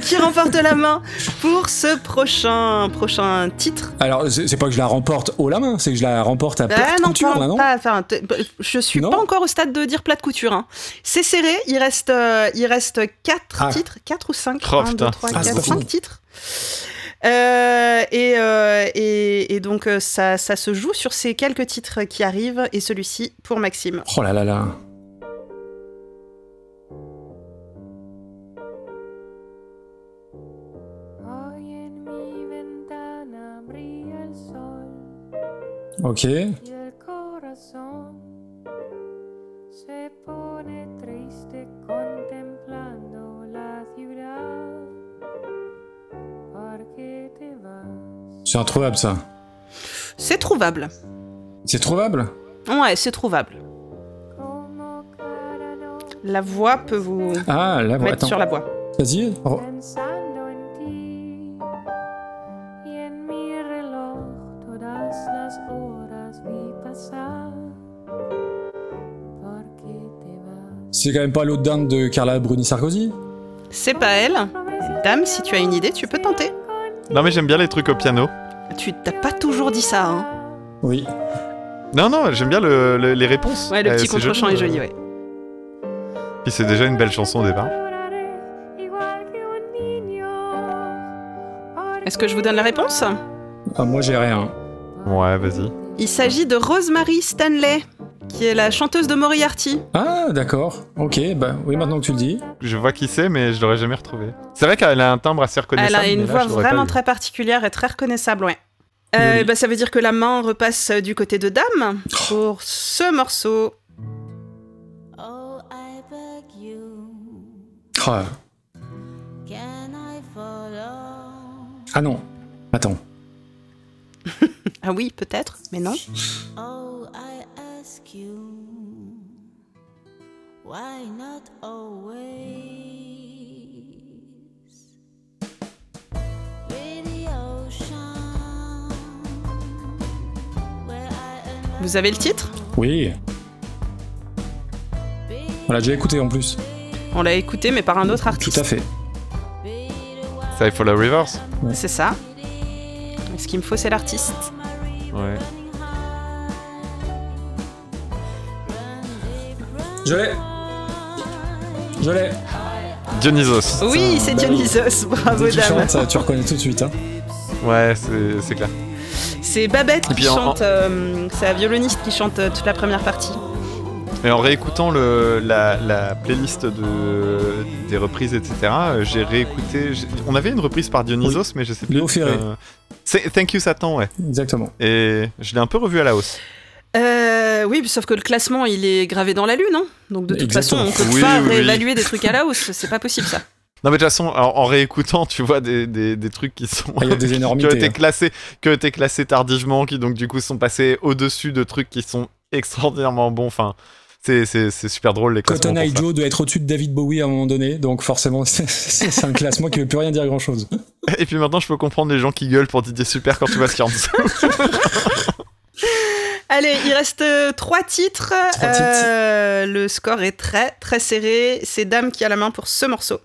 Speaker 2: qui remporte la main pour ce prochain prochain titre.
Speaker 3: Alors, c'est c'est pas que je la remporte haut la main, c'est que je la remporte à
Speaker 2: Ah
Speaker 3: perte
Speaker 2: non,
Speaker 3: couture,
Speaker 2: pas,
Speaker 3: là, hein, non
Speaker 2: pas- enfin, t- bah, je suis
Speaker 3: Non.
Speaker 2: pas encore au stade de dire plat de couture. hein. C'est serré, il reste euh, il reste quatre
Speaker 3: Ah.
Speaker 2: titres, quatre ou cinq,
Speaker 4: Oh,
Speaker 2: un, deux,
Speaker 4: putain.
Speaker 2: trois,
Speaker 3: Ah, c'est
Speaker 2: quatre,
Speaker 3: pas
Speaker 2: cinq
Speaker 3: fini.
Speaker 2: titres. Euh, et, euh, et, et donc euh, ça, ça se joue sur ces quelques titres qui arrivent et celui-ci pour Maxime.
Speaker 3: Oh là là là.
Speaker 9: Oh, you
Speaker 3: Ok.
Speaker 9: Y el corazón se pone triste contemplando la ciudad. ¿Por qué te vas?
Speaker 3: C'est introuvable ça.
Speaker 2: C'est trouvable.
Speaker 3: C'est trouvable
Speaker 2: Ouais, c'est trouvable.
Speaker 9: Como cada noche
Speaker 2: La voix peut vous
Speaker 3: Ah, là, bon,
Speaker 2: mettre
Speaker 3: attends.
Speaker 2: sur la voix.
Speaker 3: Vas-y. re-
Speaker 9: pensando en ti y en mi reloj todas las horas vi pasar. ¿Por qué te vas?
Speaker 3: C'est quand même pas l'autre dinde de Carla Bruni Sarkozy
Speaker 2: C'est pas elle. Dame, si tu as une idée, tu peux tenter.
Speaker 4: Non, mais j'aime bien les trucs au piano.
Speaker 2: Tu t'as pas toujours dit ça, hein.
Speaker 3: Oui.
Speaker 4: Non, non, j'aime bien le- le- les réponses.
Speaker 2: Ouais, le
Speaker 4: Euh,
Speaker 2: petit
Speaker 4: c'est
Speaker 2: contre-champ est joli,
Speaker 4: euh,
Speaker 2: ouais.
Speaker 4: Puis c'est déjà une belle chanson au départ.
Speaker 9: Lloraré igual que un niño. ¿Por
Speaker 2: Est-ce que je vous donne la réponse
Speaker 3: Ah, moi j'ai rien.
Speaker 4: Ouais, vas-y.
Speaker 2: Il s'agit de Rosemary Stanley, qui est la chanteuse de Moriarty.
Speaker 3: Ah, d'accord. Ok, bah oui, maintenant que tu le dis.
Speaker 4: Je vois qui c'est, mais je l'aurais jamais retrouvé. C'est vrai qu'elle a un timbre assez
Speaker 2: Elle
Speaker 4: reconnaissable.
Speaker 2: a une
Speaker 4: mais là,
Speaker 2: voix
Speaker 4: je l'aurais pas
Speaker 2: vraiment
Speaker 4: eu.
Speaker 2: très particulière et très reconnaissable, ouais. Euh,
Speaker 3: Joli.
Speaker 2: bah, ça veut dire que la main repasse euh, du côté de Dame pour ce morceau.
Speaker 9: Oh, I beg you,
Speaker 3: Ah,
Speaker 9: can I follow?
Speaker 3: ah non. Attends.
Speaker 2: Ah oui, peut-être, mais non.
Speaker 9: Oh, I ask you, why not always? With the ocean, where I am
Speaker 2: Vous avez le titre
Speaker 3: Oui. On l'a déjà écouté en plus.
Speaker 2: On l'a écouté, mais par un autre
Speaker 3: Tout
Speaker 2: artiste.
Speaker 3: à fait.
Speaker 4: Ça, il faut la reverse.
Speaker 2: C'est ça. Mais Ce qu'il me faut, c'est l'artiste.
Speaker 4: Ouais.
Speaker 3: Je l'ai. Je l'ai.
Speaker 4: Dionysos.
Speaker 2: Oui, c'est
Speaker 3: bah oui.
Speaker 2: Dionysos. Bravo,
Speaker 3: Dès qu'il
Speaker 2: Dame.
Speaker 3: chante, ça, tu reconnais tout de suite. hein.
Speaker 4: Ouais, c'est c'est clair.
Speaker 2: C'est Babette
Speaker 4: Et
Speaker 2: qui
Speaker 4: puis en-
Speaker 2: chante. euh, c'est la violoniste qui chante euh, toute la première partie.
Speaker 4: Et en réécoutant le, la, la playlist de, des reprises, etc., euh, j'ai réécouté. j'ai- On avait une reprise par Dionysos, mais je sais plus.
Speaker 3: Léo Ferré.
Speaker 4: euh, c'est Thank You Satan, ouais.
Speaker 3: Exactement.
Speaker 4: Et je l'ai un peu revu à la hausse.
Speaker 2: Euh, oui, sauf que le classement, il est gravé dans la lune, hein. Donc de toute
Speaker 3: Exactement.
Speaker 2: façon, on peut
Speaker 4: Oui,
Speaker 2: pas
Speaker 4: oui, oui.
Speaker 2: réévaluer des trucs à la hausse. C'est pas possible ça.
Speaker 4: Non, mais de toute façon, en, en réécoutant, tu vois des, des, des trucs qui sont.
Speaker 3: Ah, Il y a des
Speaker 4: qui ont
Speaker 3: énormités.
Speaker 4: été
Speaker 3: hein.
Speaker 4: classés, qui ont été classés tardivement, qui donc du coup sont passés au-dessus de trucs qui sont extraordinairement bons. Enfin, c'est, c'est, c'est super drôle les classements.
Speaker 3: Cotton
Speaker 4: pour
Speaker 3: Eye
Speaker 4: ça.
Speaker 3: Joe doit être au-dessus de David Bowie à un moment donné, donc forcément c'est- c'est c'est un classement qui veut plus rien dire grand-chose.
Speaker 4: Et puis maintenant, je peux comprendre les gens qui gueulent pour Didier Super quand tu vois ce qu'il y a en dessous.
Speaker 2: Allez, il reste euh, trois titres.
Speaker 3: Trois
Speaker 2: Euh, le score est très très serré. C'est Dame qui a la main pour ce morceau.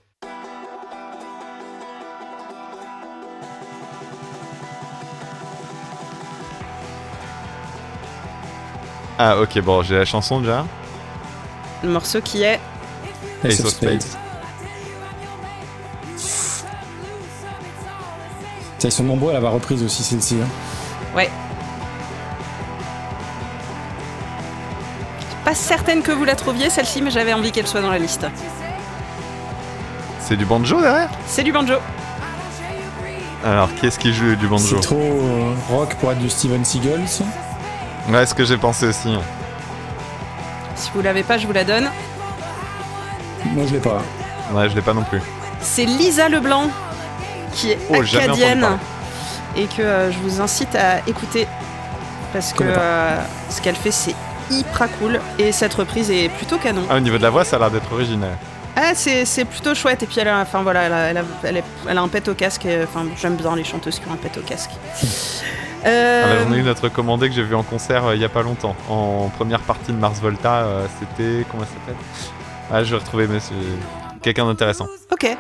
Speaker 4: Ah, ok, bon, j'ai la chanson déjà.
Speaker 2: Le morceau qui est.
Speaker 3: Ace
Speaker 4: Ace
Speaker 3: of
Speaker 4: of
Speaker 3: Spades.
Speaker 4: Spades.
Speaker 3: Ça, Ils sont nombreux à l'avoir reprise aussi celle-ci. hein.
Speaker 2: Pas certaine que vous la trouviez celle-ci, mais j'avais envie qu'elle soit dans la liste.
Speaker 4: C'est du banjo derrière
Speaker 2: C'est du banjo.
Speaker 4: Alors, qui est-ce qui joue du banjo
Speaker 3: C'est trop euh, rock pour être du Steven Seagal. ça.
Speaker 4: Ouais, ce que j'ai pensé aussi.
Speaker 2: Si vous l'avez pas, je vous la donne.
Speaker 3: Moi je l'ai pas.
Speaker 4: Ouais, je l'ai pas non plus.
Speaker 2: C'est Lisa Leblanc qui est
Speaker 4: Oh, jamais entendu
Speaker 2: acadienne
Speaker 4: parler.
Speaker 2: et que euh, je vous incite à écouter parce que
Speaker 3: connais pas.
Speaker 2: euh, ce qu'elle fait c'est hyper cool et cette reprise est plutôt canon.
Speaker 4: Ah, au niveau de la voix, ça a l'air d'être original.
Speaker 2: Ah, c'est c'est plutôt chouette. Et puis, elle a, enfin, voilà, elle a, elle a, elle est- elle a un pet au casque. et, Enfin, j'aime bien les chanteuses qui ont un pet au casque.
Speaker 4: Alors,
Speaker 2: Euh,
Speaker 4: Ah, bah, J'en ai une autre commandée que j'ai vue en concert euh, il y a pas longtemps. En première partie de Mars Volta, euh, c'était. Comment ça s'appelle Ah, je vais retrouver monsieur. Quelqu'un d'intéressant.
Speaker 2: ok.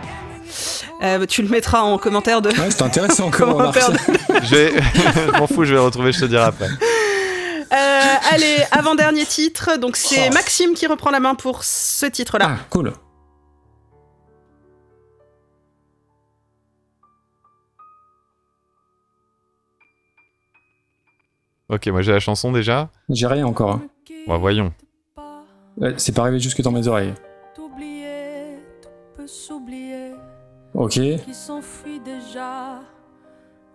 Speaker 2: Euh, bah, tu le mettras en commentaire de.
Speaker 3: Ouais, c'est intéressant comment on
Speaker 2: commentaire de-
Speaker 4: je vais- je m'en fous, je vais le retrouver, je te dirai après.
Speaker 2: Euh, allez, avant-dernier titre. Donc, c'est
Speaker 3: Oh.
Speaker 2: Maxime qui reprend la main pour ce titre-là.
Speaker 3: Ah, cool.
Speaker 4: Ok, moi j'ai la chanson déjà.
Speaker 3: J'ai rien encore. hein.
Speaker 4: Bah voyons.
Speaker 9: pas
Speaker 3: Ouais, C'est pas arrivé jusque dans mes oreilles.
Speaker 9: t'oublier, tout peut s'oublier,
Speaker 3: Ok.
Speaker 9: qui s'enfuit déjà.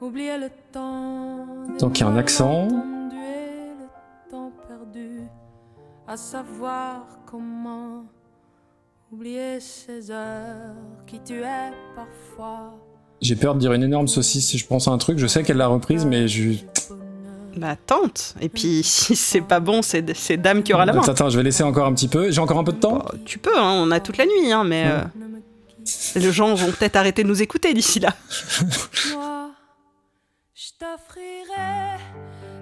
Speaker 9: Oublier le temps. des
Speaker 3: Donc, il y a un accent.
Speaker 9: malentendus et perdu à savoir comment oublier ces heures qui tuaient parfois.
Speaker 3: J'ai peur de dire une énorme saucisse si je pense à un truc. Je sais qu'elle l'a reprise, mais je.
Speaker 2: Bah tente. Et puis si c'est pas bon, c'est c'est Dame qui aura la main.
Speaker 3: Attends, attends, je vais laisser encore un petit peu. J'ai encore un peu de temps
Speaker 2: Bah, tu peux, hein, on a toute la nuit, hein, mais euh, les gens vont peut-être arrêter de nous écouter d'ici là.
Speaker 9: Moi, je t'offrirai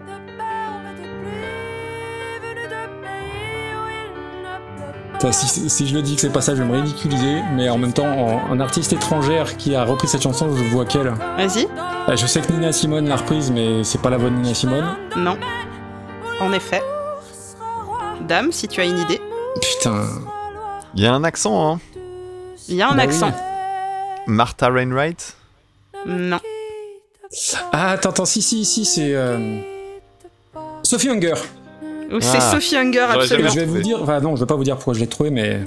Speaker 9: de perles de pluie venues de pays où il ne peut
Speaker 3: Putain,
Speaker 9: pas.
Speaker 3: si, si je le dis que c'est pas ça, je vais me ridiculiser. Mais en même temps, en- un artiste étrangère qui a repris cette chanson, je vois qu'elle.
Speaker 2: Vas-y.
Speaker 3: Ah, je sais que Nina Simone l'a reprise, mais c'est pas la bonne Nina Simone.
Speaker 2: Non. En effet. Dame, si tu as une idée,
Speaker 3: Putain.
Speaker 4: Il y a un accent, hein.
Speaker 2: Euh, il y a un
Speaker 3: Bah oui.
Speaker 2: accent.
Speaker 4: Martha Rainwright.
Speaker 2: Non.
Speaker 3: Ah, attends, attends, si, si, si, c'est. euh, Sophie Hunger.
Speaker 2: Ou c'est
Speaker 4: Ah.
Speaker 2: Sophie Hunger,
Speaker 4: J'aurais
Speaker 3: Et
Speaker 4: jamais-
Speaker 2: absolument.
Speaker 3: je vais vous
Speaker 4: retrouvé.
Speaker 3: dire. Enfin, non, je vais pas vous dire pourquoi je l'ai trouvé, mais.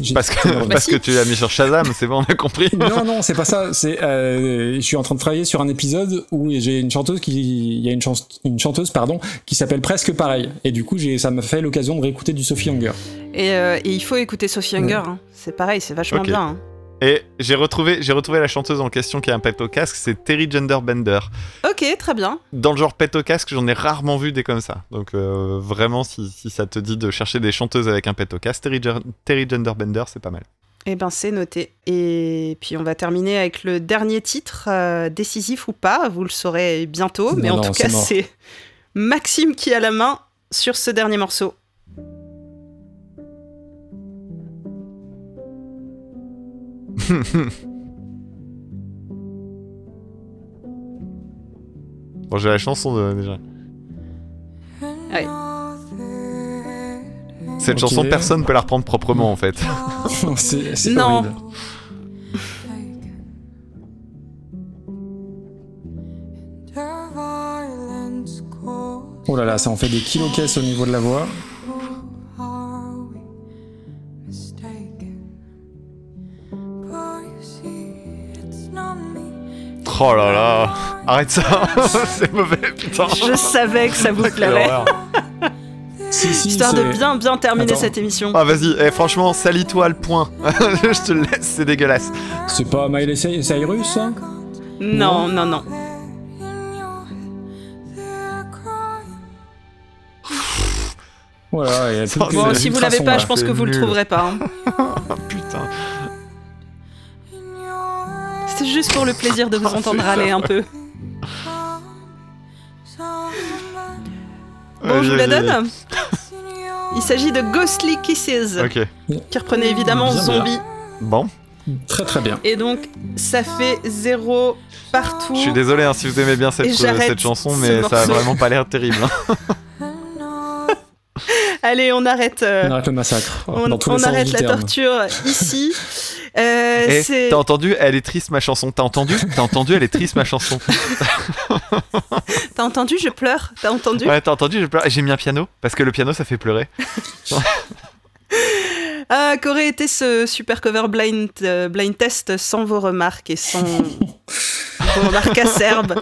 Speaker 3: j'ai-
Speaker 4: Parce que, parce que tu l'as mis sur Shazam, c'est bon, on a compris.
Speaker 3: Bah, Non, non, c'est pas ça. C'est, euh, je suis en train de travailler sur un épisode où j'ai une chanteuse qui, il y a une, chan- une chanteuse pardon, qui s'appelle presque pareil. Et du coup, j'ai, ça m'a fait l'occasion de réécouter du Sophie Hunger.
Speaker 2: Et, euh, et il faut écouter Sophie Hunger. hein. C'est pareil, c'est vachement
Speaker 4: Ok.
Speaker 2: bien. hein.
Speaker 4: Et j'ai retrouvé, j'ai retrouvé la chanteuse en question qui a un pet au casque, c'est Terry Genderbender.
Speaker 2: Ok, très bien.
Speaker 4: Dans le genre pet au casque, j'en ai rarement vu des comme ça. Donc euh, vraiment, si, si ça te dit de chercher des chanteuses avec un pet au casque, Terry, Gen- Terry Genderbender, c'est pas mal.
Speaker 2: Eh ben, c'est noté. Et puis, on va terminer avec le dernier titre, euh, décisif ou pas, vous le saurez bientôt. Mais
Speaker 3: Non,
Speaker 2: en
Speaker 3: non,
Speaker 2: tout
Speaker 3: c'est
Speaker 2: cas,
Speaker 3: mort.
Speaker 2: c'est Maxime qui a la main sur ce dernier morceau.
Speaker 4: Bon, j'ai la chanson euh, déjà.
Speaker 2: Ouais.
Speaker 4: Cette
Speaker 3: Ok.
Speaker 4: chanson, personne peut la reprendre proprement en fait.
Speaker 3: c'est, c'est
Speaker 2: Non.
Speaker 3: horrible. Oh là là, ça en fait des kilos caisses au niveau de la voix.
Speaker 4: Oh là là, arrête ça, c'est mauvais, putain.
Speaker 2: Je savais que ça vous
Speaker 4: Quelle
Speaker 2: plairait.
Speaker 4: horreur.
Speaker 3: Si, si,
Speaker 2: Histoire de
Speaker 3: c'est-
Speaker 2: bien, bien terminer
Speaker 3: Attends.
Speaker 2: cette émission.
Speaker 4: Ah vas-y, eh, franchement, salis-toi le point. je te laisse, c'est dégueulasse.
Speaker 3: C'est pas Miley Cy- Cyrus hein ça
Speaker 2: Non, non, non.
Speaker 3: Voilà, il y a toutes
Speaker 4: Bon,
Speaker 2: Bon,
Speaker 3: les
Speaker 2: si vous
Speaker 3: ultrasons,
Speaker 2: l'avez pas,
Speaker 3: là.
Speaker 2: je pense que vous le
Speaker 4: nul.
Speaker 2: trouverez pas. hein.
Speaker 4: Ah, putain.
Speaker 2: C'était juste pour le plaisir de vous
Speaker 3: Ah,
Speaker 2: entendre râler un peu. Bon, je vous la
Speaker 4: Vas-y, vas-y,
Speaker 2: donne. Il s'agit de Ghostly Kisses,
Speaker 4: vas-y. Ok,
Speaker 2: qui reprenait évidemment
Speaker 3: Bien, bien.
Speaker 2: Zombie.
Speaker 4: bon.
Speaker 3: Très très bien.
Speaker 2: Et donc, ça fait zéro partout.
Speaker 4: Je suis désolé hein, si vous aimez bien cette,
Speaker 2: Et j'arrête
Speaker 4: cette chanson,
Speaker 2: ce
Speaker 4: mais ça a
Speaker 2: morceau.
Speaker 4: vraiment pas l'air terrible. hein.
Speaker 2: Allez, on arrête. euh,
Speaker 3: On arrête le massacre.
Speaker 2: on
Speaker 3: dans tous les
Speaker 2: on
Speaker 3: sens
Speaker 2: arrête
Speaker 3: du
Speaker 2: la
Speaker 3: terme.
Speaker 2: torture ici. Euh,
Speaker 4: Eh,
Speaker 2: c'est-
Speaker 4: T'as entendu Elle est triste ma chanson. T'as entendu T'as entendu Elle est triste ma chanson.
Speaker 2: T'as entendu Je pleure. T'as entendu
Speaker 4: Ouais, t'as entendu J'ai pleuré. J'ai mis un piano parce que le piano ça fait pleurer.
Speaker 2: Ah, qu'aurait été ce super cover blind, euh, blind test sans vos remarques et sans vos remarques acerbes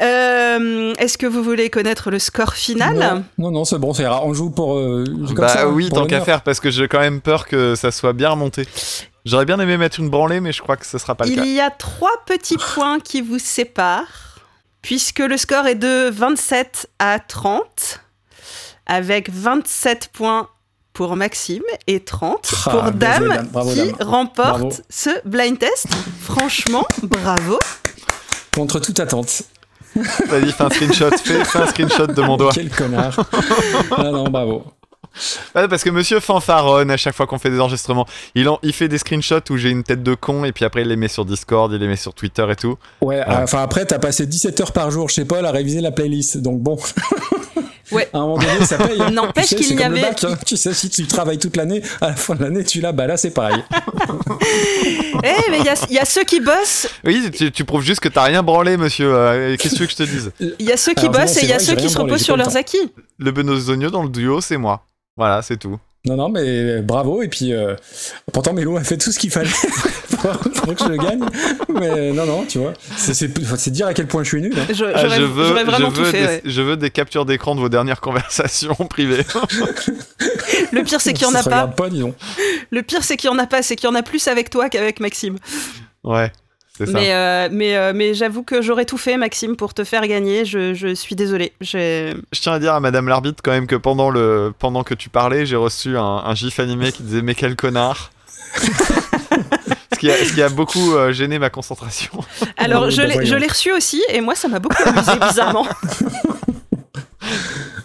Speaker 2: Euh, Est-ce que vous voulez connaître le score final
Speaker 3: Non, non, non, c'est bon, ça ira. On joue pour. euh, comme
Speaker 4: bah
Speaker 3: ça,
Speaker 4: oui,
Speaker 3: pour
Speaker 4: tant qu'à
Speaker 3: l'honneur.
Speaker 4: faire parce que j'ai quand même peur que ça soit bien remonté. J'aurais bien aimé mettre une branlée, mais je crois que ce sera pas le
Speaker 2: Il
Speaker 4: cas.
Speaker 2: y a trois petits points qui vous séparent, puisque le score est de 27 à 30, avec 27 points pour Maxime et 30
Speaker 3: Ah,
Speaker 2: pour
Speaker 3: bien
Speaker 2: Dame,
Speaker 3: joué, Dame. Bravo,
Speaker 2: qui
Speaker 3: Dame.
Speaker 2: remporte
Speaker 3: Bravo.
Speaker 2: ce blind test. Franchement, bravo.
Speaker 3: Contre toute attente.
Speaker 4: Vas-y, fais un screenshot. Fais, fais un screenshot de mon doigt.
Speaker 3: Quel connard. ah non, bravo.
Speaker 4: Ouais, parce que monsieur fanfaronne à chaque fois qu'on fait des enregistrements. Il, en- il fait des screenshots où j'ai une tête de con et puis après il les met sur Discord, il les met sur Twitter et tout.
Speaker 3: Ouais,
Speaker 4: Ah.
Speaker 3: euh, enfin après, t'as passé 17 heures par jour chez Paul à réviser la playlist, donc bon.
Speaker 2: Ouais.
Speaker 3: À un moment donné, ça paye. hein.
Speaker 2: N'empêche
Speaker 3: Tu sais,
Speaker 2: qu'il
Speaker 3: c'est
Speaker 2: n'y
Speaker 3: comme le
Speaker 2: avait-
Speaker 3: bac, hein. Tu sais, si tu travailles toute l'année, à la fin de l'année, tu l'as, bah là, c'est pareil.
Speaker 2: Eh, mais il y a- il y a ceux qui bossent
Speaker 4: Oui, tu, tu prouves juste que t'as rien branlé, monsieur. euh, Qu'est-ce que tu veux que je te dise
Speaker 2: Il y a ceux qui
Speaker 3: Alors,
Speaker 2: bossent
Speaker 3: non,
Speaker 2: et il y a
Speaker 3: c'est vrai,
Speaker 2: ceux
Speaker 3: j'ai
Speaker 2: qui
Speaker 3: rien
Speaker 2: se
Speaker 3: branlé,
Speaker 2: reposent
Speaker 3: j'ai
Speaker 2: sur
Speaker 3: pas eu le
Speaker 2: leurs acquis.
Speaker 4: Le Benozonio dans le duo, c'est moi. Voilà, c'est tout.
Speaker 3: Non, non, mais bravo. Et puis, euh, pourtant, Mélo a fait tout ce qu'il fallait. quoi, pour que je le gagne. Mais non, non, tu vois. C'est- C'est c'est dire à quel point je suis nul. hein.
Speaker 2: Je- J'aurais
Speaker 4: Ah, je, veux,
Speaker 2: j'aurais vraiment
Speaker 4: je
Speaker 2: tout
Speaker 4: veux
Speaker 2: fait.
Speaker 4: des,
Speaker 2: ouais.
Speaker 4: je veux des captures d'écran de vos dernières conversations privées.
Speaker 2: Le pire, c'est qu'il n'y en
Speaker 3: Ça
Speaker 2: a
Speaker 3: se
Speaker 2: pas.
Speaker 3: regarde pas, disons.
Speaker 2: Le pire, c'est qu'il n'y en a pas. C'est qu'il y en a plus avec toi qu'avec Maxime.
Speaker 4: ouais, c'est ça.
Speaker 2: Mais, euh, mais, euh, mais j'avoue que j'aurais tout fait, Maxime, pour te faire gagner. Je, je suis désolée. J'ai-
Speaker 4: Je tiens à dire à Madame l'arbitre quand même que pendant, le, pendant que tu parlais, j'ai reçu un, un gif animé qui disait Mais quel connard ce, qui a, ce qui a beaucoup euh, gêné ma concentration.
Speaker 2: Alors,
Speaker 3: Oui,
Speaker 2: je
Speaker 3: bah,
Speaker 2: l'ai- je
Speaker 3: voyons.
Speaker 2: l'ai reçu aussi, et moi, ça m'a beaucoup amusé, bizarrement.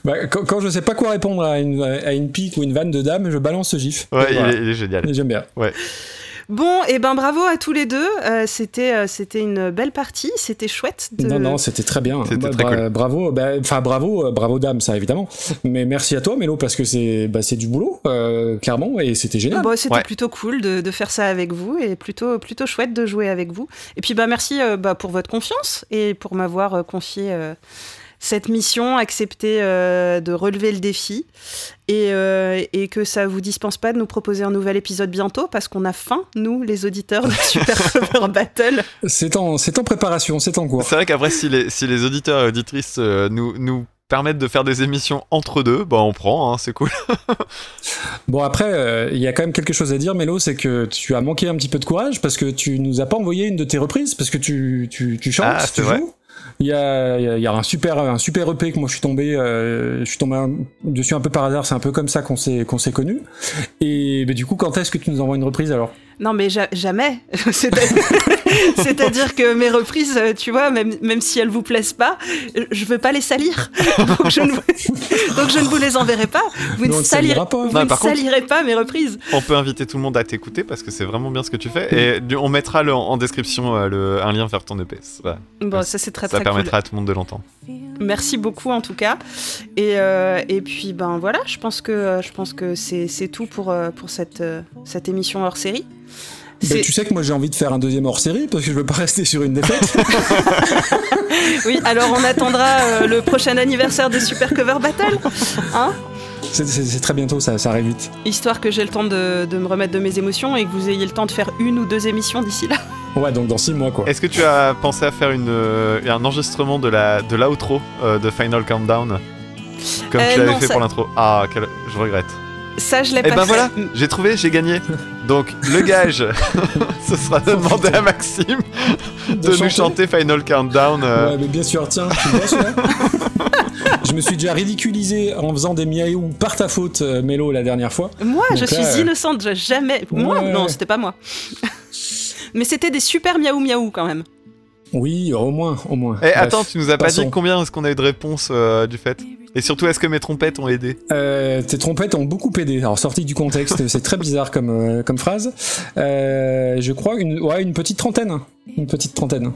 Speaker 3: Bah, quand, quand je sais pas quoi répondre à une, à une pique ou une vanne de dame, je balance ce gif.
Speaker 4: Ouais,
Speaker 3: Voilà.
Speaker 4: il, est, il est génial.
Speaker 3: Et J'aime bien.
Speaker 2: Bon, et ben bravo à tous les deux. Euh, c'était, euh, c'était une belle partie. C'était chouette. De...
Speaker 3: Non, non, c'était très bien.
Speaker 4: C'était très cool.
Speaker 3: Bravo, bah, enfin bravo, euh, bravo dame, ça évidemment. Mais merci à toi, Mélo, parce que c'est bah, c'est du boulot, euh, clairement, et c'était génial.
Speaker 2: Bon, Bah, c'était
Speaker 4: Ouais.
Speaker 2: plutôt cool de, de faire ça avec vous et plutôt, plutôt chouette de jouer avec vous. Et puis bah, merci euh, bah, pour votre confiance et pour m'avoir euh, confié euh, cette mission, accepté euh, de relever le défi et, euh, et que ça vous dispense pas de nous proposer un nouvel épisode bientôt parce qu'on a faim, nous, les auditeurs de Super Cover Battle.
Speaker 3: C'est en, c'est en préparation, c'est en cours.
Speaker 4: C'est vrai qu'après, si les, si les auditeurs et auditrices euh, nous, nous permettent de faire des émissions entre deux, bah on prend, hein, c'est cool.
Speaker 3: Bon, après, euh, il y a quand même quelque chose à dire, Mélo, c'est que tu as manqué un petit peu de courage parce que tu nous as pas envoyé une de tes reprises, parce que tu, tu, tu chantes,
Speaker 4: Ah, c'est
Speaker 3: tu
Speaker 4: vrai.
Speaker 3: joues. Il y a, il y a- il y a un super, un super EP que moi je suis tombé, euh, je suis tombé un- dessus un peu par hasard, c'est un peu comme ça qu'on s'est, qu'on s'est connus. Et mais du coup, quand est-ce que tu nous envoies une reprise alors
Speaker 2: Non, mais ja- jamais. C'est-à- C'est-à-dire que mes reprises, euh, tu vois, même, même si elles vous plaisent pas, euh, je veux pas les salir. Donc je ne vous, donc je ne vous les enverrai pas. Vous
Speaker 3: Non, on
Speaker 2: ne
Speaker 3: ne salira
Speaker 2: salirez,
Speaker 3: pas.
Speaker 2: vous
Speaker 4: Non,
Speaker 2: ne
Speaker 4: Bah, par contre-
Speaker 2: salirez pas mes reprises.
Speaker 4: On peut inviter tout le monde à t'écouter parce que c'est vraiment bien ce que tu fais. Et du- on mettra le- en description euh, le- un lien vers ton EPS. Voilà.
Speaker 2: Bon, ça c'est très
Speaker 4: Ça
Speaker 2: très
Speaker 4: permettra à tout le monde de l'entendre.
Speaker 2: cool. Merci beaucoup en tout cas. Et, euh, et puis ben voilà, je pense que euh, je pense que c'est c'est tout pour euh, pour cette euh, cette émission hors série.
Speaker 3: Ben,
Speaker 2: C'est-
Speaker 3: Tu sais que moi j'ai envie de faire un deuxième hors série parce que je veux pas rester sur une défaite.
Speaker 2: Oui, alors on attendra euh, le prochain anniversaire de Super Cover Battle, hein
Speaker 3: c'est, c'est- c'est très bientôt, ça, ça arrive vite.
Speaker 2: Histoire que j'ai le temps de, de me remettre de mes émotions et que vous ayez le temps de faire une ou deux émissions d'ici là.
Speaker 3: Ouais, donc dans six mois quoi.
Speaker 4: Est-ce que tu as pensé à faire une, euh, un enregistrement de la de l'outro euh, de Final Countdown comme
Speaker 2: Euh,
Speaker 4: tu l'avais
Speaker 2: non,
Speaker 4: fait
Speaker 2: ça-
Speaker 4: pour l'intro Ah, quel- je regrette.
Speaker 2: Ça, je l'ai
Speaker 4: Et
Speaker 2: pas
Speaker 4: ben
Speaker 2: fait.
Speaker 4: voilà, j'ai trouvé, j'ai gagné. Donc le gage, ce sera de demander à Maxime de, nous chanter Final Countdown. euh,
Speaker 3: Ouais, mais bien sûr, tiens, tu vois celui-là Je me suis déjà ridiculisé en faisant des miaou par ta faute, euh, Mélo, la dernière fois.
Speaker 2: Moi, je
Speaker 3: Donc là,
Speaker 2: suis
Speaker 3: euh,
Speaker 2: innocente, je- jamais. Moi,
Speaker 3: Ouais.
Speaker 2: non, c'était pas moi. Mais c'était des super miaou miaou quand même.
Speaker 3: Oui, au moins, au moins.
Speaker 4: Eh
Speaker 3: Bref.
Speaker 4: attends, tu nous as pas
Speaker 3: passons.
Speaker 4: dit combien est-ce qu'on a eu de réponses euh, du fait Et surtout, est-ce que mes trompettes ont aidé
Speaker 3: Euh, tes trompettes ont beaucoup aidé. Alors, sorti du contexte, c'est très bizarre comme, euh, comme phrase. Euh, je crois une, ouais, une petite trentaine. Une petite trentaine.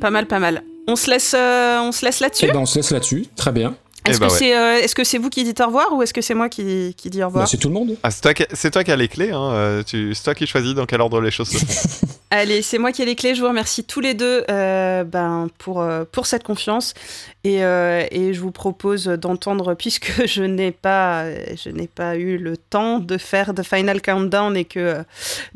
Speaker 2: Pas mal, pas mal. On se laisse, euh, on se laisse
Speaker 3: Et
Speaker 2: là-dessus.
Speaker 3: ben, on se laisse là-dessus. Très bien.
Speaker 4: Eh
Speaker 2: Est-ce
Speaker 4: ben
Speaker 2: que
Speaker 4: ouais.
Speaker 2: c'est, euh, est-ce que c'est vous qui dites au revoir ou est-ce que c'est moi qui, qui dis au
Speaker 3: Bah,
Speaker 2: revoir
Speaker 3: c'est tout le monde.
Speaker 4: Ah, c'est toi, qui- c'est toi qui as les clés, hein, euh, tu- c'est toi qui choisis dans quel ordre les choses se font.
Speaker 2: Allez, c'est moi qui ai les clés. Je vous remercie tous les deux euh, ben, pour, euh, pour cette confiance. Et, euh, et je vous propose d'entendre, puisque je n'ai pas, je n'ai pas eu le temps de faire The Final Countdown et que euh,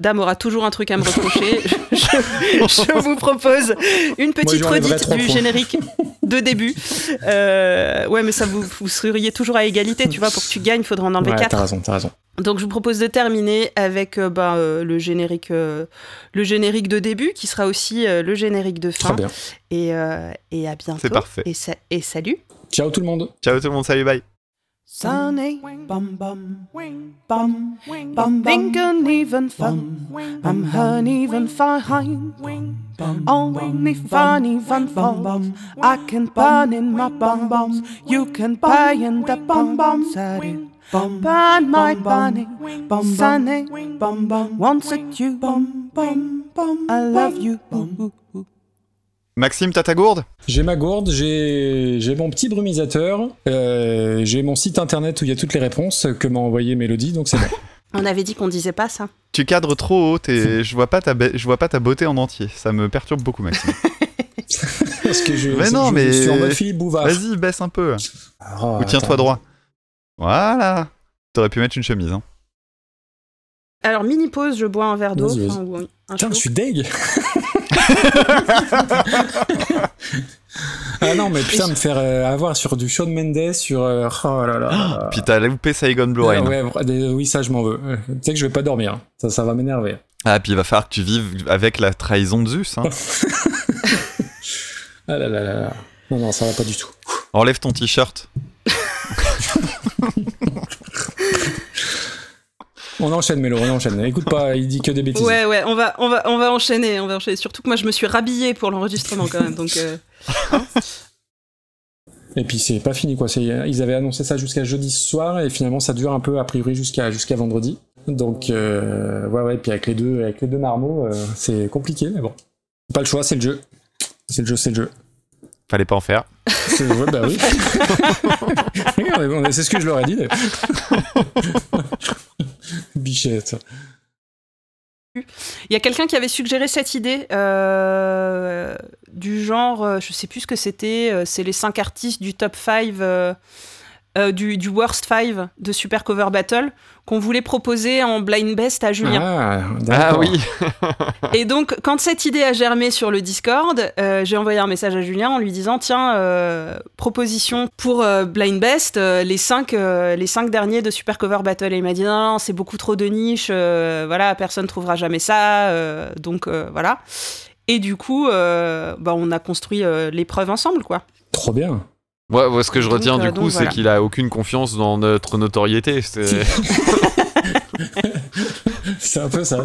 Speaker 2: Dame aura toujours un truc à me reprocher, je, je vous propose une petite
Speaker 3: j'enlèverais
Speaker 2: redite
Speaker 3: trois
Speaker 2: du
Speaker 3: points.
Speaker 2: générique de début. Euh, ouais, mais ça, vous, vous seriez toujours à égalité, tu vois. Pour que tu gagnes, il faudrait en enlever
Speaker 3: Ouais,
Speaker 2: quatre.
Speaker 3: t'as raison, t'as raison.
Speaker 2: Donc je vous propose de terminer avec euh, bah, euh, le générique, euh, le générique de début qui sera aussi euh, le générique de
Speaker 3: Très
Speaker 2: fin.
Speaker 3: bien.
Speaker 2: Et, euh, et à bientôt.
Speaker 4: C'est parfait.
Speaker 2: Et, sa- et salut.
Speaker 3: Ciao tout le monde.
Speaker 4: Ciao tout le monde, salut, bye.
Speaker 2: eh?
Speaker 1: Sunny, bum bum, bum, bum, think an even fun. I'm hun even fine. Only funny fun bum. I can burn in my bum bums. You can buy in the bum bum. Sunny, bum, burn my bunny. Bum sunny, bum bum. Once at you, bum bum bum. I love you.
Speaker 4: Maxime, t'as ta gourde
Speaker 3: J'ai ma gourde, j'ai j'ai mon petit brumisateur, euh, j'ai mon site internet où il y a toutes les réponses que m'a envoyé Mélodie, donc c'est bon.
Speaker 2: On avait dit qu'on disait pas ça.
Speaker 4: Tu cadres trop haut et je vois pas ta be- je vois pas ta beauté en entier. Ça me perturbe beaucoup, Maxime.
Speaker 3: Parce que je,
Speaker 4: Mais
Speaker 3: je-
Speaker 4: non,
Speaker 3: je
Speaker 4: mais-
Speaker 3: suis en mode Philippe Bouvard.
Speaker 4: Vas-y, baisse un peu.
Speaker 3: Ah,
Speaker 4: Ou tiens-toi
Speaker 3: attends.
Speaker 4: droit. Voilà. T'aurais pu mettre une chemise. Hein.
Speaker 2: Alors, mini pause, je bois un verre d'eau.
Speaker 3: Vas-y,
Speaker 2: enfin, ou un- un
Speaker 3: Putain,
Speaker 2: chou.
Speaker 3: je suis deg Ah non, mais putain, me faire euh, avoir sur du Shawn Mendes, sur. euh, oh là là. là.
Speaker 4: Puis t'as loupé Saigon Blue
Speaker 3: Ah
Speaker 4: Rain.
Speaker 3: ouais, vra- des- oui, ça, je m'en veux. Euh, Tu sais que je vais pas dormir. Ça, ça va m'énerver.
Speaker 4: Ah, puis il va falloir que tu vives avec la trahison de Zeus. hein.
Speaker 3: Ah là là là là. Non, non, ça va pas du tout.
Speaker 4: Enlève ton t-shirt.
Speaker 3: On enchaîne, Mélo, on enchaîne. Écoute pas, il dit que des bêtises.
Speaker 2: Ouais, ouais, on va, on, va, on va enchaîner, on va enchaîner. Surtout que moi, je me suis rhabillée pour l'enregistrement quand même. Donc, euh,
Speaker 3: Et puis c'est pas fini quoi. C'est, ils avaient annoncé ça jusqu'à jeudi soir et finalement ça dure un peu a priori jusqu'à jusqu'à vendredi. Donc euh, ouais ouais. Puis avec les deux avec les deux marmots, euh, c'est compliqué mais bon. Pas le choix, c'est le jeu. C'est le jeu, c'est le jeu.
Speaker 4: Fallait pas en faire.
Speaker 3: C'est, ouais, bah oui. Oui, mais bon, c'est ce que je leur ai dit. d'ailleurs. Bichette.
Speaker 2: Il y a quelqu'un qui avait suggéré cette idée euh, du genre, euh, je sais plus ce que c'était, euh, c'est les cinq artistes du top 5, du, du worst 5 de Super Cover Battle, qu'on voulait proposer en blind best à Julien.
Speaker 3: Ah,
Speaker 4: Ah
Speaker 3: d'accord.
Speaker 4: oui.
Speaker 2: Et donc, quand cette idée a germé sur le Discord, euh, j'ai envoyé un message à Julien en lui disant Tiens, euh, proposition pour euh, blind best, euh, les, cinq, euh, les cinq derniers de Super Cover Battle. Et il m'a dit Non, non, c'est beaucoup trop de niche, euh, voilà, personne trouvera jamais ça, euh, donc euh, voilà. Et du coup, euh, bah, on a construit euh, l'épreuve ensemble, quoi.
Speaker 3: Trop bien.
Speaker 4: Ouais, ouais, ce que je
Speaker 2: Donc,
Speaker 4: retiens
Speaker 2: euh,
Speaker 4: du
Speaker 2: donc
Speaker 4: coup, c'est
Speaker 2: voilà.
Speaker 4: qu'il a aucune confiance dans notre notoriété. C'est-
Speaker 3: C'est un peu ça.